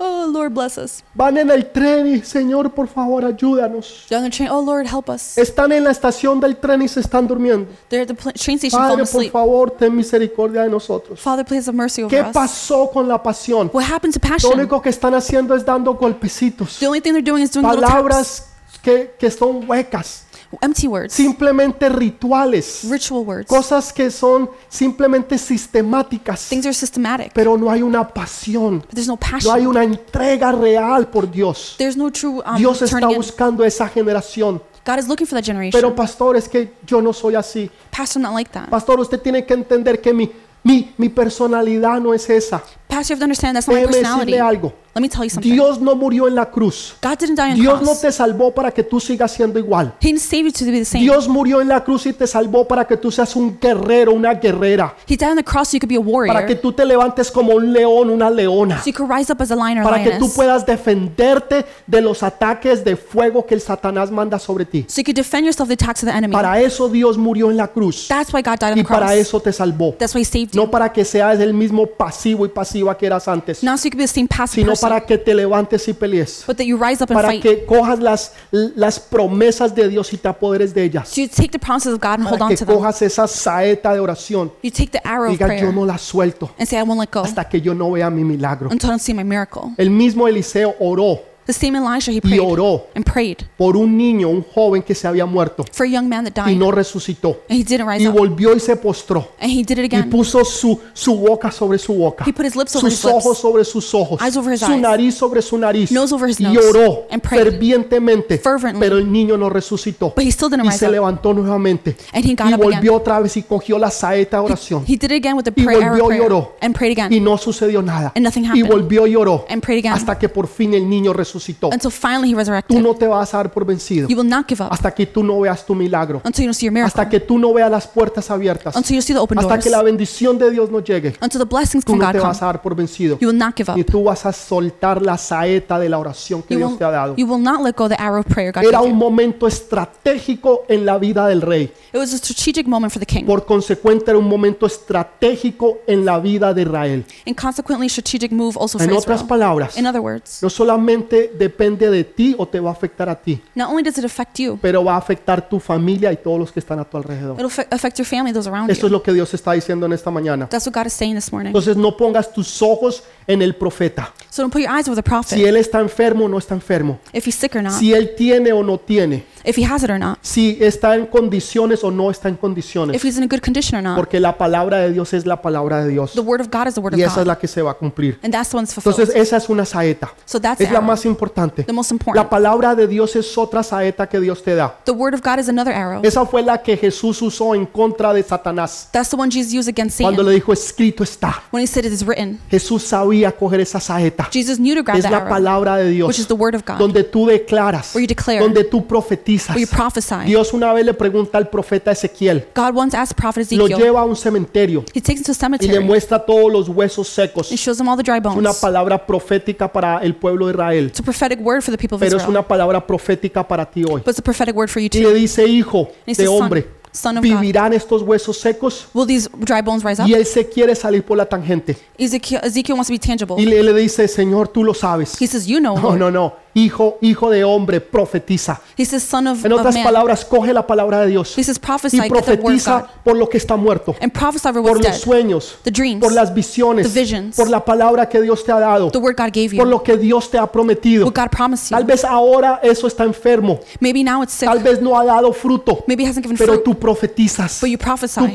Speaker 2: Oh, Lord, bless us.
Speaker 1: Van en el tren y Señor, por favor, ayúdanos.
Speaker 2: Down the train. Oh, Lord, help us.
Speaker 1: Están en la estación del tren y se están durmiendo.
Speaker 2: They're at the pl- train station falling
Speaker 1: Padre, por
Speaker 2: asleep.
Speaker 1: favor, ten misericordia de nosotros.
Speaker 2: Father, please have mercy over
Speaker 1: ¿Qué
Speaker 2: us.
Speaker 1: pasó con la pasión?
Speaker 2: What happened to
Speaker 1: Lo
Speaker 2: passion?
Speaker 1: único que están haciendo es dando golpecitos,
Speaker 2: The only thing they're doing is doing little taps.
Speaker 1: palabras que, que son huecas,
Speaker 2: Empty words.
Speaker 1: simplemente rituales,
Speaker 2: Ritual words.
Speaker 1: cosas que son simplemente sistemáticas,
Speaker 2: Things are systematic.
Speaker 1: pero no hay una pasión.
Speaker 2: But there's no
Speaker 1: No hay
Speaker 2: passion.
Speaker 1: una entrega real por Dios.
Speaker 2: There's no true um,
Speaker 1: Dios está
Speaker 2: turning in.
Speaker 1: buscando esa generación.
Speaker 2: God is looking for that generation.
Speaker 1: Pero pastor, es que yo no soy así.
Speaker 2: Pastor, I'm not like that.
Speaker 1: Pastor, usted tiene que entender que mi, mi, mi personalidad no es esa.
Speaker 2: Pastor, you have to understand that's not my
Speaker 1: Déjeme
Speaker 2: personality.
Speaker 1: decirle
Speaker 2: Let
Speaker 1: algo.
Speaker 2: me tell you something.
Speaker 1: Dios no murió en la cruz.
Speaker 2: God didn't die on
Speaker 1: Dios no
Speaker 2: cross.
Speaker 1: te salvó para que tú sigas siendo igual.
Speaker 2: He didn't save you to be the same.
Speaker 1: Dios murió en la cruz y te salvó para que tú seas un guerrero, una guerrera.
Speaker 2: He died on the cross so you could be a
Speaker 1: Para que
Speaker 2: warrior.
Speaker 1: tú te levantes como un león, una leona.
Speaker 2: So you could rise up as a lion or
Speaker 1: Para que tú
Speaker 2: lioness.
Speaker 1: puedas defenderte de los ataques de fuego que el Satanás manda sobre ti.
Speaker 2: So you could defend yourself the attacks of the enemy.
Speaker 1: Para eso Dios murió en la cruz
Speaker 2: That's why God died on
Speaker 1: y
Speaker 2: the
Speaker 1: para
Speaker 2: cross.
Speaker 1: eso te salvó.
Speaker 2: That's why he saved you.
Speaker 1: No para que seas el mismo pasivo y pasiva que eras antes,
Speaker 2: Not so you can be the same passive
Speaker 1: sino
Speaker 2: person,
Speaker 1: para que te levantes y pelees.
Speaker 2: but that you rise up and
Speaker 1: Para
Speaker 2: fight.
Speaker 1: que cojas las, las promesas de Dios y te apoderes de ellas.
Speaker 2: so you take the promises of God and hold
Speaker 1: Para
Speaker 2: on
Speaker 1: que
Speaker 2: to them.
Speaker 1: cojas esa saeta de oración.
Speaker 2: You take the arrow of
Speaker 1: Diga, yo
Speaker 2: prayer
Speaker 1: no la suelto
Speaker 2: and say, I won't let go
Speaker 1: hasta que yo no vea mi milagro.
Speaker 2: until I see my miracle.
Speaker 1: El mismo Eliseo oró
Speaker 2: The same Elijah, he
Speaker 1: y
Speaker 2: prayed
Speaker 1: oró
Speaker 2: and prayed
Speaker 1: por un niño, un joven que se había muerto
Speaker 2: for a young man that
Speaker 1: y
Speaker 2: died,
Speaker 1: no resucitó.
Speaker 2: and he didn't rise
Speaker 1: Y
Speaker 2: up,
Speaker 1: volvió y se postró.
Speaker 2: and he did it
Speaker 1: Y
Speaker 2: again.
Speaker 1: puso su, su boca sobre su boca.
Speaker 2: He put his lips over
Speaker 1: Sus
Speaker 2: his lips.
Speaker 1: ojos sobre sus ojos.
Speaker 2: Eyes over his
Speaker 1: Su
Speaker 2: eyes.
Speaker 1: nariz sobre su nariz.
Speaker 2: Nose over his
Speaker 1: Y
Speaker 2: nose.
Speaker 1: oró
Speaker 2: And prayed.
Speaker 1: fervientemente.
Speaker 2: Fervently.
Speaker 1: Pero el niño no resucitó.
Speaker 2: But he still didn't
Speaker 1: Y
Speaker 2: rise
Speaker 1: se
Speaker 2: up.
Speaker 1: levantó nuevamente.
Speaker 2: And he got
Speaker 1: Y
Speaker 2: up again.
Speaker 1: volvió otra vez y cogió la saeta de oración.
Speaker 2: He did it again with the
Speaker 1: Y
Speaker 2: prayer, arrow
Speaker 1: volvió y
Speaker 2: prayer
Speaker 1: oró.
Speaker 2: and prayed again
Speaker 1: Y no sucedió nada.
Speaker 2: And nothing
Speaker 1: Y
Speaker 2: happened.
Speaker 1: volvió y oró.
Speaker 2: and prayed again
Speaker 1: Hasta que por fin el niño resucitó.
Speaker 2: until finally he
Speaker 1: Tú
Speaker 2: resurrected.
Speaker 1: no te vas a dar por vencido.
Speaker 2: You will not give up
Speaker 1: Hasta que tú no veas tu milagro.
Speaker 2: until you don't see your miracle,
Speaker 1: Hasta que tú no veas las puertas abiertas.
Speaker 2: until you see the open
Speaker 1: Hasta
Speaker 2: doors,
Speaker 1: que la bendición de Dios no llegue.
Speaker 2: until the blessings
Speaker 1: Tú
Speaker 2: from
Speaker 1: no
Speaker 2: God
Speaker 1: te
Speaker 2: come.
Speaker 1: vas a dar por vencido.
Speaker 2: You will not give up.
Speaker 1: Y tú vas a soltar la saeta de la oración que
Speaker 2: You
Speaker 1: Dios te ha dado.
Speaker 2: will, you will not let go of the arrow of prayer God gave
Speaker 1: Era un
Speaker 2: you.
Speaker 1: momento estratégico en la vida del rey.
Speaker 2: It was a strategic moment for the king,
Speaker 1: Por consecuente, era un momento estratégico en la vida de Israel.
Speaker 2: and consequently, strategic move also
Speaker 1: En
Speaker 2: for
Speaker 1: otras
Speaker 2: Israel.
Speaker 1: palabras,
Speaker 2: In other words,
Speaker 1: no solamente depende de ti o te va a afectar a ti,
Speaker 2: not only does it affect you,
Speaker 1: pero va a afectar tu familia y todos los que están a tu alrededor.
Speaker 2: it'll fa- affect your family, those around
Speaker 1: Eso es
Speaker 2: you.
Speaker 1: lo que Dios está diciendo en esta mañana.
Speaker 2: That's what God is saying this morning.
Speaker 1: Entonces no pongas tus ojos en el profeta.
Speaker 2: So don't put your eyes over the
Speaker 1: Si
Speaker 2: prophet,
Speaker 1: él está enfermo o no está enfermo.
Speaker 2: if he's sick or not,
Speaker 1: Si él tiene o no tiene.
Speaker 2: if he has it or not,
Speaker 1: si está en condiciones o no está en
Speaker 2: if
Speaker 1: condiciones,
Speaker 2: he's in a good condition or not.
Speaker 1: porque la palabra de Dios es la palabra de Dios
Speaker 2: The word of God is the word of
Speaker 1: y esa es
Speaker 2: God,
Speaker 1: la que se va a cumplir.
Speaker 2: and that's the one's
Speaker 1: Entonces
Speaker 2: fulfilled.
Speaker 1: esa es una saeta,
Speaker 2: So that's
Speaker 1: es
Speaker 2: the
Speaker 1: la
Speaker 2: arrow,
Speaker 1: más importante.
Speaker 2: the most
Speaker 1: La
Speaker 2: important.
Speaker 1: palabra de Dios es otra saeta que Dios te da.
Speaker 2: The word of God is another arrow.
Speaker 1: Esa fue la que Jesús usó en contra de Satanás
Speaker 2: That's the one Jesus used against
Speaker 1: cuando
Speaker 2: Satan
Speaker 1: le dijo escrito está.
Speaker 2: when he said it is written.
Speaker 1: Jesús sabía coger esa saeta.
Speaker 2: Jesus knew to grab
Speaker 1: Es
Speaker 2: that
Speaker 1: la
Speaker 2: arrow,
Speaker 1: palabra de
Speaker 2: which is
Speaker 1: Dios
Speaker 2: the word of God,
Speaker 1: donde tú declaras,
Speaker 2: Where you declare.
Speaker 1: donde tú profetizas.
Speaker 2: where you prophesy.
Speaker 1: Dios una vez le pregunta al profeta Ezequiel,
Speaker 2: God once asked prophet
Speaker 1: lo
Speaker 2: Ezekiel,
Speaker 1: lleva a un cementerio
Speaker 2: he takes him to a
Speaker 1: y le
Speaker 2: cemetery
Speaker 1: muestra todos los huesos secos.
Speaker 2: and
Speaker 1: Es
Speaker 2: shows him all the dry
Speaker 1: una
Speaker 2: bones.
Speaker 1: palabra profética para el pueblo de Israel,
Speaker 2: It's a prophetic word for the people of
Speaker 1: pero es
Speaker 2: Israel,
Speaker 1: una palabra profética para ti hoy.
Speaker 2: but it's a prophetic word for you
Speaker 1: Y
Speaker 2: too.
Speaker 1: le dice, hijo
Speaker 2: And he
Speaker 1: de
Speaker 2: says, son,
Speaker 1: hombre,
Speaker 2: son of God,
Speaker 1: ¿vivirán estos huesos secos?
Speaker 2: will these dry bones rise up?
Speaker 1: Y él se quiere salir por la tangente.
Speaker 2: Ezekiel, Ezekiel wants to be tangible.
Speaker 1: Y le, le dice, Señor, tú lo sabes.
Speaker 2: He says, you know,
Speaker 1: No,
Speaker 2: Lord.
Speaker 1: no, no. Hijo, hijo de hombre, profetiza.
Speaker 2: He says, son of,
Speaker 1: En
Speaker 2: of
Speaker 1: otras
Speaker 2: man.
Speaker 1: palabras, coge la palabra de Dios
Speaker 2: He says, prophesy
Speaker 1: y
Speaker 2: to the word of God
Speaker 1: profetiza por lo que está muerto,
Speaker 2: and prophesy over
Speaker 1: por
Speaker 2: what's
Speaker 1: los
Speaker 2: dead,
Speaker 1: sueños,
Speaker 2: the dreams,
Speaker 1: por las visiones,
Speaker 2: The visions.
Speaker 1: por la palabra que Dios te ha dado,
Speaker 2: the word God gave
Speaker 1: por
Speaker 2: you,
Speaker 1: lo que Dios te ha prometido.
Speaker 2: what God promised
Speaker 1: Tal
Speaker 2: you.
Speaker 1: vez ahora eso está enfermo.
Speaker 2: Maybe now it's sick.
Speaker 1: Tal vez no ha dado fruto.
Speaker 2: Maybe it hasn't given
Speaker 1: Pero
Speaker 2: fruit,
Speaker 1: tú profetizas.
Speaker 2: but you
Speaker 1: Tú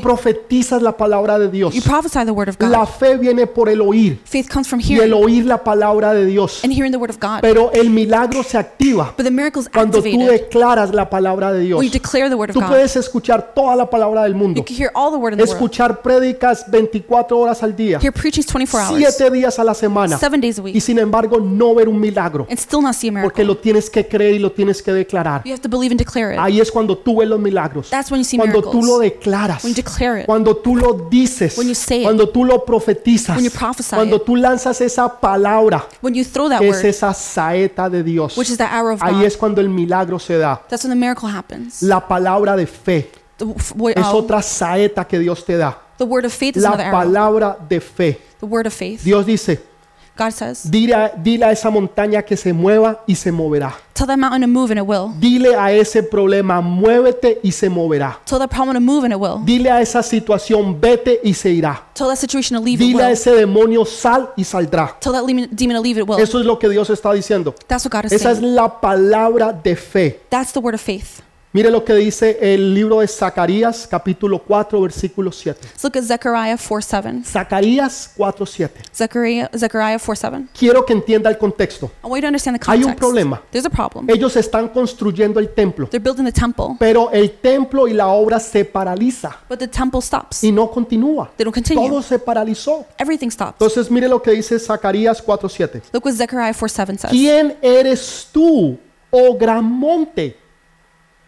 Speaker 2: prophesy.
Speaker 1: profetizas la palabra de Dios.
Speaker 2: You prophesy the word of
Speaker 1: La
Speaker 2: God.
Speaker 1: fe viene por el oír.
Speaker 2: Faith comes from
Speaker 1: Y el
Speaker 2: hearing
Speaker 1: oír la palabra de Dios.
Speaker 2: and hearing the word of God.
Speaker 1: Pero el milagro se activa
Speaker 2: But the miracle's
Speaker 1: cuando tú
Speaker 2: activated
Speaker 1: declaras la palabra de Dios.
Speaker 2: when you declare the word of
Speaker 1: Tú
Speaker 2: God.
Speaker 1: puedes escuchar toda la palabra del
Speaker 2: You
Speaker 1: mundo.
Speaker 2: can hear all the word in the world.
Speaker 1: Escuchar prédicas 24 horas al día.
Speaker 2: Hear preachings 24 hours,
Speaker 1: Siete días a la semana.
Speaker 2: seven days a
Speaker 1: Y
Speaker 2: week,
Speaker 1: sin embargo no ver un milagro.
Speaker 2: and still not see a
Speaker 1: Porque
Speaker 2: miracle.
Speaker 1: lo tienes que creer y lo tienes que declarar.
Speaker 2: You have to believe and declare it.
Speaker 1: Ahí es cuando tú ves los milagros.
Speaker 2: That's when you see
Speaker 1: Cuando tú lo
Speaker 2: miracles.
Speaker 1: declaras.
Speaker 2: When you declare it.
Speaker 1: Cuando tú lo dices.
Speaker 2: When you say it.
Speaker 1: Cuando tú lo profetizas.
Speaker 2: When you prophesy
Speaker 1: Cuando
Speaker 2: it.
Speaker 1: tú lanzas esa palabra.
Speaker 2: When you throw that
Speaker 1: que Es
Speaker 2: word,
Speaker 1: esa saeta de Dios.
Speaker 2: which is the arrow of
Speaker 1: Ahí
Speaker 2: God,
Speaker 1: es cuando el milagro se da.
Speaker 2: that's when the miracle happens.
Speaker 1: La palabra de fe
Speaker 2: The, f- wo-
Speaker 1: es
Speaker 2: uh,
Speaker 1: otra saeta que Dios te da.
Speaker 2: the word of faith is
Speaker 1: La
Speaker 2: another arrow.
Speaker 1: palabra de fe.
Speaker 2: The word of faith.
Speaker 1: Dios dice,
Speaker 2: God says,
Speaker 1: dile a, dile a esa montaña que se mueva y se moverá.
Speaker 2: Tell that mountain to move and it will.
Speaker 1: Dile a ese problema, muévete y se moverá.
Speaker 2: Tell that problem to move and it will.
Speaker 1: Dile a esa situación, vete y se irá.
Speaker 2: Tell that situation to leave it
Speaker 1: Dile a
Speaker 2: will.
Speaker 1: ese demonio, sal y saldrá.
Speaker 2: Tell that lem- demon to leave it will.
Speaker 1: Eso es lo que Dios está diciendo.
Speaker 2: That's what God is
Speaker 1: Esa es
Speaker 2: saying.
Speaker 1: la palabra de fe.
Speaker 2: That's the word of faith.
Speaker 1: Mire lo que dice el libro de Zacarías, capítulo 4, versículo 7.
Speaker 2: Let's look at Zechariah 4 7.
Speaker 1: Zacarías 4, 7.
Speaker 2: Zechariah, Zechariah 4 7.
Speaker 1: Quiero que entienda el contexto.
Speaker 2: I want you to understand the
Speaker 1: Hay
Speaker 2: context.
Speaker 1: un problema.
Speaker 2: There's a problem.
Speaker 1: Ellos están construyendo el templo,
Speaker 2: They're building the temple,
Speaker 1: pero el templo y la obra se paraliza
Speaker 2: but the temple stops.
Speaker 1: y no continúa.
Speaker 2: They don't continue.
Speaker 1: Todo se paralizó.
Speaker 2: Everything stops.
Speaker 1: Entonces mire lo que dice Zacarías 4:7.
Speaker 2: Look what Zechariah 4 7 says.
Speaker 1: ¿Quién eres tú, oh gran monte?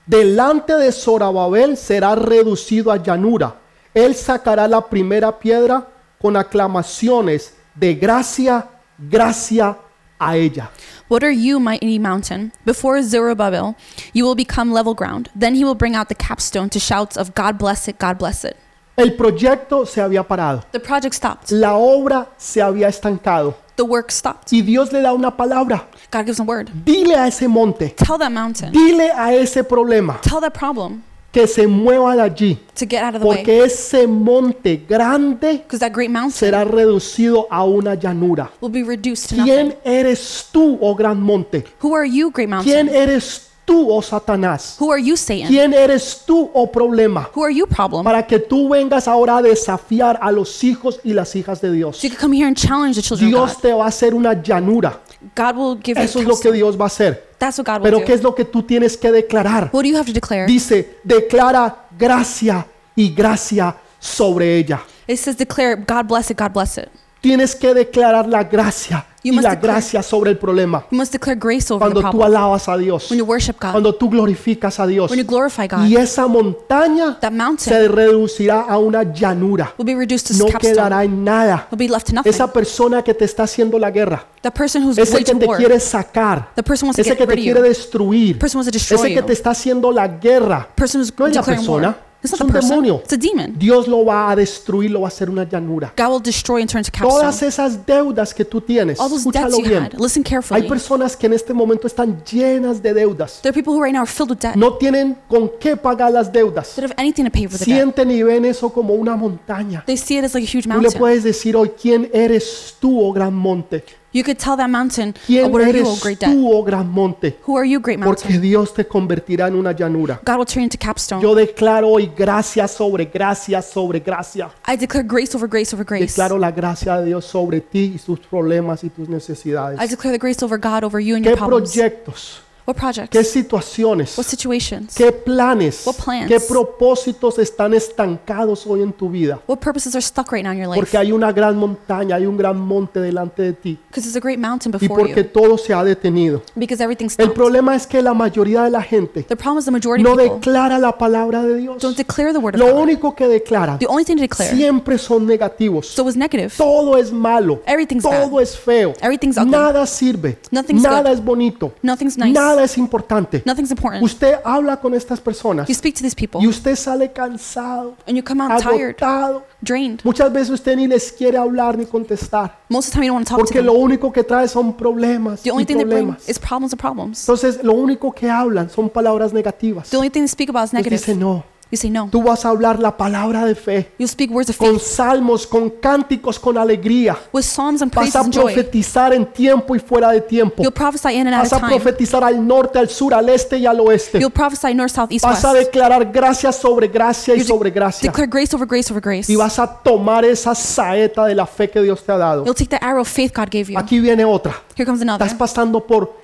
Speaker 1: Delante de Zorobabel será reducido a llanura. Él sacará la primera piedra con aclamaciones de gracia, gracia a ella.
Speaker 2: What are you, mighty mountain? Before Zerubbabel, you will become level ground. Then he will bring out the capstone to shouts of God bless it, God bless it.
Speaker 1: El proyecto se había parado.
Speaker 2: The project stopped.
Speaker 1: La obra se había estancado.
Speaker 2: The work stopped.
Speaker 1: Y Dios le da una palabra.
Speaker 2: God gives a word.
Speaker 1: Dile a ese monte,
Speaker 2: Tell that mountain,
Speaker 1: dile a ese problema
Speaker 2: tell that problem
Speaker 1: que se mueva de allí.
Speaker 2: to get out of the way.
Speaker 1: Porque ese monte grande
Speaker 2: Because that great mountain
Speaker 1: será reducido a una llanura.
Speaker 2: will be reduced to nothing.
Speaker 1: ¿Quién eres tú, oh gran monte?
Speaker 2: Who are you, great
Speaker 1: ¿Quién
Speaker 2: mountain?
Speaker 1: eres tú, oh Satanás?
Speaker 2: Who are you, Satan?
Speaker 1: ¿Quién eres tú, oh problema?
Speaker 2: Who are you, problem?
Speaker 1: Para que tú vengas ahora a desafiar a los hijos y las hijas de Dios.
Speaker 2: So you can come here and challenge the children of
Speaker 1: Dios
Speaker 2: God.
Speaker 1: te va a hacer una llanura.
Speaker 2: God will give you
Speaker 1: Eso es lo que
Speaker 2: counsel.
Speaker 1: Dios va a hacer.
Speaker 2: That's what God will
Speaker 1: Pero ¿qué
Speaker 2: do.
Speaker 1: es lo que tú tienes que declarar?
Speaker 2: What do you have to declare?
Speaker 1: Dice, declara gracia y gracia sobre ella.
Speaker 2: It says declare, God bless it, God bless it.
Speaker 1: Tienes que declarar la gracia y
Speaker 2: You must
Speaker 1: la
Speaker 2: declare-
Speaker 1: gracia sobre el problema.
Speaker 2: You must declare grace over the
Speaker 1: Cuando tú
Speaker 2: problem.
Speaker 1: alabas a Dios,
Speaker 2: When you worship God,
Speaker 1: cuando tú glorificas a Dios.
Speaker 2: when you glorify God,
Speaker 1: Y esa montaña
Speaker 2: that mountain
Speaker 1: se reducirá a una llanura.
Speaker 2: will be reduced to
Speaker 1: No
Speaker 2: capstone.
Speaker 1: quedará en nada.
Speaker 2: Will be left to nothing.
Speaker 1: Esa persona que te está haciendo la guerra,
Speaker 2: The person who's
Speaker 1: ese que
Speaker 2: waging
Speaker 1: te
Speaker 2: war.
Speaker 1: quiere sacar,
Speaker 2: The person wants to
Speaker 1: ese
Speaker 2: get
Speaker 1: que te
Speaker 2: rid of you.
Speaker 1: quiere
Speaker 2: The
Speaker 1: destruir,
Speaker 2: person wants to destroy
Speaker 1: ese que
Speaker 2: you.
Speaker 1: te
Speaker 2: The
Speaker 1: está haciendo la guerra,
Speaker 2: person who's
Speaker 1: no es la
Speaker 2: declaring war.
Speaker 1: persona,
Speaker 2: It's
Speaker 1: es
Speaker 2: not the
Speaker 1: un
Speaker 2: person.
Speaker 1: demonio.
Speaker 2: It's a demon.
Speaker 1: Dios lo va a destruir, lo va a hacer una llanura.
Speaker 2: God will destroy and turn to
Speaker 1: Todas
Speaker 2: capstone.
Speaker 1: esas deudas que tú tienes,
Speaker 2: All those debts
Speaker 1: escúchalo
Speaker 2: you
Speaker 1: bien.
Speaker 2: had. Listen
Speaker 1: Hay
Speaker 2: carefully.
Speaker 1: personas que en este momento están llenas de deudas.
Speaker 2: There are people who right now are filled with debt.
Speaker 1: No tienen con qué pagar las deudas.
Speaker 2: They don't have anything to pay for the debt.
Speaker 1: Sienten y ven eso como una montaña.
Speaker 2: They see it as like a huge
Speaker 1: Tú le
Speaker 2: mountain.
Speaker 1: puedes decir hoy quién eres tú, oh gran monte.
Speaker 2: You could tell that mountain, oh,
Speaker 1: ¿Quién
Speaker 2: what are you, oh
Speaker 1: eres
Speaker 2: great debt?
Speaker 1: tú, oh gran monte?
Speaker 2: Who are you, great
Speaker 1: Porque
Speaker 2: mountain?
Speaker 1: Dios te convertirá en una llanura.
Speaker 2: God will turn you into capstone.
Speaker 1: Yo declaro hoy gracia sobre gracia sobre gracia.
Speaker 2: I declare grace over grace over grace.
Speaker 1: Declaro la gracia de Dios sobre ti y tus problemas y tus
Speaker 2: I
Speaker 1: necesidades.
Speaker 2: declare the grace over God over you and
Speaker 1: ¿Qué
Speaker 2: your problems.
Speaker 1: proyectos?
Speaker 2: What
Speaker 1: ¿Qué
Speaker 2: projects?
Speaker 1: situaciones?
Speaker 2: What situations?
Speaker 1: ¿Qué planes?
Speaker 2: What plans?
Speaker 1: ¿Qué propósitos están estancados hoy en tu vida?
Speaker 2: What purposes are stuck right now in your life?
Speaker 1: Porque hay una gran montaña, hay un gran monte delante de ti.
Speaker 2: Because there's a great mountain
Speaker 1: Y
Speaker 2: before
Speaker 1: porque
Speaker 2: you.
Speaker 1: todo se ha detenido.
Speaker 2: Because everything's
Speaker 1: El
Speaker 2: stopped.
Speaker 1: problema es que la mayoría de la gente
Speaker 2: The problem is the majority
Speaker 1: no
Speaker 2: of people
Speaker 1: declara la palabra de Dios.
Speaker 2: don't declare the word of
Speaker 1: Lo
Speaker 2: God.
Speaker 1: único que declaran
Speaker 2: The only thing to declare.
Speaker 1: siempre son negativos.
Speaker 2: So it was negative.
Speaker 1: Todo es malo.
Speaker 2: Everything's bad.
Speaker 1: Todo es feo.
Speaker 2: Everything's ugly.
Speaker 1: Nada sirve.
Speaker 2: Nothing's
Speaker 1: Nada
Speaker 2: good.
Speaker 1: es bonito.
Speaker 2: Nothing's nice.
Speaker 1: Nada es importante.
Speaker 2: Nothing's important.
Speaker 1: Usted habla con estas personas
Speaker 2: You speak to these people
Speaker 1: y usted sale cansado,
Speaker 2: and you come out tired,
Speaker 1: agotado.
Speaker 2: drained.
Speaker 1: Muchas veces usted ni les quiere hablar ni contestar,
Speaker 2: Most of the time you don't want to talk to
Speaker 1: porque
Speaker 2: them.
Speaker 1: lo único que trae son problemas
Speaker 2: The
Speaker 1: y
Speaker 2: only thing they bring
Speaker 1: problemas.
Speaker 2: is problems and problems.
Speaker 1: Entonces, lo único que hablan son palabras negativas.
Speaker 2: The only thing they speak about is
Speaker 1: Usted dice,
Speaker 2: negative.
Speaker 1: no,
Speaker 2: You say no.
Speaker 1: tú vas a hablar la palabra de fe,
Speaker 2: You'll speak words of
Speaker 1: con
Speaker 2: faith
Speaker 1: salmos, con cánticos, con alegría.
Speaker 2: with psalms and
Speaker 1: Vas
Speaker 2: praises
Speaker 1: a
Speaker 2: and joy.
Speaker 1: profetizar en tiempo y fuera de tiempo.
Speaker 2: You'll prophesy in and out
Speaker 1: Vas
Speaker 2: of
Speaker 1: a
Speaker 2: time.
Speaker 1: profetizar al norte, al sur, al este y al oeste.
Speaker 2: You'll prophesy north, south, east,
Speaker 1: Vas
Speaker 2: west.
Speaker 1: a declarar gracia sobre gracia y
Speaker 2: You de-
Speaker 1: sobre gracia.
Speaker 2: Declare grace over grace over grace.
Speaker 1: Y vas a tomar esa saeta de la fe que Dios te ha dado.
Speaker 2: You'll take the arrow of faith God gave you.
Speaker 1: Aquí viene otra.
Speaker 2: Here comes
Speaker 1: Estás
Speaker 2: another.
Speaker 1: pasando por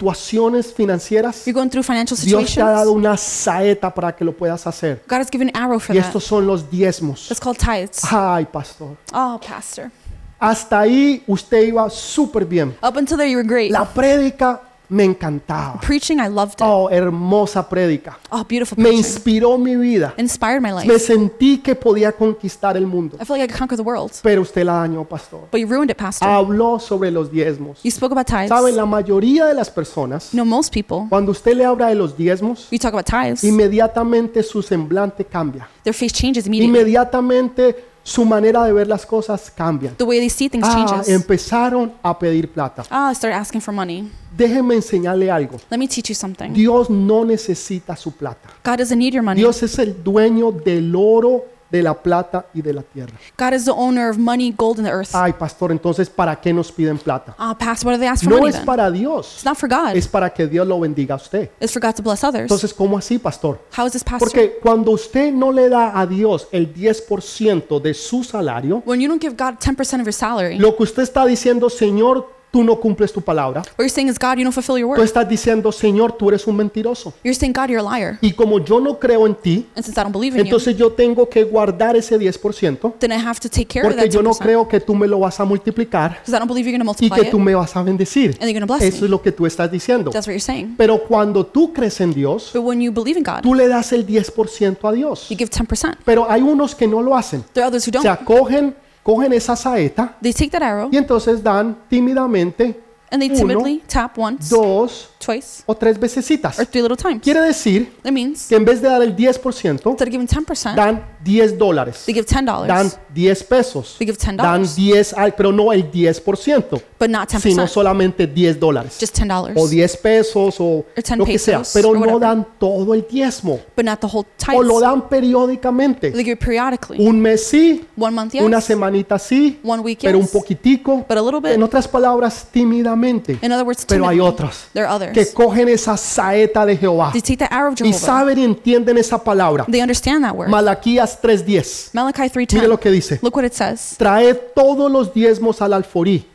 Speaker 1: situaciones financieras.
Speaker 2: You're going through financial
Speaker 1: Dios te ha dado
Speaker 2: situations.
Speaker 1: una saeta para que lo puedas hacer.
Speaker 2: God has given an arrow for
Speaker 1: Y
Speaker 2: that.
Speaker 1: estos Ah. son los diezmos.
Speaker 2: That's called tithes.
Speaker 1: Ay, pastor.
Speaker 2: Oh, pastor.
Speaker 1: Hasta ahí usted iba súper bien.
Speaker 2: Up until there, you were great.
Speaker 1: La prédica me encantaba.
Speaker 2: Preaching, I loved it.
Speaker 1: Oh, hermosa prédica.
Speaker 2: Oh, beautiful
Speaker 1: Me
Speaker 2: preaching.
Speaker 1: inspiró mi vida.
Speaker 2: Inspired my
Speaker 1: Me
Speaker 2: life.
Speaker 1: sentí que podía conquistar el mundo.
Speaker 2: I feel like I could conquer the world.
Speaker 1: Pero usted la dañó, pastor.
Speaker 2: But you ruined it, pastor.
Speaker 1: Habló sobre los diezmos.
Speaker 2: You spoke about tithes.
Speaker 1: Saben,
Speaker 2: You
Speaker 1: Ah. la mayoría de las personas,
Speaker 2: know, most people,
Speaker 1: cuando usted le habla de los diezmos,
Speaker 2: you talk about tithes,
Speaker 1: inmediatamente su semblante cambia.
Speaker 2: their face changes immediately.
Speaker 1: Inmediatamente su manera de ver las cosas cambia.
Speaker 2: The way they see things
Speaker 1: Ah,
Speaker 2: changes.
Speaker 1: empezaron a pedir plata.
Speaker 2: Ah, I start asking for money.
Speaker 1: Déjeme enseñarle algo.
Speaker 2: Let me teach you something.
Speaker 1: Dios no necesita su plata.
Speaker 2: God doesn't need your money.
Speaker 1: Dios es el dueño del oro, de la plata y de la tierra.
Speaker 2: God is the owner of money, gold, and the earth.
Speaker 1: Ay, pastor, entonces, ¿para qué nos piden plata?
Speaker 2: Ah, pastor, what do they ask for
Speaker 1: No
Speaker 2: money
Speaker 1: es
Speaker 2: then?
Speaker 1: para
Speaker 2: It's
Speaker 1: Dios,
Speaker 2: not for God.
Speaker 1: es para que Dios lo bendiga a usted.
Speaker 2: It's for God to bless others.
Speaker 1: Entonces, ¿cómo así, pastor?
Speaker 2: How is this pastor?
Speaker 1: Porque cuando usted no le da a Dios el 10% de su salario,
Speaker 2: When you don't give God 10% of your salary,
Speaker 1: lo que usted está diciendo, Señor, tú no cumples tu palabra.
Speaker 2: what you're saying is, God, you don't fulfill your
Speaker 1: Tú
Speaker 2: word.
Speaker 1: estás diciendo, Señor, tú eres un mentiroso.
Speaker 2: You're saying, God, you're a liar.
Speaker 1: Y como yo no creo en ti,
Speaker 2: And since I don't believe in you,
Speaker 1: entonces yo tengo que guardar ese 10%
Speaker 2: then I have to take care of
Speaker 1: porque
Speaker 2: that
Speaker 1: yo no
Speaker 2: 10%.
Speaker 1: creo que tú me lo vas a multiplicar
Speaker 2: Because I don't believe you're going to
Speaker 1: y
Speaker 2: multiply
Speaker 1: que
Speaker 2: it.
Speaker 1: tú
Speaker 2: And
Speaker 1: me vas a bendecir.
Speaker 2: you're going to bless
Speaker 1: Eso es
Speaker 2: me.
Speaker 1: lo que tú estás diciendo.
Speaker 2: That's what you're saying.
Speaker 1: Pero cuando tú crees en Dios,
Speaker 2: But when you believe in God,
Speaker 1: tú le das el 10% a Dios.
Speaker 2: you give 10%.
Speaker 1: Pero hay unos que no lo hacen.
Speaker 2: There are others who
Speaker 1: Se
Speaker 2: don't.
Speaker 1: acogen, cogen esa saeta
Speaker 2: They take that arrow
Speaker 1: y entonces dan tímidamente
Speaker 2: and they
Speaker 1: Uno,
Speaker 2: timidly tap once,
Speaker 1: dos
Speaker 2: twice,
Speaker 1: o tres
Speaker 2: or
Speaker 1: vecesitas.
Speaker 2: three little times.
Speaker 1: Quiere decir
Speaker 2: It means
Speaker 1: que en vez de dar el 10%,
Speaker 2: instead of giving 10%,
Speaker 1: dan 10 dólares,
Speaker 2: they ¿Eh? give $10.
Speaker 1: dan 10 pesos,
Speaker 2: they give $10,
Speaker 1: dan 10, al- pero no el 10%,
Speaker 2: but not 10%,
Speaker 1: sino solamente 10 dólares.
Speaker 2: just $10,
Speaker 1: o 10 pesos o
Speaker 2: 10
Speaker 1: lo que sea,
Speaker 2: pesos,
Speaker 1: pero
Speaker 2: or
Speaker 1: no
Speaker 2: whatever.
Speaker 1: dan todo el diezmo
Speaker 2: but not the whole
Speaker 1: o lo
Speaker 2: tithe.
Speaker 1: dan periódicamente.
Speaker 2: They give periodically.
Speaker 1: Un mes sí,
Speaker 2: One month, yes.
Speaker 1: una semanita sí,
Speaker 2: One week,
Speaker 1: pero un
Speaker 2: yes.
Speaker 1: poquitico.
Speaker 2: But a little bit.
Speaker 1: En otras palabras, tímidamente.
Speaker 2: In other words,
Speaker 1: Pero hay
Speaker 2: timidly.
Speaker 1: otros
Speaker 2: There are others.
Speaker 1: Que cogen esa saeta de Jehová
Speaker 2: They take the arrow of
Speaker 1: y
Speaker 2: Jehovah.
Speaker 1: saben y entienden esa palabra.
Speaker 2: They understand that word.
Speaker 1: Malaquías 3:10.
Speaker 2: Malachi
Speaker 1: Mire lo
Speaker 2: 3.10.
Speaker 1: que dice.
Speaker 2: Look what it says.
Speaker 1: Traed todos los diezmos al alforí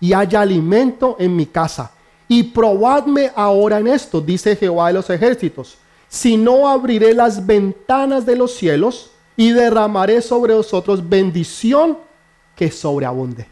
Speaker 1: y haya alimento en mi casa. Y probadme ahora en esto, dice Jehová de los ejércitos. Si no abriré las ventanas de los cielos y derramaré sobre vosotros bendición que sobreabunde.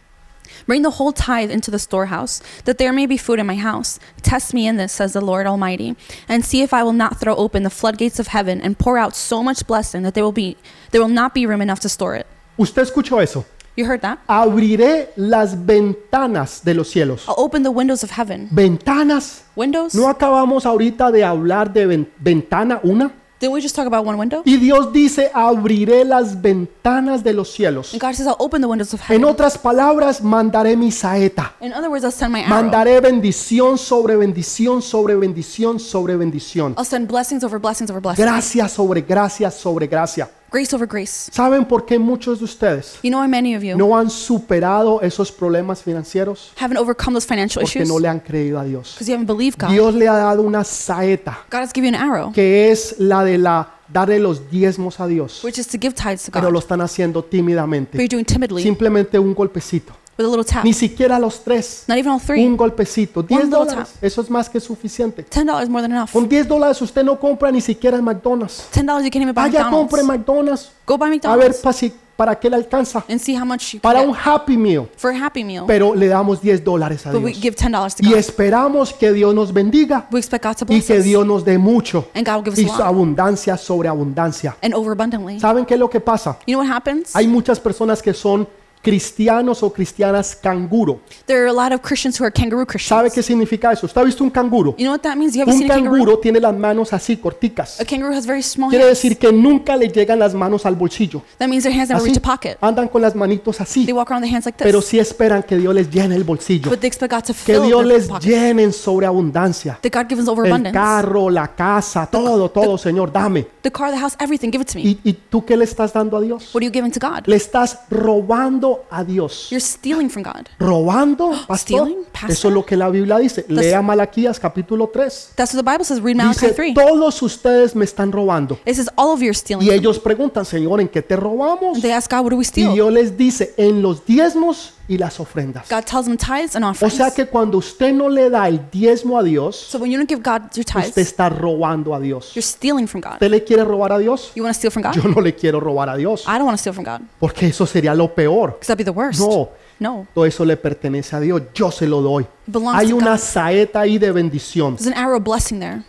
Speaker 2: Bring the whole tithe into the storehouse, that there may be food in my house. Test me in this, says the Lord Almighty, and see if I will not throw open the floodgates of heaven and pour out so much blessing that there will be there will not be room enough to store it.
Speaker 1: Usted escuchó eso.
Speaker 2: You heard that?
Speaker 1: Abriré las ventanas de los cielos.
Speaker 2: I'll open the windows of heaven.
Speaker 1: Ventanas.
Speaker 2: Windows?
Speaker 1: ¿No acabamos ahorita de hablar de ven- ventana una?
Speaker 2: Didn't we just talk about one window?
Speaker 1: Y Dios dice, abriré las ventanas de los cielos.
Speaker 2: And God says, I'll open the windows of
Speaker 1: En
Speaker 2: heaven.
Speaker 1: otras palabras, mandaré mi saeta.
Speaker 2: In other words, I'll send my arrow.
Speaker 1: Mandaré bendición sobre bendición sobre bendición sobre bendición.
Speaker 2: I'll send blessings over blessings over blessings.
Speaker 1: Gracia sobre gracia sobre gracia.
Speaker 2: Grace over grace.
Speaker 1: ¿Saben por qué muchos de ustedes
Speaker 2: You know why many of you
Speaker 1: no han superado esos problemas financieros?
Speaker 2: haven't overcome those financial
Speaker 1: Porque
Speaker 2: issues?
Speaker 1: no le han creído a Dios.
Speaker 2: Because you haven't believed God.
Speaker 1: Dios le ha dado una saeta,
Speaker 2: God has given you an arrow,
Speaker 1: que es la de la darle los diezmos a Dios.
Speaker 2: which is to give tithes to Pues God. Pues
Speaker 1: Pero lo están haciendo
Speaker 2: but you're
Speaker 1: tímidamente.
Speaker 2: doing timidly
Speaker 1: Simplemente un golpecito.
Speaker 2: with a little tap.
Speaker 1: Ni siquiera los tres.
Speaker 2: Not even all three.
Speaker 1: Un golpecito. 10
Speaker 2: little
Speaker 1: dólares. Eso es más que suficiente.
Speaker 2: Ten dollars more than enough.
Speaker 1: Con 10 dólares usted no compra ni siquiera en McDonald's.
Speaker 2: Ten dollars you can't even buy
Speaker 1: Vaya, compre
Speaker 2: McDonald's.
Speaker 1: McDonald's.
Speaker 2: Go buy
Speaker 1: A ver
Speaker 2: McDonald's
Speaker 1: pa si- para qué le alcanza.
Speaker 2: and see how much you
Speaker 1: Para
Speaker 2: can
Speaker 1: un
Speaker 2: get
Speaker 1: Happy Meal.
Speaker 2: for a happy meal.
Speaker 1: Pero le damos 10 dólares a
Speaker 2: But we
Speaker 1: Dios.
Speaker 2: give ten dollars to
Speaker 1: Y
Speaker 2: God.
Speaker 1: esperamos que Dios nos bendiga
Speaker 2: We expect God to
Speaker 1: y
Speaker 2: bless
Speaker 1: que
Speaker 2: us
Speaker 1: Dios nos dé mucho.
Speaker 2: And God will give us
Speaker 1: Y
Speaker 2: a
Speaker 1: su
Speaker 2: lot.
Speaker 1: abundancia sobre abundancia.
Speaker 2: and overabundantly.
Speaker 1: ¿Saben qué es lo que pasa?
Speaker 2: You know what happens?
Speaker 1: Hay muchas personas que son cristianos o cristianas canguro.
Speaker 2: There are a lot of Christians who are kangaroo
Speaker 1: ¿Sabe
Speaker 2: Christians.
Speaker 1: qué significa eso? ¿Usted ha visto un canguro?
Speaker 2: You know what that means? You ever
Speaker 1: Un
Speaker 2: seen a kangaroo?
Speaker 1: canguro tiene las manos así corticas.
Speaker 2: A kangaroo has very small
Speaker 1: Quiere
Speaker 2: hands.
Speaker 1: decir que nunca le llegan las manos al bolsillo.
Speaker 2: That means their hands never
Speaker 1: Así
Speaker 2: reach a pocket.
Speaker 1: andan con las manitos
Speaker 2: They
Speaker 1: así,
Speaker 2: walk around with their hands like
Speaker 1: pero
Speaker 2: this.
Speaker 1: sí esperan que Dios les llene el bolsillo,
Speaker 2: But they expect God
Speaker 1: que
Speaker 2: to fill
Speaker 1: Dios
Speaker 2: their
Speaker 1: les
Speaker 2: pocket.
Speaker 1: llene en sobreabundancia.
Speaker 2: That God gives us
Speaker 1: El
Speaker 2: overabundance.
Speaker 1: carro, la casa, todo, todo, Señor, dame.
Speaker 2: The car, the house, everything, give it to me.
Speaker 1: ¿Y, y tú qué le estás dando a Dios?
Speaker 2: What are you giving to God?
Speaker 1: Le estás robando a Dios.
Speaker 2: You're stealing from God.
Speaker 1: ¿Robando, pastor?
Speaker 2: Stealing, pastor?
Speaker 1: Eso es lo que la Biblia dice. Lea Malaquías capítulo 3.
Speaker 2: That's what the Bible says. Read Malachi
Speaker 1: Dice,
Speaker 2: 3.
Speaker 1: todos ustedes me están robando.
Speaker 2: It says all of you are stealing.
Speaker 1: Y
Speaker 2: from
Speaker 1: ellos preguntan, Señor, ¿en qué te robamos?
Speaker 2: They ask God, what do we
Speaker 1: Y
Speaker 2: steal?
Speaker 1: Dios les dice, en los diezmos y las ofrendas.
Speaker 2: God tells them tithes and
Speaker 1: O
Speaker 2: offerings.
Speaker 1: sea que cuando usted no le da el diezmo a Dios,
Speaker 2: so when you don't give God your tithes,
Speaker 1: usted está robando a Dios.
Speaker 2: you're stealing from God.
Speaker 1: ¿Usted le quiere robar a Dios?
Speaker 2: You want to steal from God?
Speaker 1: Yo no le quiero robar a Dios,
Speaker 2: I don't want to steal from God
Speaker 1: porque eso sería lo peor.
Speaker 2: because that'd be the worst.
Speaker 1: No,
Speaker 2: No.
Speaker 1: todo eso le pertenece a Dios, yo se lo doy. Hay una saeta ahí de bendición.
Speaker 2: There's an arrow of blessing there.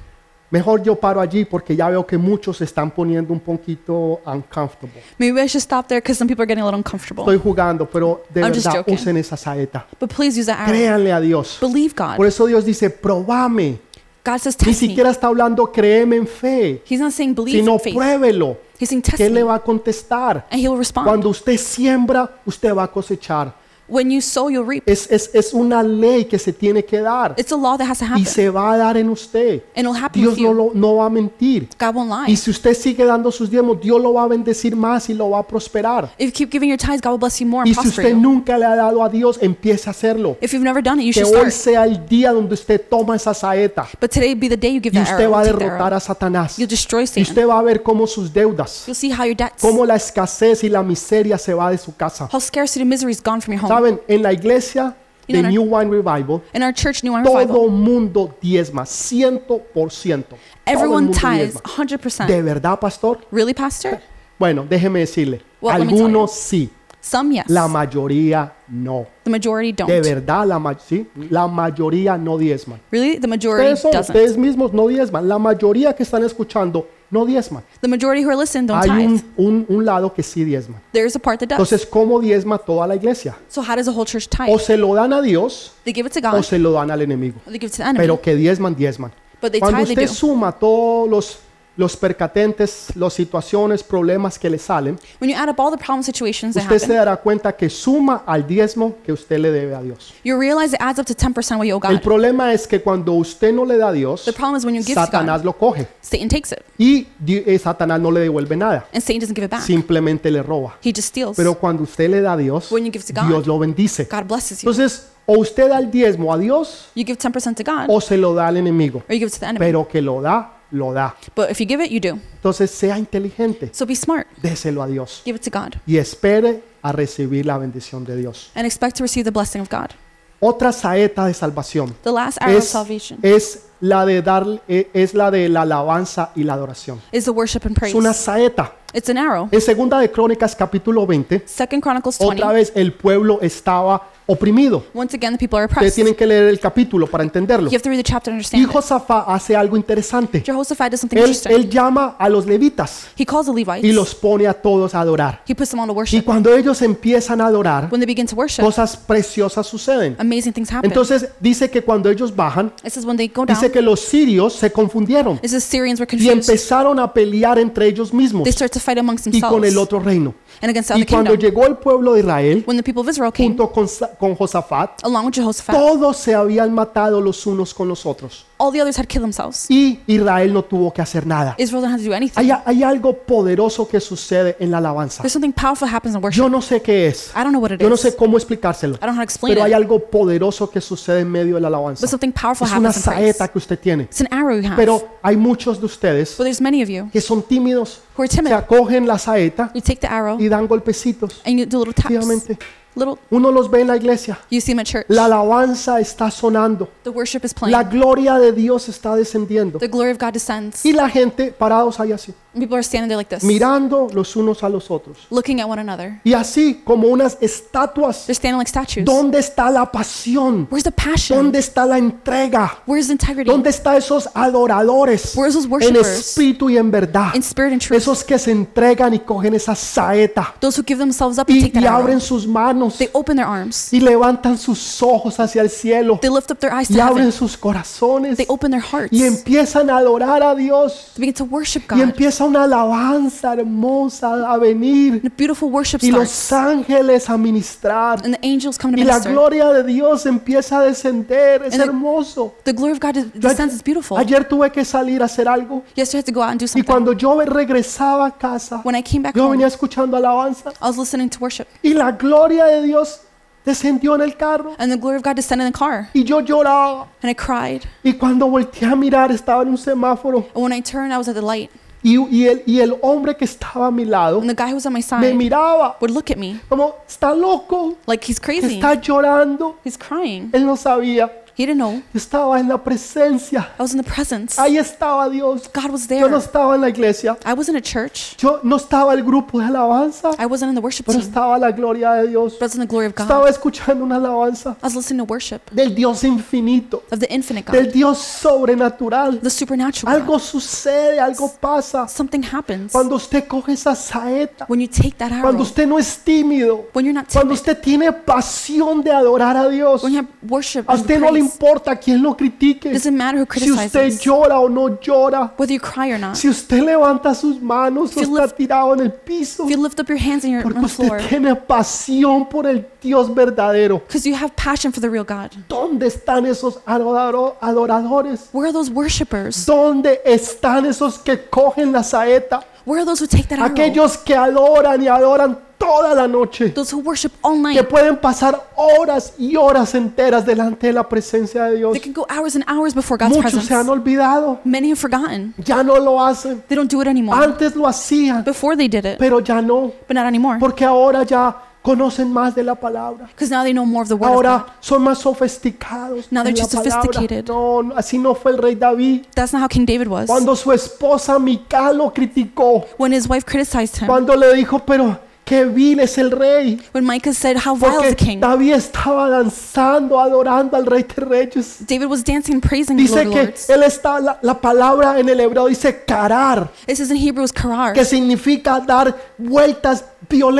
Speaker 1: Mejor yo paro allí porque ya veo que muchos se están poniendo un poquito uncomfortable.
Speaker 2: Maybe I should stop there because some people are getting a little uncomfortable.
Speaker 1: Estoy jugando, pero de
Speaker 2: I'm just
Speaker 1: verdad
Speaker 2: joking.
Speaker 1: usen esa saeta.
Speaker 2: but please use that arrow.
Speaker 1: Créanle a Dios.
Speaker 2: Believe God.
Speaker 1: Por eso Dios dice, probame.
Speaker 2: God says,
Speaker 1: Ni
Speaker 2: test me.
Speaker 1: siquiera está hablando, créeme en fe,
Speaker 2: He's not saying believe
Speaker 1: sino
Speaker 2: in faith.
Speaker 1: pruébelo.
Speaker 2: He's saying test
Speaker 1: ¿Qué le
Speaker 2: me.
Speaker 1: va a contestar?
Speaker 2: And he will respond.
Speaker 1: Cuando usted siembra, usted va a cosechar.
Speaker 2: when you sow, you'll reap.
Speaker 1: Es, es, es una ley que se tiene que dar
Speaker 2: It's a law that has to happen.
Speaker 1: y se va a dar en usted.
Speaker 2: and it'll happen
Speaker 1: Dios
Speaker 2: with you.
Speaker 1: no, lo- no va a mentir.
Speaker 2: God won't lie.
Speaker 1: Y si usted sigue dando sus diezmos, Dios lo va a bendecir más y lo va a prosperar.
Speaker 2: If you keep giving your tithes, God will bless you more and
Speaker 1: Y si
Speaker 2: prosper
Speaker 1: usted
Speaker 2: you.
Speaker 1: nunca le ha dado a Dios, empiece a hacerlo.
Speaker 2: If you've never done it, you
Speaker 1: Que
Speaker 2: should
Speaker 1: hoy
Speaker 2: start.
Speaker 1: sea el día donde usted toma esa saeta
Speaker 2: But today be the day you give
Speaker 1: y
Speaker 2: that
Speaker 1: usted
Speaker 2: arrow.
Speaker 1: va a
Speaker 2: take the arrow.
Speaker 1: derrotar a Satanás.
Speaker 2: You'll destroy
Speaker 1: Y
Speaker 2: Satan.
Speaker 1: usted va a ver cómo sus deudas,
Speaker 2: You'll see how your debts,
Speaker 1: cómo la escasez y la miseria se va de su casa.
Speaker 2: how scarcity and misery is gone from your
Speaker 1: Saben,
Speaker 2: home.
Speaker 1: en la iglesia
Speaker 2: You
Speaker 1: de
Speaker 2: know,
Speaker 1: New Wine Revival,
Speaker 2: In our church, New Wine Revival,
Speaker 1: todo mundo diezma, 100%. Todo el
Speaker 2: everyone
Speaker 1: mundo
Speaker 2: tithes
Speaker 1: diezma. ¿De
Speaker 2: 100%.
Speaker 1: verdad, pastor?
Speaker 2: Really, Pastor?
Speaker 1: Bueno, déjeme decirle,
Speaker 2: Well, let me tell you.
Speaker 1: algunos sí,
Speaker 2: Some, yes.
Speaker 1: La mayoría no.
Speaker 2: the majority don't.
Speaker 1: De verdad, la, ma- sí, la mayoría no diezman.
Speaker 2: Really? The majority
Speaker 1: Ustedes, son,
Speaker 2: doesn't.
Speaker 1: ustedes mismos no diezman. La mayoría que están escuchando no diezman.
Speaker 2: the majority who are listening don't
Speaker 1: Hay
Speaker 2: tithe.
Speaker 1: un, un- un lado que sí diezman.
Speaker 2: There's a part that does.
Speaker 1: Entonces, ¿cómo diezma toda la iglesia?
Speaker 2: so how does the whole church tithe?
Speaker 1: O se lo dan a Dios
Speaker 2: they give it to
Speaker 1: o
Speaker 2: God.
Speaker 1: se lo dan al enemigo.
Speaker 2: or they give it to the enemy.
Speaker 1: Pero que diezman, diezman.
Speaker 2: But they
Speaker 1: Cuando
Speaker 2: tithe, they
Speaker 1: usted
Speaker 2: do.
Speaker 1: suma todos los, los percatentes, las situaciones, problemas que le salen,
Speaker 2: when you add up all the problem situations that
Speaker 1: usted
Speaker 2: happen,
Speaker 1: se dará cuenta que suma al diezmo que usted le debe a Dios.
Speaker 2: you realize it adds up to 10% what you owe
Speaker 1: El
Speaker 2: God.
Speaker 1: problema es que cuando usted no le da a Dios,
Speaker 2: The problem is when you give to
Speaker 1: Satanás
Speaker 2: God,
Speaker 1: lo coge
Speaker 2: Satan takes it.
Speaker 1: y Di- eh, Satanás no le devuelve nada,
Speaker 2: And Satan doesn't give it back.
Speaker 1: simplemente le roba.
Speaker 2: he just steals.
Speaker 1: Pero cuando usted le da a Dios,
Speaker 2: When you give to God.
Speaker 1: Dios lo bendice.
Speaker 2: God blesses you.
Speaker 1: Entonces, o usted da el diezmo a Dios
Speaker 2: you give 10% to God,
Speaker 1: o se lo da al enemigo,
Speaker 2: or you give it to the enemy.
Speaker 1: pero que lo da, lo da.
Speaker 2: but if you give it, you do.
Speaker 1: Entonces, sea inteligente,
Speaker 2: So be smart.
Speaker 1: déselo a Dios
Speaker 2: Give it to God.
Speaker 1: y espere a recibir la bendición de Dios.
Speaker 2: And expect to receive the blessing of God.
Speaker 1: Otra saeta de salvación
Speaker 2: The last arrow of
Speaker 1: es,
Speaker 2: salvation
Speaker 1: es la de dar eh, es la de la alabanza y la adoración.
Speaker 2: is the worship and praise.
Speaker 1: Es una saeta.
Speaker 2: it's an arrow.
Speaker 1: En segunda de Crónicas capítulo 20,
Speaker 2: Second Chronicles 20.
Speaker 1: otra vez el pueblo estaba oprimido.
Speaker 2: Once again, the people are
Speaker 1: Ustedes
Speaker 2: oppressed.
Speaker 1: tienen que leer el capítulo para entenderlo.
Speaker 2: You have to read the chapter to
Speaker 1: Y
Speaker 2: understand it.
Speaker 1: Josafá hace algo interesante.
Speaker 2: Jehoshaphat does something
Speaker 1: Él,
Speaker 2: interesting.
Speaker 1: él llama a los levitas
Speaker 2: he calls the Levites.
Speaker 1: y los pone a todos a adorar.
Speaker 2: he puts them on to
Speaker 1: Y
Speaker 2: worship.
Speaker 1: cuando ellos empiezan a adorar,
Speaker 2: When they begin to worship,
Speaker 1: cosas preciosas suceden.
Speaker 2: amazing things happen.
Speaker 1: Entonces dice que cuando ellos bajan,
Speaker 2: it says when they go down,
Speaker 1: dice que los sirios se confundieron
Speaker 2: it says Syrians were
Speaker 1: y
Speaker 2: confused.
Speaker 1: empezaron a pelear entre ellos mismos
Speaker 2: They start to fight amongst
Speaker 1: y con
Speaker 2: themselves
Speaker 1: el otro reino.
Speaker 2: and against the
Speaker 1: Y
Speaker 2: other
Speaker 1: cuando
Speaker 2: kingdom. Pues,
Speaker 1: llegó el pueblo de Israel,
Speaker 2: when the people of Israel came,
Speaker 1: junto con, Sa- con Josafat,
Speaker 2: along with Jehoshaphat,
Speaker 1: todos se habían matado los unos con los otros.
Speaker 2: all the others had killed themselves.
Speaker 1: Y Israel no tuvo que hacer nada.
Speaker 2: Israel didn't have to do anything.
Speaker 1: Hay, hay algo poderoso que sucede en la alabanza.
Speaker 2: There's something powerful happens in worship.
Speaker 1: Yo no sé qué es.
Speaker 2: Pues, I don't know what it is.
Speaker 1: Yo no sé cómo explicárselo.
Speaker 2: I don't know how to explain
Speaker 1: Pero hay
Speaker 2: it.
Speaker 1: algo poderoso que sucede en medio de la alabanza.
Speaker 2: But something powerful
Speaker 1: Es una
Speaker 2: happens in praise.
Speaker 1: saeta que usted tiene.
Speaker 2: It's an arrow you have.
Speaker 1: Pero hay muchos de ustedes
Speaker 2: but there's many of you
Speaker 1: que son tímidos,
Speaker 2: who are
Speaker 1: se
Speaker 2: timid.
Speaker 1: acogen la saeta
Speaker 2: You take the arrow
Speaker 1: y dan golpecitos.
Speaker 2: and you do little taps.
Speaker 1: Efectivamente.
Speaker 2: Little.
Speaker 1: Uno los ve en la iglesia.
Speaker 2: You see them at church.
Speaker 1: La alabanza está sonando.
Speaker 2: the worship is playing.
Speaker 1: La gloria de Dios está descendiendo.
Speaker 2: the glory of God descends.
Speaker 1: Y la gente parados ahí así,
Speaker 2: And people are standing there like this,
Speaker 1: mirando los unos a los otros.
Speaker 2: looking at one another.
Speaker 1: Y así como unas estatuas.
Speaker 2: They're standing like statues.
Speaker 1: ¿Dónde está la pasión?
Speaker 2: Where's the passion?
Speaker 1: ¿Dónde está la entrega?
Speaker 2: Where's the integrity?
Speaker 1: ¿Dónde están esos adoradores
Speaker 2: Where's those
Speaker 1: en
Speaker 2: worshipers?
Speaker 1: espíritu y en verdad?
Speaker 2: in spirit and truth.
Speaker 1: Esos que se entregan y cogen esa saeta
Speaker 2: Those who give themselves up and take
Speaker 1: y,
Speaker 2: that
Speaker 1: y
Speaker 2: arrow.
Speaker 1: abren sus manos
Speaker 2: They open their arms.
Speaker 1: y levantan sus ojos hacia el cielo
Speaker 2: They lift up their eyes
Speaker 1: y
Speaker 2: to heaven.
Speaker 1: abren sus corazones
Speaker 2: They open their hearts.
Speaker 1: y empiezan a adorar a Dios
Speaker 2: they begin to worship
Speaker 1: y
Speaker 2: God.
Speaker 1: empieza una alabanza hermosa a venir
Speaker 2: And a beautiful worship
Speaker 1: y
Speaker 2: starts.
Speaker 1: los ángeles a ministrar
Speaker 2: And the angels come to
Speaker 1: y la
Speaker 2: minister.
Speaker 1: gloria de Dios empieza a descender, es
Speaker 2: And the-
Speaker 1: hermoso.
Speaker 2: the glory of God de-
Speaker 1: Yo
Speaker 2: descends. It's beautiful.
Speaker 1: Ayer tuve que salir a hacer algo
Speaker 2: Yesterday I had to go out and do
Speaker 1: y
Speaker 2: something.
Speaker 1: cuando yo regresaba a casa,
Speaker 2: when I came back
Speaker 1: yo
Speaker 2: home,
Speaker 1: venía escuchando alabanza
Speaker 2: I was listening to worship.
Speaker 1: y la gloria de Dios descendió en el carro
Speaker 2: And the glory of God descended in the car.
Speaker 1: y yo lloraba
Speaker 2: And I cried.
Speaker 1: y cuando volteé a mirar estaba en un semáforo
Speaker 2: And when I turned, I was at the light.
Speaker 1: y, y el, y el hombre que estaba a mi lado
Speaker 2: And the guy who was on my
Speaker 1: me
Speaker 2: side
Speaker 1: miraba
Speaker 2: would look at me
Speaker 1: como está loco,
Speaker 2: like he's crazy.
Speaker 1: está llorando,
Speaker 2: He's crying.
Speaker 1: él no sabía,
Speaker 2: He didn't know.
Speaker 1: Yo estaba en la presencia,
Speaker 2: I was in the presence.
Speaker 1: ahí estaba Dios,
Speaker 2: God was
Speaker 1: yo no
Speaker 2: there.
Speaker 1: estaba en la iglesia,
Speaker 2: I wasn't at church.
Speaker 1: yo no estaba el grupo de alabanza,
Speaker 2: I wasn't in the worship
Speaker 1: pero
Speaker 2: team.
Speaker 1: estaba la gloria de Dios.
Speaker 2: But I was in the glory of God.
Speaker 1: Estaba escuchando una alabanza
Speaker 2: I was listening to worship
Speaker 1: del Dios infinito,
Speaker 2: of the infinite God,
Speaker 1: del Dios sobrenatural.
Speaker 2: the supernatural God.
Speaker 1: Algo sucede, algo pasa
Speaker 2: Something happens
Speaker 1: cuando usted coge esa saeta,
Speaker 2: when you take that
Speaker 1: cuando
Speaker 2: arrow.
Speaker 1: usted no es tímido,
Speaker 2: When you're not
Speaker 1: cuando
Speaker 2: timid.
Speaker 1: usted tiene pasión de adorar a Dios.
Speaker 2: When you have worship
Speaker 1: A
Speaker 2: and
Speaker 1: usted no le
Speaker 2: praise.
Speaker 1: importa quién lo critique,
Speaker 2: Doesn't matter who
Speaker 1: si usted
Speaker 2: criticizes.
Speaker 1: llora o no llora,
Speaker 2: Whether you cry or not.
Speaker 1: si usted levanta sus manos o
Speaker 2: If you
Speaker 1: está
Speaker 2: lift-
Speaker 1: tirado en el piso,
Speaker 2: If you lift up your hands and you're
Speaker 1: porque
Speaker 2: on the floor.
Speaker 1: usted tiene pasión por el Dios verdadero.
Speaker 2: Because you have passion for the real God.
Speaker 1: ¿Dónde están esos adorado- adoradores?
Speaker 2: Where are those worshipers?
Speaker 1: ¿Dónde están esos que cogen la saeta?
Speaker 2: Where are those who take that arrow?
Speaker 1: Aquellos que adoran y adoran toda la noche.
Speaker 2: Those who worship all
Speaker 1: Que
Speaker 2: night.
Speaker 1: pueden pasar horas y horas enteras delante de la presencia de Dios.
Speaker 2: They can go hours and hours before God's
Speaker 1: Muchos se han
Speaker 2: presence.
Speaker 1: olvidado.
Speaker 2: Many have forgotten.
Speaker 1: Ya no lo hacen.
Speaker 2: They don't do it anymore.
Speaker 1: Antes lo hacían,
Speaker 2: Before they did it,
Speaker 1: pero ya no.
Speaker 2: but not anymore.
Speaker 1: Porque ahora ya conocen más de la palabra.
Speaker 2: Because now they know more of the word of God.
Speaker 1: Ahora son más sofisticados.
Speaker 2: Now they're
Speaker 1: en la
Speaker 2: just
Speaker 1: palabra.
Speaker 2: sophisticated.
Speaker 1: No, no, así no fue el rey David.
Speaker 2: That's not how King David was.
Speaker 1: Cuando su esposa Mica lo criticó.
Speaker 2: When his wife criticized him,
Speaker 1: Cuando le dijo, pero qué vil es el rey.
Speaker 2: When Micah said, How vile is the
Speaker 1: Porque
Speaker 2: king,
Speaker 1: David estaba danzando, adorando al rey de reyes.
Speaker 2: David was dancing, praising the Lord
Speaker 1: Dice
Speaker 2: of
Speaker 1: que
Speaker 2: Lords.
Speaker 1: él está, la, la palabra en el hebreo dice carar,
Speaker 2: This is in Hebrew is karar,
Speaker 1: que significa dar vueltas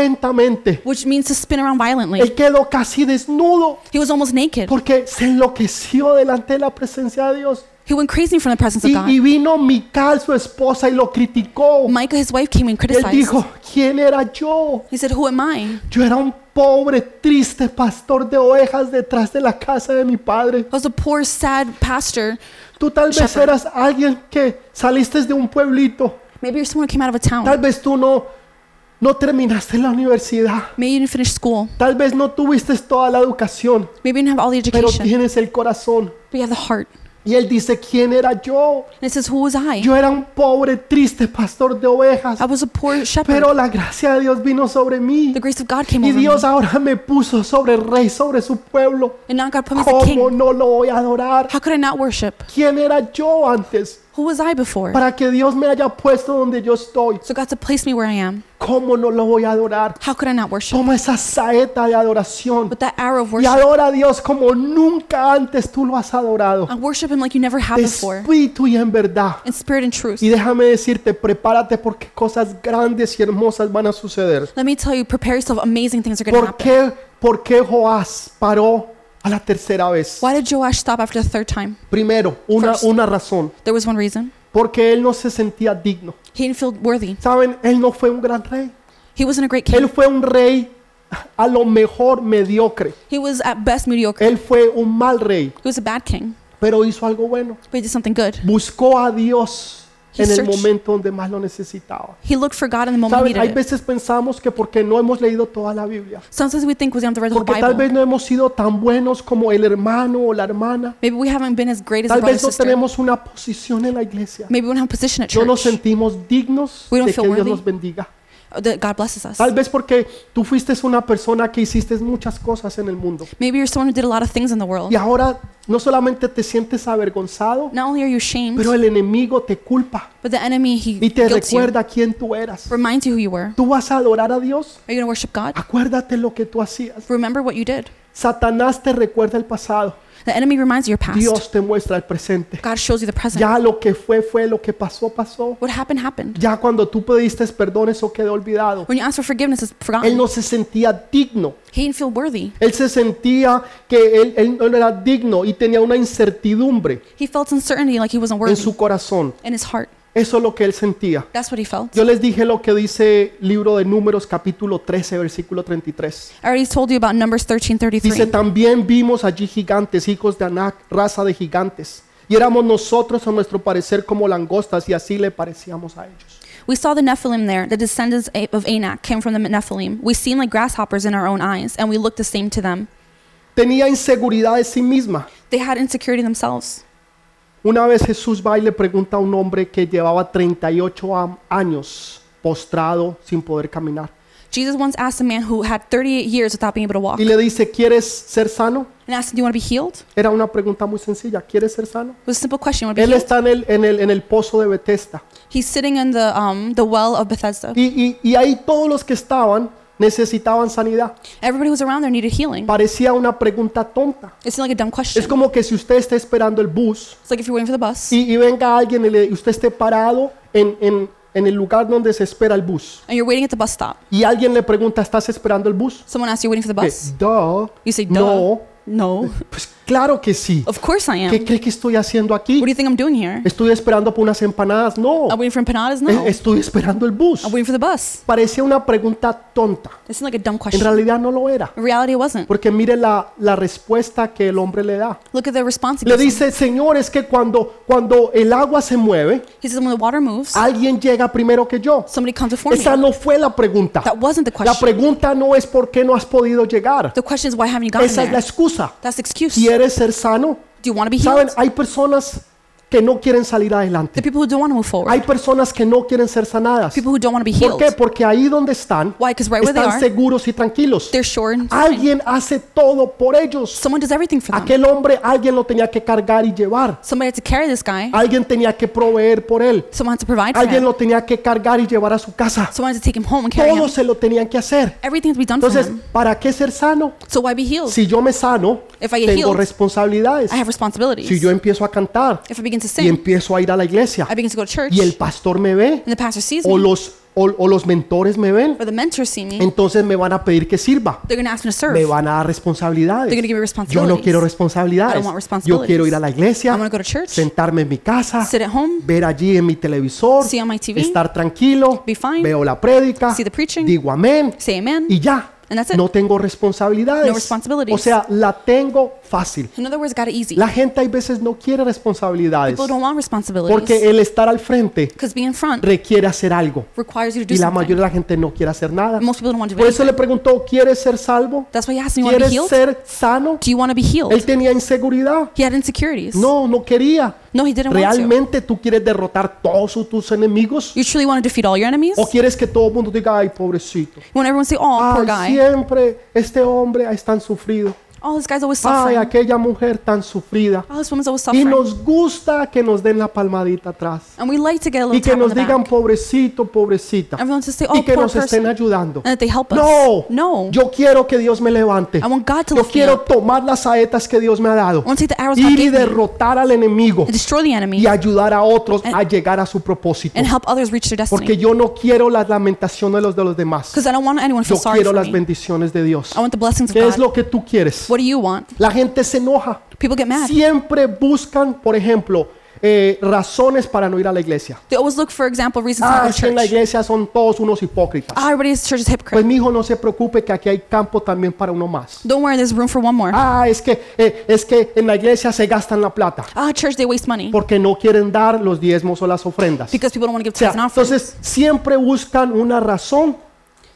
Speaker 1: violentamente.
Speaker 2: which means to spin around violently.
Speaker 1: Él quedó casi desnudo
Speaker 2: He was almost naked.
Speaker 1: porque se enloqueció delante de la presencia de Dios.
Speaker 2: He went crazy from the presence of
Speaker 1: Y, y
Speaker 2: God.
Speaker 1: vino Mical, su esposa, y lo criticó.
Speaker 2: Micah, his wife, came
Speaker 1: Él
Speaker 2: and criticized.
Speaker 1: dijo, ¿quién era yo?
Speaker 2: He said, Who am I?
Speaker 1: Yo era un pobre, triste pastor de ovejas detrás de la casa de mi padre.
Speaker 2: I was a poor, sad pastor.
Speaker 1: Tú tal vez
Speaker 2: Shepherd.
Speaker 1: eras alguien que saliste de un pueblito.
Speaker 2: Maybe you're someone who came out of a
Speaker 1: Tal
Speaker 2: town.
Speaker 1: vez tú no, no terminaste la universidad.
Speaker 2: Maybe you didn't finish school.
Speaker 1: Tal vez no tuviste toda la educación,
Speaker 2: Maybe you didn't have all the
Speaker 1: pero
Speaker 2: education.
Speaker 1: tienes el corazón.
Speaker 2: But you have the heart.
Speaker 1: Y él dice, ¿quién era yo?
Speaker 2: And it says, Who was I?
Speaker 1: Yo era un pobre, triste pastor de ovejas.
Speaker 2: I was a poor shepherd.
Speaker 1: Pero la gracia de Dios vino sobre mí.
Speaker 2: The grace of God came
Speaker 1: Y
Speaker 2: over me.
Speaker 1: Dios ahora me puso sobre el rey, sobre su pueblo.
Speaker 2: And now God put me as a
Speaker 1: ¿Cómo
Speaker 2: king.
Speaker 1: no lo voy a adorar?
Speaker 2: How could I not worship?
Speaker 1: ¿Quién era yo antes?
Speaker 2: Who was I before?
Speaker 1: Para que Dios me haya puesto donde yo estoy.
Speaker 2: So God to place me where I am.
Speaker 1: ¿Cómo no lo voy a adorar?
Speaker 2: How could I not worship?
Speaker 1: Toma esa saeta de adoración
Speaker 2: With that arrow of
Speaker 1: y
Speaker 2: worship,
Speaker 1: adora a Dios como nunca antes tú lo has adorado.
Speaker 2: I worship Him like you never have
Speaker 1: De
Speaker 2: before,
Speaker 1: espíritu y en verdad.
Speaker 2: in spirit and truth.
Speaker 1: Y déjame decirte, prepárate porque cosas grandes y hermosas van a suceder.
Speaker 2: Let me tell you, prepare yourself. Amazing things are going to
Speaker 1: ¿Por
Speaker 2: happen.
Speaker 1: qué, por qué Joás paró a la tercera vez?
Speaker 2: Why did Joash stop after the third time?
Speaker 1: Primero, una,
Speaker 2: First.
Speaker 1: una razón.
Speaker 2: There was one reason.
Speaker 1: Porque él no se sentía digno.
Speaker 2: He didn't feel worthy.
Speaker 1: ¿Saben? Él no fue un gran rey.
Speaker 2: He wasn't a great
Speaker 1: Él
Speaker 2: king.
Speaker 1: fue un rey a lo mejor mediocre.
Speaker 2: He was at best mediocre.
Speaker 1: Él fue un mal rey,
Speaker 2: He was a bad king,
Speaker 1: pero hizo algo bueno.
Speaker 2: but he did something good.
Speaker 1: Buscó a Dios
Speaker 2: He
Speaker 1: en el
Speaker 2: searched. Oh,
Speaker 1: momento donde más lo necesitaba.
Speaker 2: He looked for God in the moment he
Speaker 1: ¿Saben? Hay
Speaker 2: needed it.
Speaker 1: veces pensamos que porque no hemos leído toda la Biblia,
Speaker 2: Sometimes we think we don't have to read the whole
Speaker 1: porque tal
Speaker 2: Bible.
Speaker 1: vez no hemos sido tan buenos como el hermano o la hermana,
Speaker 2: Maybe we haven't been as great as a
Speaker 1: tal
Speaker 2: brother or
Speaker 1: vez no
Speaker 2: sister.
Speaker 1: tenemos una posición en la iglesia,
Speaker 2: Maybe we don't have a position at
Speaker 1: no nos
Speaker 2: church.
Speaker 1: sentimos dignos
Speaker 2: We don't
Speaker 1: de que
Speaker 2: feel
Speaker 1: Dios
Speaker 2: worthy.
Speaker 1: nos bendiga.
Speaker 2: That God blesses us.
Speaker 1: Tal vez porque tú fuiste una persona que hiciste muchas cosas en el mundo
Speaker 2: Maybe you're someone who did a lot of things in the world.
Speaker 1: y ahora no solamente te sientes avergonzado,
Speaker 2: Not only are you ashamed,
Speaker 1: pero el enemigo te culpa
Speaker 2: but the enemy, he
Speaker 1: y te
Speaker 2: guilts you,
Speaker 1: recuerda quién tú eras.
Speaker 2: reminds you who you were.
Speaker 1: Tú vas a adorar a Dios.
Speaker 2: Are you going to worship God?
Speaker 1: Acuérdate lo que tú hacías.
Speaker 2: Remember what you did.
Speaker 1: Satanás te recuerda el pasado.
Speaker 2: The enemy reminds you your past.
Speaker 1: Dios te muestra el presente.
Speaker 2: God shows you the present.
Speaker 1: Ya lo que fue fue, lo que pasó pasó.
Speaker 2: What happened, happened.
Speaker 1: Ya cuando tú pediste perdón eso quedó olvidado.
Speaker 2: When you ask for forgiveness, it's forgotten.
Speaker 1: Él no se sentía digno.
Speaker 2: He didn't feel worthy.
Speaker 1: Él se sentía que él, él no era digno y tenía una incertidumbre
Speaker 2: He felt uncertainty like he wasn't
Speaker 1: en
Speaker 2: worthy
Speaker 1: su corazón.
Speaker 2: in his heart.
Speaker 1: Eso es lo que él sentía.
Speaker 2: That's what he felt.
Speaker 1: Yo les dije lo que dice libro de Números capítulo 13 versículo 33.
Speaker 2: I already told you about Numbers 13,
Speaker 1: Dice,
Speaker 2: 33.
Speaker 1: también vimos allí gigantes, hijos de Anac, raza de gigantes. Y éramos nosotros a nuestro parecer como langostas y así le parecíamos a ellos.
Speaker 2: We saw the Nephilim there. The descendants a- of Anak came from the Nephilim. We seemed like grasshoppers in our own eyes, and we looked the same to them.
Speaker 1: Tenía inseguridad de sí misma.
Speaker 2: They had insecurity themselves.
Speaker 1: Una vez Jesús va y le pregunta a un hombre que llevaba 38 am- años postrado sin poder caminar.
Speaker 2: Jesus once asked a man who had 38 years without being able to walk
Speaker 1: Y le dice, ¿quieres ser sano?
Speaker 2: and asked him, Do you want to be healed?
Speaker 1: Era una pregunta muy sencilla, ¿quieres ser sano?
Speaker 2: It was a simple question. You want to be
Speaker 1: Él
Speaker 2: healed?
Speaker 1: está en el, en el, en el pozo de Betesda.
Speaker 2: He's sitting in the, um, the well of Bethesda.
Speaker 1: Y, y- y ahí todos los que estaban necesitaban sanidad.
Speaker 2: Everybody who was around there needed healing.
Speaker 1: Parecía una pregunta tonta.
Speaker 2: It seemed like a dumb
Speaker 1: Es
Speaker 2: question.
Speaker 1: como que si usted está esperando el bus
Speaker 2: It's like if you're waiting for the bus
Speaker 1: y, y venga alguien y le- y usted esté parado en, en- en el lugar donde se espera el bus
Speaker 2: and you're waiting at the bus stop.
Speaker 1: y alguien le pregunta, ¿estás esperando el bus?
Speaker 2: Someone asks you, waiting for the
Speaker 1: Que,
Speaker 2: bus?
Speaker 1: "Duh".
Speaker 2: You say, Duh.
Speaker 1: No,
Speaker 2: No.
Speaker 1: pues claro que sí.
Speaker 2: Of course I am.
Speaker 1: ¿Qué
Speaker 2: What
Speaker 1: cree que estoy haciendo
Speaker 2: do you
Speaker 1: aquí?
Speaker 2: think I'm doing here?
Speaker 1: Estoy esperando por unas empanadas. No,
Speaker 2: I'm waiting for empanadas?
Speaker 1: E-
Speaker 2: No.
Speaker 1: estoy esperando el bus.
Speaker 2: I'm waiting for the bus.
Speaker 1: Parecía una pregunta tonta.
Speaker 2: It seemed like a dumb
Speaker 1: En
Speaker 2: question.
Speaker 1: realidad no lo era.
Speaker 2: In reality, it wasn't.
Speaker 1: Porque mire la, la respuesta que el hombre le da.
Speaker 2: Look at the response. He
Speaker 1: Le
Speaker 2: gives him.
Speaker 1: dice, Señor, es que cuando, cuando el agua se mueve,
Speaker 2: He says, when the water moves,
Speaker 1: alguien llega primero que yo.
Speaker 2: somebody comes before me.
Speaker 1: Esa no fue la pregunta.
Speaker 2: That wasn't the
Speaker 1: La
Speaker 2: question.
Speaker 1: pregunta no es por qué no has podido llegar.
Speaker 2: The question is, why haven't you gotten
Speaker 1: Esa es la
Speaker 2: there?
Speaker 1: excusa.
Speaker 2: That's the excuse. Do
Speaker 1: ¿Quieres ser sano?
Speaker 2: you want to be
Speaker 1: Saben,
Speaker 2: healed?
Speaker 1: hay personas que no quieren salir
Speaker 2: the
Speaker 1: adelante.
Speaker 2: people who don't want to move forward,
Speaker 1: Hay personas que no quieren ser sanadas.
Speaker 2: people who don't want to be
Speaker 1: ¿Por
Speaker 2: healed.
Speaker 1: qué? Porque ahí donde están,
Speaker 2: Why? Because right where they
Speaker 1: están
Speaker 2: are,
Speaker 1: seguros y tranquilos.
Speaker 2: they're sure and fine.
Speaker 1: Alguien hace todo por ellos.
Speaker 2: Someone does everything for them.
Speaker 1: Aquel hombre, alguien lo tenía que cargar y llevar.
Speaker 2: Somebody had to carry this guy.
Speaker 1: Alguien tenía que proveer por él.
Speaker 2: Someone had to provide for
Speaker 1: Alguien
Speaker 2: him.
Speaker 1: lo tenía que cargar y llevar a su casa.
Speaker 2: Someone had to take him home and carry him.
Speaker 1: Todos se lo tenían que hacer.
Speaker 2: Everything had to be done for
Speaker 1: Entonces,
Speaker 2: him.
Speaker 1: ¿para qué ser sano?
Speaker 2: So why be healed?
Speaker 1: Si yo me sano,
Speaker 2: If I get
Speaker 1: tengo
Speaker 2: healed,
Speaker 1: responsabilidades.
Speaker 2: I have responsibilities.
Speaker 1: Si yo empiezo a cantar
Speaker 2: if I begin to
Speaker 1: y
Speaker 2: sing,
Speaker 1: empiezo a ir a la iglesia
Speaker 2: I begin to go to church,
Speaker 1: y el pastor me ve
Speaker 2: and the pastor sees
Speaker 1: o
Speaker 2: me,
Speaker 1: los, o, o los mentores me ven,
Speaker 2: or the mentors see me,
Speaker 1: entonces me van a pedir que sirva.
Speaker 2: they're going to ask me to serve.
Speaker 1: Me van a dar responsabilidades.
Speaker 2: They're gonna give me
Speaker 1: Yo no
Speaker 2: responsibilities.
Speaker 1: quiero
Speaker 2: I
Speaker 1: responsabilidades.
Speaker 2: don't want
Speaker 1: Yo
Speaker 2: responsibilities.
Speaker 1: quiero ir a la iglesia,
Speaker 2: I'm going to go to church,
Speaker 1: sentarme en mi casa,
Speaker 2: sit at home,
Speaker 1: ver allí en mi televisor,
Speaker 2: See on my TV.
Speaker 1: estar tranquilo,
Speaker 2: Be fine.
Speaker 1: veo la prédica,
Speaker 2: See the preaching.
Speaker 1: digo amén
Speaker 2: say amen.
Speaker 1: y ya.
Speaker 2: And that's it.
Speaker 1: No tengo
Speaker 2: No
Speaker 1: responsabilidades.
Speaker 2: responsibilities.
Speaker 1: O sea, la tengo fácil.
Speaker 2: In other words, got it easy.
Speaker 1: La gente hay veces no quiere responsabilidades
Speaker 2: People don't want
Speaker 1: porque
Speaker 2: responsibilities
Speaker 1: el estar al frente
Speaker 2: because being in front
Speaker 1: requiere hacer algo
Speaker 2: requires you to do
Speaker 1: y la
Speaker 2: something.
Speaker 1: mayoría de la gente no quiere hacer nada.
Speaker 2: Most people don't want to do
Speaker 1: Por eso
Speaker 2: anything.
Speaker 1: le preguntó, ¿quieres ser salvo?
Speaker 2: That's why he asked me, you want to be
Speaker 1: ¿Quieres
Speaker 2: healed?
Speaker 1: ser sano?
Speaker 2: Do you want to be
Speaker 1: Él
Speaker 2: healed?
Speaker 1: tenía inseguridad.
Speaker 2: He had insecurities.
Speaker 1: No, no quería.
Speaker 2: No, he didn't want to.
Speaker 1: ¿Realmente tú quieres derrotar todos su- tus enemigos?
Speaker 2: You truly want to defeat all your enemies?
Speaker 1: ¿O quieres que todo el mundo diga, ay, pobrecito?
Speaker 2: You want everyone to say, oh, poor
Speaker 1: Ay,
Speaker 2: guy.
Speaker 1: siempre este hombre es tan sufrido.
Speaker 2: Oh, this guy's always
Speaker 1: Ay,
Speaker 2: suffering.
Speaker 1: aquella mujer tan sufrida.
Speaker 2: Oh, this woman's always
Speaker 1: Y
Speaker 2: suffering.
Speaker 1: nos gusta que nos den la palmadita atrás.
Speaker 2: And we like to get a little
Speaker 1: Y que
Speaker 2: tap on
Speaker 1: nos
Speaker 2: the back.
Speaker 1: digan, pobrecito, pobrecita.
Speaker 2: Everyone to say, oh,
Speaker 1: Y que
Speaker 2: poor
Speaker 1: nos
Speaker 2: person.
Speaker 1: estén
Speaker 2: And
Speaker 1: ayudando.
Speaker 2: that they help us.
Speaker 1: No,
Speaker 2: No.
Speaker 1: yo quiero que Dios me levante.
Speaker 2: I want God to
Speaker 1: Yo
Speaker 2: lift me
Speaker 1: quiero
Speaker 2: up.
Speaker 1: tomar las saetas que Dios me ha dado.
Speaker 2: I want to take the arrows God
Speaker 1: Ir y
Speaker 2: gave me
Speaker 1: derrotar al enemigo
Speaker 2: and destroy the enemy
Speaker 1: y ayudar a otros a llegar a su propósito.
Speaker 2: and help others reach their
Speaker 1: Porque
Speaker 2: destiny.
Speaker 1: yo no quiero las lamentaciones de los de los demás.
Speaker 2: Because I don't want anyone to
Speaker 1: Yo
Speaker 2: feel sorry
Speaker 1: quiero
Speaker 2: for
Speaker 1: las
Speaker 2: me.
Speaker 1: bendiciones de Dios.
Speaker 2: I want the blessings of
Speaker 1: ¿Qué es
Speaker 2: God.
Speaker 1: lo que tú quieres?
Speaker 2: What do you want?
Speaker 1: La gente se enoja.
Speaker 2: People get mad.
Speaker 1: Siempre buscan, por ejemplo, eh, razones para no ir a la iglesia.
Speaker 2: They always look for example reasons
Speaker 1: Ah,
Speaker 2: not
Speaker 1: es que
Speaker 2: to
Speaker 1: en la
Speaker 2: go to church.
Speaker 1: iglesia son todos unos hipócritas.
Speaker 2: Ah, everybody's church is
Speaker 1: Pues
Speaker 2: hypocrite.
Speaker 1: mi hijo no se preocupe que aquí hay campo también para uno más.
Speaker 2: Don't worry, there's room for one more.
Speaker 1: Ah, es que eh, es que en la iglesia se gastan la plata
Speaker 2: Ah, church, they waste money
Speaker 1: porque no quieren dar los diezmos o las ofrendas.
Speaker 2: because people don't want to give
Speaker 1: O sea,
Speaker 2: tithes and offerings.
Speaker 1: entonces siempre buscan una razón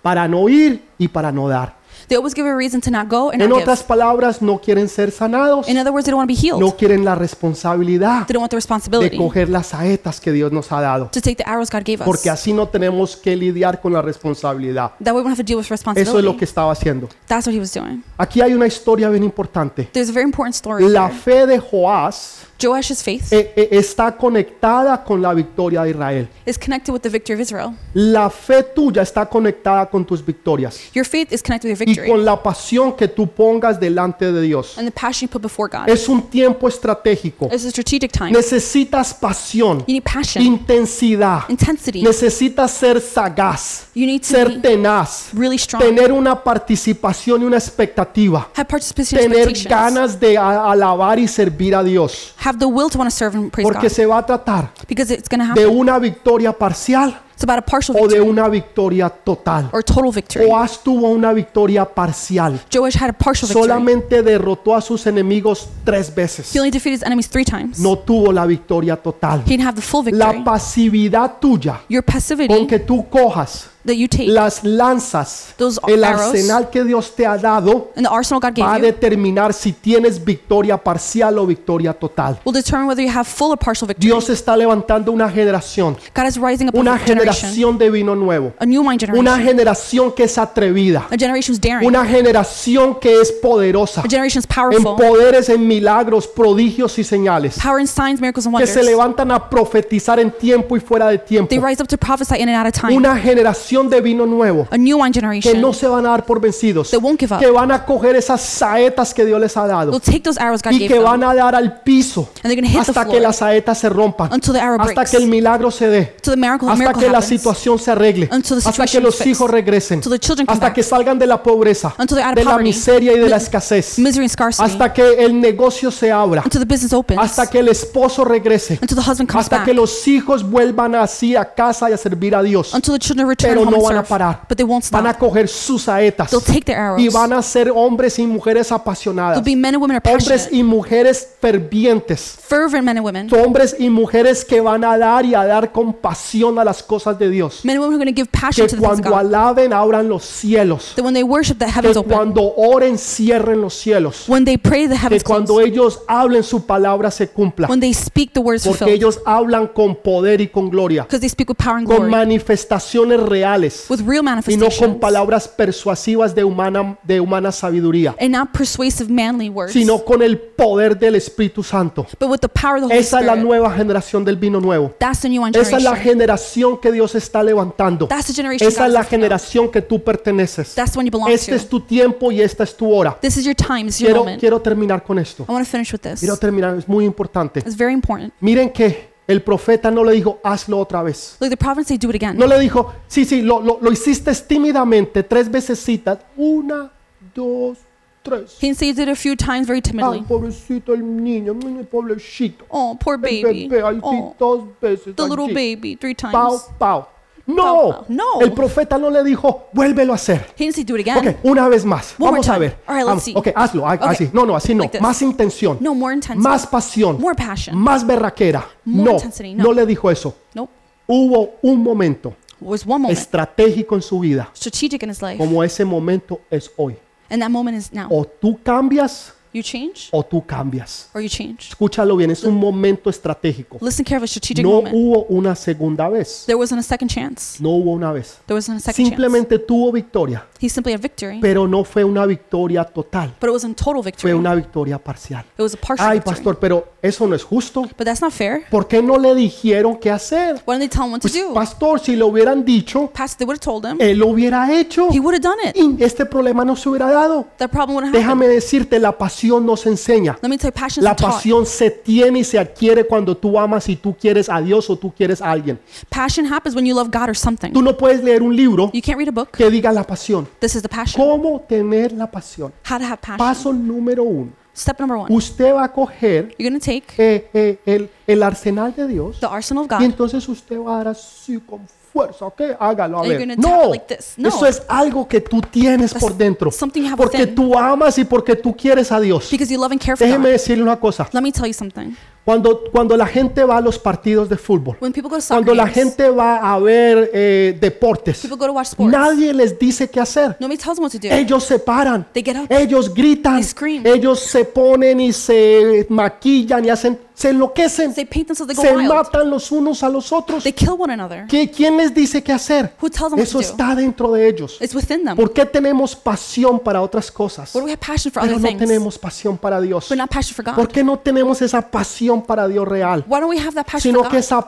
Speaker 1: para no ir y para no dar.
Speaker 2: They always give a reason to not go and
Speaker 1: En
Speaker 2: not
Speaker 1: otras
Speaker 2: give.
Speaker 1: palabras, no quieren ser sanados,
Speaker 2: In other words, they don't want to be healed.
Speaker 1: no quieren la responsabilidad
Speaker 2: They don't want the
Speaker 1: de
Speaker 2: responsibility
Speaker 1: coger las saetas que Dios nos ha dado,
Speaker 2: to take the arrows God gave us.
Speaker 1: porque así no tenemos que lidiar con la responsabilidad.
Speaker 2: That way we don't have to deal with
Speaker 1: Eso es lo que
Speaker 2: responsibility.
Speaker 1: estaba haciendo.
Speaker 2: That's what he was doing.
Speaker 1: Aquí hay una historia bien importante.
Speaker 2: There's a very important story
Speaker 1: La
Speaker 2: here.
Speaker 1: fe de Joás
Speaker 2: Joash's faith
Speaker 1: eh, eh, está conectada con la victoria de Israel.
Speaker 2: is connected with the victory of Israel.
Speaker 1: La fe tuya está conectada con tus victorias
Speaker 2: Your faith is connected with your
Speaker 1: y
Speaker 2: victory
Speaker 1: con la pasión que tú pongas delante de Dios.
Speaker 2: and the passion you put before God.
Speaker 1: Es un tiempo estratégico.
Speaker 2: It's a strategic time.
Speaker 1: Necesitas pasión,
Speaker 2: You need passion,
Speaker 1: intensidad.
Speaker 2: intensity.
Speaker 1: Necesitas ser sagaz,
Speaker 2: You need to
Speaker 1: ser
Speaker 2: be
Speaker 1: tenaz,
Speaker 2: really strong.
Speaker 1: tener una participación y una expectativa,
Speaker 2: Have participation
Speaker 1: tener
Speaker 2: expectations.
Speaker 1: ganas de a- alabar y servir a Dios.
Speaker 2: Have the will to want to serve and praise
Speaker 1: Porque
Speaker 2: God. Ah.
Speaker 1: se va a tratar
Speaker 2: Because it's going to
Speaker 1: de
Speaker 2: happen.
Speaker 1: una victoria parcial
Speaker 2: It's about a partial
Speaker 1: o de
Speaker 2: victory
Speaker 1: una victoria total.
Speaker 2: or total victory.
Speaker 1: Joás tuvo una victoria parcial.
Speaker 2: Joash had a partial victory.
Speaker 1: Solamente derrotó a sus enemigos tres veces.
Speaker 2: He only defeated his enemies three times.
Speaker 1: No tuvo la victoria total.
Speaker 2: He didn't have the full
Speaker 1: La
Speaker 2: victory.
Speaker 1: pasividad tuya
Speaker 2: Your passivity
Speaker 1: con que tú cojas
Speaker 2: that you take
Speaker 1: las lanzas,
Speaker 2: Those
Speaker 1: el
Speaker 2: arrows.
Speaker 1: arsenal que Dios te ha dado,
Speaker 2: and the arsenal God gave
Speaker 1: va a
Speaker 2: you
Speaker 1: determinar si tienes victoria parcial o victoria total.
Speaker 2: will determine whether you have full or partial victory.
Speaker 1: Dios está levantando una generación,
Speaker 2: God is rising up
Speaker 1: una
Speaker 2: a generation,
Speaker 1: generación de vino nuevo,
Speaker 2: a new mind
Speaker 1: una
Speaker 2: generation,
Speaker 1: generación que es atrevida,
Speaker 2: a generation who's daring,
Speaker 1: una generación que es poderosa,
Speaker 2: a generation who's
Speaker 1: en
Speaker 2: powerful,
Speaker 1: poderes, en milagros, prodigios y señales,
Speaker 2: power in signs, miracles, and
Speaker 1: que
Speaker 2: wonders.
Speaker 1: se levantan a profetizar en tiempo y fuera de tiempo,
Speaker 2: They rise up to prophesy in and out of time.
Speaker 1: una generación de vino nuevo,
Speaker 2: A new wine
Speaker 1: que
Speaker 2: generation
Speaker 1: no se van a dar por vencidos,
Speaker 2: that won't give up.
Speaker 1: que van a coger esas saetas que Dios les ha dado
Speaker 2: They'll take those arrows God
Speaker 1: y
Speaker 2: gave
Speaker 1: que
Speaker 2: them
Speaker 1: van a dar al piso
Speaker 2: and they're going to hit the
Speaker 1: hasta que
Speaker 2: floor
Speaker 1: las saetas se rompan,
Speaker 2: until the arrow
Speaker 1: hasta
Speaker 2: breaks,
Speaker 1: que el milagro se dé,
Speaker 2: till the miracle,
Speaker 1: hasta
Speaker 2: miracle
Speaker 1: que la
Speaker 2: happens,
Speaker 1: situación se arregle,
Speaker 2: Until the
Speaker 1: hasta que
Speaker 2: situation is
Speaker 1: los
Speaker 2: fixed.
Speaker 1: hijos regresen,
Speaker 2: Till the children come
Speaker 1: hasta
Speaker 2: back.
Speaker 1: que salgan de la pobreza,
Speaker 2: Until they're out of
Speaker 1: de la
Speaker 2: poverty,
Speaker 1: miseria y de la
Speaker 2: mi-
Speaker 1: escasez,
Speaker 2: misery and scarcity,
Speaker 1: hasta que el negocio se abra,
Speaker 2: until the business opens,
Speaker 1: hasta que el esposo regrese,
Speaker 2: until the husband comes
Speaker 1: hasta
Speaker 2: back,
Speaker 1: que los hijos vuelvan así a casa y a servir a Dios.
Speaker 2: until the children return
Speaker 1: Pero ellos
Speaker 2: home
Speaker 1: no
Speaker 2: and
Speaker 1: van a
Speaker 2: serve.
Speaker 1: parar.
Speaker 2: But they won't
Speaker 1: Van a
Speaker 2: stop.
Speaker 1: coger sus saetas
Speaker 2: They'll take their arrows.
Speaker 1: y van a ser hombres y mujeres apasionadas,
Speaker 2: They'll be men and women who are
Speaker 1: hombres
Speaker 2: passionate,
Speaker 1: y mujeres fervientes,
Speaker 2: fervent men and women,
Speaker 1: hombres y mujeres que van a dar y a dar compasión a las cosas de Dios.
Speaker 2: men and women who are going to give passion
Speaker 1: Que
Speaker 2: to the things of
Speaker 1: cuando
Speaker 2: God.
Speaker 1: alaben abran los cielos,
Speaker 2: That when they worship, the
Speaker 1: que
Speaker 2: heavens open.
Speaker 1: cuando oren cierren los cielos,
Speaker 2: When they pray, the
Speaker 1: que
Speaker 2: heavens
Speaker 1: cuando
Speaker 2: close.
Speaker 1: ellos hablen su palabra se cumpla,
Speaker 2: When they speak, the words
Speaker 1: porque
Speaker 2: fulfilled.
Speaker 1: ellos hablan con poder y con gloria,
Speaker 2: Because they speak with power and
Speaker 1: con
Speaker 2: glory,
Speaker 1: manifestaciones reales
Speaker 2: with real
Speaker 1: y no con
Speaker 2: manifestations,
Speaker 1: palabras persuasivas de humana de humana sabiduría,
Speaker 2: and not persuasive manly words,
Speaker 1: sino con el poder del Espíritu Santo.
Speaker 2: but with the power of the Holy
Speaker 1: Esa es la
Speaker 2: Spirit.
Speaker 1: nueva generación del vino nuevo.
Speaker 2: That's the new
Speaker 1: Esa es la
Speaker 2: generation.
Speaker 1: generación que Dios está levantando.
Speaker 2: That's the generation
Speaker 1: Esa
Speaker 2: God
Speaker 1: es la
Speaker 2: is looking at.
Speaker 1: generación que tú perteneces.
Speaker 2: That's the one you belong
Speaker 1: Este
Speaker 2: to.
Speaker 1: es tu tiempo y esta es tu hora.
Speaker 2: This is your time. This is your
Speaker 1: Quiero,
Speaker 2: moment.
Speaker 1: quiero terminar con esto.
Speaker 2: I want to finish with this.
Speaker 1: Quiero terminar, es muy importante.
Speaker 2: It's very important.
Speaker 1: Miren que el profeta no le dijo, hazlo otra vez.
Speaker 2: Look, the prophets say, do it again.
Speaker 1: No le dijo, sí, sí, lo, lo, lo hiciste tímidamente, tres veces citas. Una, dos, tres.
Speaker 2: He didn't say he did it a few times very
Speaker 1: Ay,
Speaker 2: timidly.
Speaker 1: pobrecito el niño, mi pobrecito.
Speaker 2: Oh, poor
Speaker 1: El
Speaker 2: baby.
Speaker 1: bebé, ahí sí,
Speaker 2: Oh,
Speaker 1: dos veces.
Speaker 2: the little
Speaker 1: allí.
Speaker 2: baby. Three
Speaker 1: Pau,
Speaker 2: times.
Speaker 1: pau.
Speaker 2: Pau,
Speaker 1: No,
Speaker 2: pau. No.
Speaker 1: el profeta no le dijo, vuélvelo a hacer.
Speaker 2: He didn't say do it
Speaker 1: Ok,
Speaker 2: again.
Speaker 1: una vez más.
Speaker 2: One more
Speaker 1: Vamos a
Speaker 2: time.
Speaker 1: ver.
Speaker 2: All right, let's
Speaker 1: Vamos.
Speaker 2: see.
Speaker 1: Ok, hazlo. a-
Speaker 2: Ok.
Speaker 1: Así. No, no, así no.
Speaker 2: Like this.
Speaker 1: Más intención.
Speaker 2: No, more intensity.
Speaker 1: Más pasión.
Speaker 2: More passion.
Speaker 1: Más berraquera.
Speaker 2: More
Speaker 1: No,
Speaker 2: intensity, no.
Speaker 1: no le dijo eso.
Speaker 2: Nope.
Speaker 1: Hubo un momento
Speaker 2: It was one moment.
Speaker 1: estratégico en su vida,
Speaker 2: Strategic in his life.
Speaker 1: como ese momento es hoy.
Speaker 2: And that moment is now.
Speaker 1: O tú cambias
Speaker 2: You change
Speaker 1: o tú cambias.
Speaker 2: or you change.
Speaker 1: Escúchalo bien, es un momento estratégico.
Speaker 2: Listen carefully. Strategic
Speaker 1: No
Speaker 2: moment.
Speaker 1: hubo una segunda vez.
Speaker 2: There wasn't a second chance.
Speaker 1: No hubo una vez.
Speaker 2: There wasn't a second chance.
Speaker 1: Simplemente tuvo victoria,
Speaker 2: He simply had victory,
Speaker 1: pero no fue una victoria total.
Speaker 2: but it wasn't total victory.
Speaker 1: Fue una victoria parcial.
Speaker 2: It was a partial
Speaker 1: Ay,
Speaker 2: victory.
Speaker 1: pastor, pero eso no es justo.
Speaker 2: But that's not fair.
Speaker 1: ¿Por qué no le dijeron qué hacer?
Speaker 2: Why don't they tell him what to
Speaker 1: Pues,
Speaker 2: do?
Speaker 1: pastor, si lo hubieran dicho,
Speaker 2: Pastor, they would have told him.
Speaker 1: él lo hubiera hecho
Speaker 2: He Ah. would have done it.
Speaker 1: y este problema no se hubiera dado.
Speaker 2: That problem wouldn't happen.
Speaker 1: Déjame decirte, la pasión nos enseña.
Speaker 2: Let me tell you, passion
Speaker 1: La
Speaker 2: is taught.
Speaker 1: pasión se tiene y se adquiere cuando tú amas y tú quieres a Dios o tú quieres a alguien.
Speaker 2: Passion happens when you love God or something.
Speaker 1: Tú no puedes leer un libro
Speaker 2: You can't read a book.
Speaker 1: que diga la pasión.
Speaker 2: This is the passion.
Speaker 1: ¿Cómo tener la pasión?
Speaker 2: How to have passion.
Speaker 1: Paso número uno.
Speaker 2: Step number one.
Speaker 1: Usted va a coger
Speaker 2: You're going to take
Speaker 1: eh, eh, el, el arsenal de Dios
Speaker 2: the arsenal of
Speaker 1: Y
Speaker 2: God.
Speaker 1: entonces usted va a dar así con fuerza, ¿ok? Hágalo, a
Speaker 2: And you're
Speaker 1: ver.
Speaker 2: gonna tap
Speaker 1: No,
Speaker 2: like this. No.
Speaker 1: eso es algo que tú tienes
Speaker 2: That's
Speaker 1: por dentro.
Speaker 2: something you have
Speaker 1: Porque
Speaker 2: within.
Speaker 1: tú amas y porque tú quieres a Dios.
Speaker 2: Because you love and care for
Speaker 1: Déjeme
Speaker 2: God.
Speaker 1: decirle una cosa.
Speaker 2: Let me tell you something.
Speaker 1: Cuando, cuando la gente va a los partidos de fútbol,
Speaker 2: When people go to soccer
Speaker 1: cuando la
Speaker 2: games,
Speaker 1: gente va a ver eh, deportes,
Speaker 2: people go to watch sports.
Speaker 1: nadie les dice qué hacer.
Speaker 2: Nobody tells them what to do.
Speaker 1: Ellos se paran,
Speaker 2: They get up.
Speaker 1: ellos gritan,
Speaker 2: They scream.
Speaker 1: ellos se ponen y se maquillan y hacen, se enloquecen,
Speaker 2: They paint themselves. They
Speaker 1: se
Speaker 2: go wild.
Speaker 1: matan los unos a los otros.
Speaker 2: They kill one another.
Speaker 1: ¿Qui- ¿Quién les dice qué hacer?
Speaker 2: Who tells them what
Speaker 1: Eso
Speaker 2: to do?
Speaker 1: está dentro de ellos.
Speaker 2: It's within them. What
Speaker 1: ¿Por qué tenemos pasión para otras cosas?
Speaker 2: do we have passion for
Speaker 1: Pero
Speaker 2: other
Speaker 1: no
Speaker 2: things?
Speaker 1: tenemos pasión para Dios.
Speaker 2: But not passion for
Speaker 1: ¿Por
Speaker 2: God.
Speaker 1: qué no tenemos esa pasión para Dios real?
Speaker 2: Why don't we have that passion for
Speaker 1: Sino que
Speaker 2: God?
Speaker 1: esa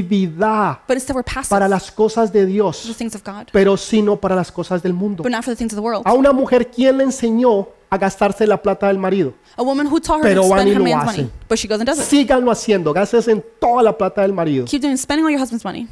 Speaker 1: pasividad
Speaker 2: But instead we're
Speaker 1: para
Speaker 2: passive
Speaker 1: las cosas de
Speaker 2: for the
Speaker 1: Dios,
Speaker 2: things of God,
Speaker 1: pero sino para las cosas del mundo.
Speaker 2: but not for the things of the world.
Speaker 1: A una mujer, ¿quién le enseñó a gastarse la plata del marido?
Speaker 2: A woman who taught her
Speaker 1: Pero
Speaker 2: to
Speaker 1: van
Speaker 2: spend
Speaker 1: y
Speaker 2: her
Speaker 1: lo
Speaker 2: man's
Speaker 1: hacen.
Speaker 2: money, but she goes and does it.
Speaker 1: Síganlo haciendo, gastes en toda la plata del marido.
Speaker 2: Keep doing spending all your husband's money.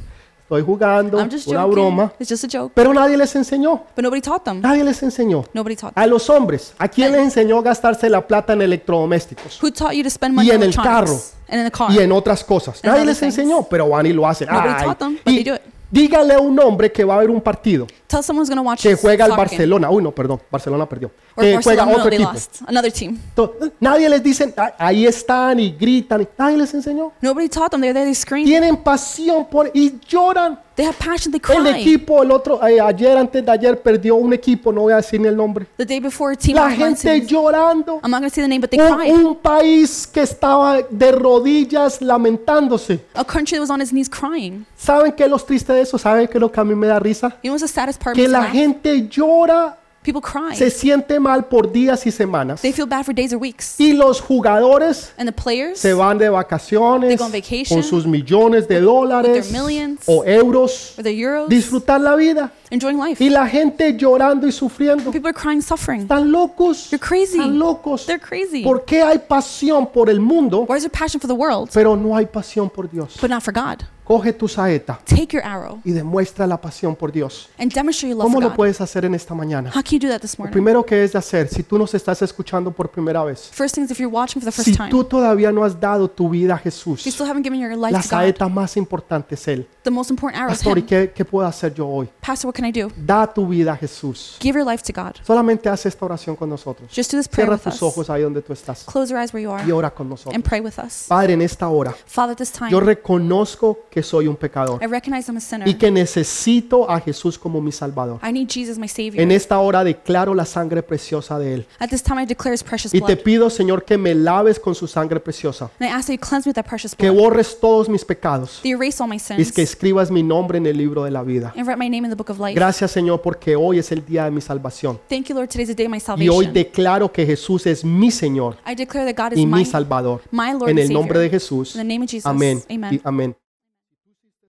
Speaker 1: Estoy jugando,
Speaker 2: I'm just
Speaker 1: una
Speaker 2: joking.
Speaker 1: broma, Ah.
Speaker 2: It's just a joke.
Speaker 1: pero nadie les enseñó,
Speaker 2: But nobody taught them.
Speaker 1: nadie les enseñó.
Speaker 2: Nobody taught them.
Speaker 1: A los hombres, ¿a quién les enseñó a gastarse la plata en electrodomésticos?
Speaker 2: Who taught you to spend money
Speaker 1: Y
Speaker 2: on
Speaker 1: en el
Speaker 2: electronics? And in the car.
Speaker 1: Y en otras cosas.
Speaker 2: And
Speaker 1: Nadie
Speaker 2: other
Speaker 1: les
Speaker 2: things.
Speaker 1: enseñó, pero van y lo hacen.
Speaker 2: Nobody
Speaker 1: Ay,
Speaker 2: taught them, but
Speaker 1: y
Speaker 2: they do it.
Speaker 1: dígale a un hombre que va a ver un partido,
Speaker 2: Tell someone's going to watch
Speaker 1: que
Speaker 2: this
Speaker 1: juega el
Speaker 2: soccer game.
Speaker 1: Barcelona. Uy, no, perdón, Barcelona perdió.
Speaker 2: Or
Speaker 1: Que juega
Speaker 2: Barcelona, no,
Speaker 1: otro
Speaker 2: they
Speaker 1: equipo.
Speaker 2: lost. Another team.
Speaker 1: Entonces, Nadie les dice, "Ah, ahí están y gritan. Nadie les enseñó.
Speaker 2: Nobody taught them. They're there. They scream.
Speaker 1: Tienen pasión por y lloran.
Speaker 2: They have passion. They
Speaker 1: El
Speaker 2: cry.
Speaker 1: equipo, el otro, eh, ayer, antes de ayer, perdió un equipo, no voy a decir ni el nombre.
Speaker 2: The day before a team.
Speaker 1: La
Speaker 2: lost my
Speaker 1: gente Oh,
Speaker 2: team.
Speaker 1: llorando.
Speaker 2: I'm not going to say the name, but they cried.
Speaker 1: un, un país que estaba de rodillas lamentándose.
Speaker 2: A country that was on his knees crying.
Speaker 1: ¿Saben qué es lo triste de eso? ¿Saben qué es lo que a mí me da risa?
Speaker 2: You know what's the saddest part?
Speaker 1: Que
Speaker 2: Mr.
Speaker 1: la
Speaker 2: Matt?
Speaker 1: gente llora,
Speaker 2: People cry.
Speaker 1: se siente mal por días y semanas.
Speaker 2: They feel bad for days or weeks.
Speaker 1: Y los jugadores
Speaker 2: And the players,
Speaker 1: se
Speaker 2: or
Speaker 1: van de vacaciones
Speaker 2: go on vacation.
Speaker 1: con sus millones de dólares
Speaker 2: millions.
Speaker 1: o euros,
Speaker 2: the Euros,
Speaker 1: disfrutar la vida.
Speaker 2: enjoying life.
Speaker 1: Y la gente llorando y sufriendo.
Speaker 2: People are crying, suffering.
Speaker 1: Están locos.
Speaker 2: You're crazy.
Speaker 1: Están locos.
Speaker 2: They're crazy.
Speaker 1: ¿Por qué hay pasión por el mundo,
Speaker 2: Where's your passion for the world,
Speaker 1: pero no hay pasión por Dios?
Speaker 2: but not for God?
Speaker 1: Coge tu saeta
Speaker 2: Take your arrow
Speaker 1: y demuestra la pasión por Dios.
Speaker 2: and demonstrate your love
Speaker 1: ¿Cómo
Speaker 2: for
Speaker 1: lo
Speaker 2: God.
Speaker 1: puedes hacer en esta mañana?
Speaker 2: How can you do that this morning?
Speaker 1: Primero que es de hacer, si tú nos estás escuchando por primera vez,
Speaker 2: First things, if you're watching for the
Speaker 1: si
Speaker 2: first time,
Speaker 1: tú todavía no has dado tu vida a
Speaker 2: if you
Speaker 1: Jesús,
Speaker 2: still haven't given your life
Speaker 1: la
Speaker 2: to God,
Speaker 1: saeta más importante es Él.
Speaker 2: the most important arrow is
Speaker 1: Pastor, ¿y
Speaker 2: Him.
Speaker 1: qué, qué puedo hacer yo hoy?
Speaker 2: Pastor, what can I do?
Speaker 1: Da tu vida a Jesús.
Speaker 2: Give your life to God.
Speaker 1: Solamente haz esta oración con nosotros.
Speaker 2: Just do this prayer
Speaker 1: Cierra
Speaker 2: with
Speaker 1: tus
Speaker 2: us.
Speaker 1: ojos ahí donde tú estás
Speaker 2: Close your eyes where you are
Speaker 1: y ora con
Speaker 2: and
Speaker 1: nosotros.
Speaker 2: pray with us.
Speaker 1: Padre, en esta hora,
Speaker 2: Father, this time,
Speaker 1: yo reconozco que soy un pecador
Speaker 2: I recognize I'm a sinner.
Speaker 1: y que necesito a Jesús como mi Salvador.
Speaker 2: I need Jesus, my Savior.
Speaker 1: En esta hora declaro la sangre preciosa de Él.
Speaker 2: At this time, I declare His precious
Speaker 1: Y te
Speaker 2: blood.
Speaker 1: pido, Señor, que me laves con su sangre preciosa,
Speaker 2: And I ask that you cleanse me with that precious
Speaker 1: que
Speaker 2: blood.
Speaker 1: borres todos mis pecados
Speaker 2: That you erase all my
Speaker 1: y
Speaker 2: sins
Speaker 1: que escribas mi nombre en el libro de la vida.
Speaker 2: and write my name in the book of life.
Speaker 1: Gracias, Señor, porque hoy es el día de mi salvación.
Speaker 2: Thank you, Lord. Today's the day of my
Speaker 1: Y hoy
Speaker 2: salvation.
Speaker 1: declaro que Jesús es mi Señor
Speaker 2: I declare that God is
Speaker 1: y mi
Speaker 2: mine,
Speaker 1: Salvador.
Speaker 2: my
Speaker 1: En
Speaker 2: Lord and
Speaker 1: el
Speaker 2: Savior.
Speaker 1: nombre de
Speaker 2: In
Speaker 1: Jesús.
Speaker 2: the name of Jesus.
Speaker 1: Amén.
Speaker 2: Amen.
Speaker 1: y Amén.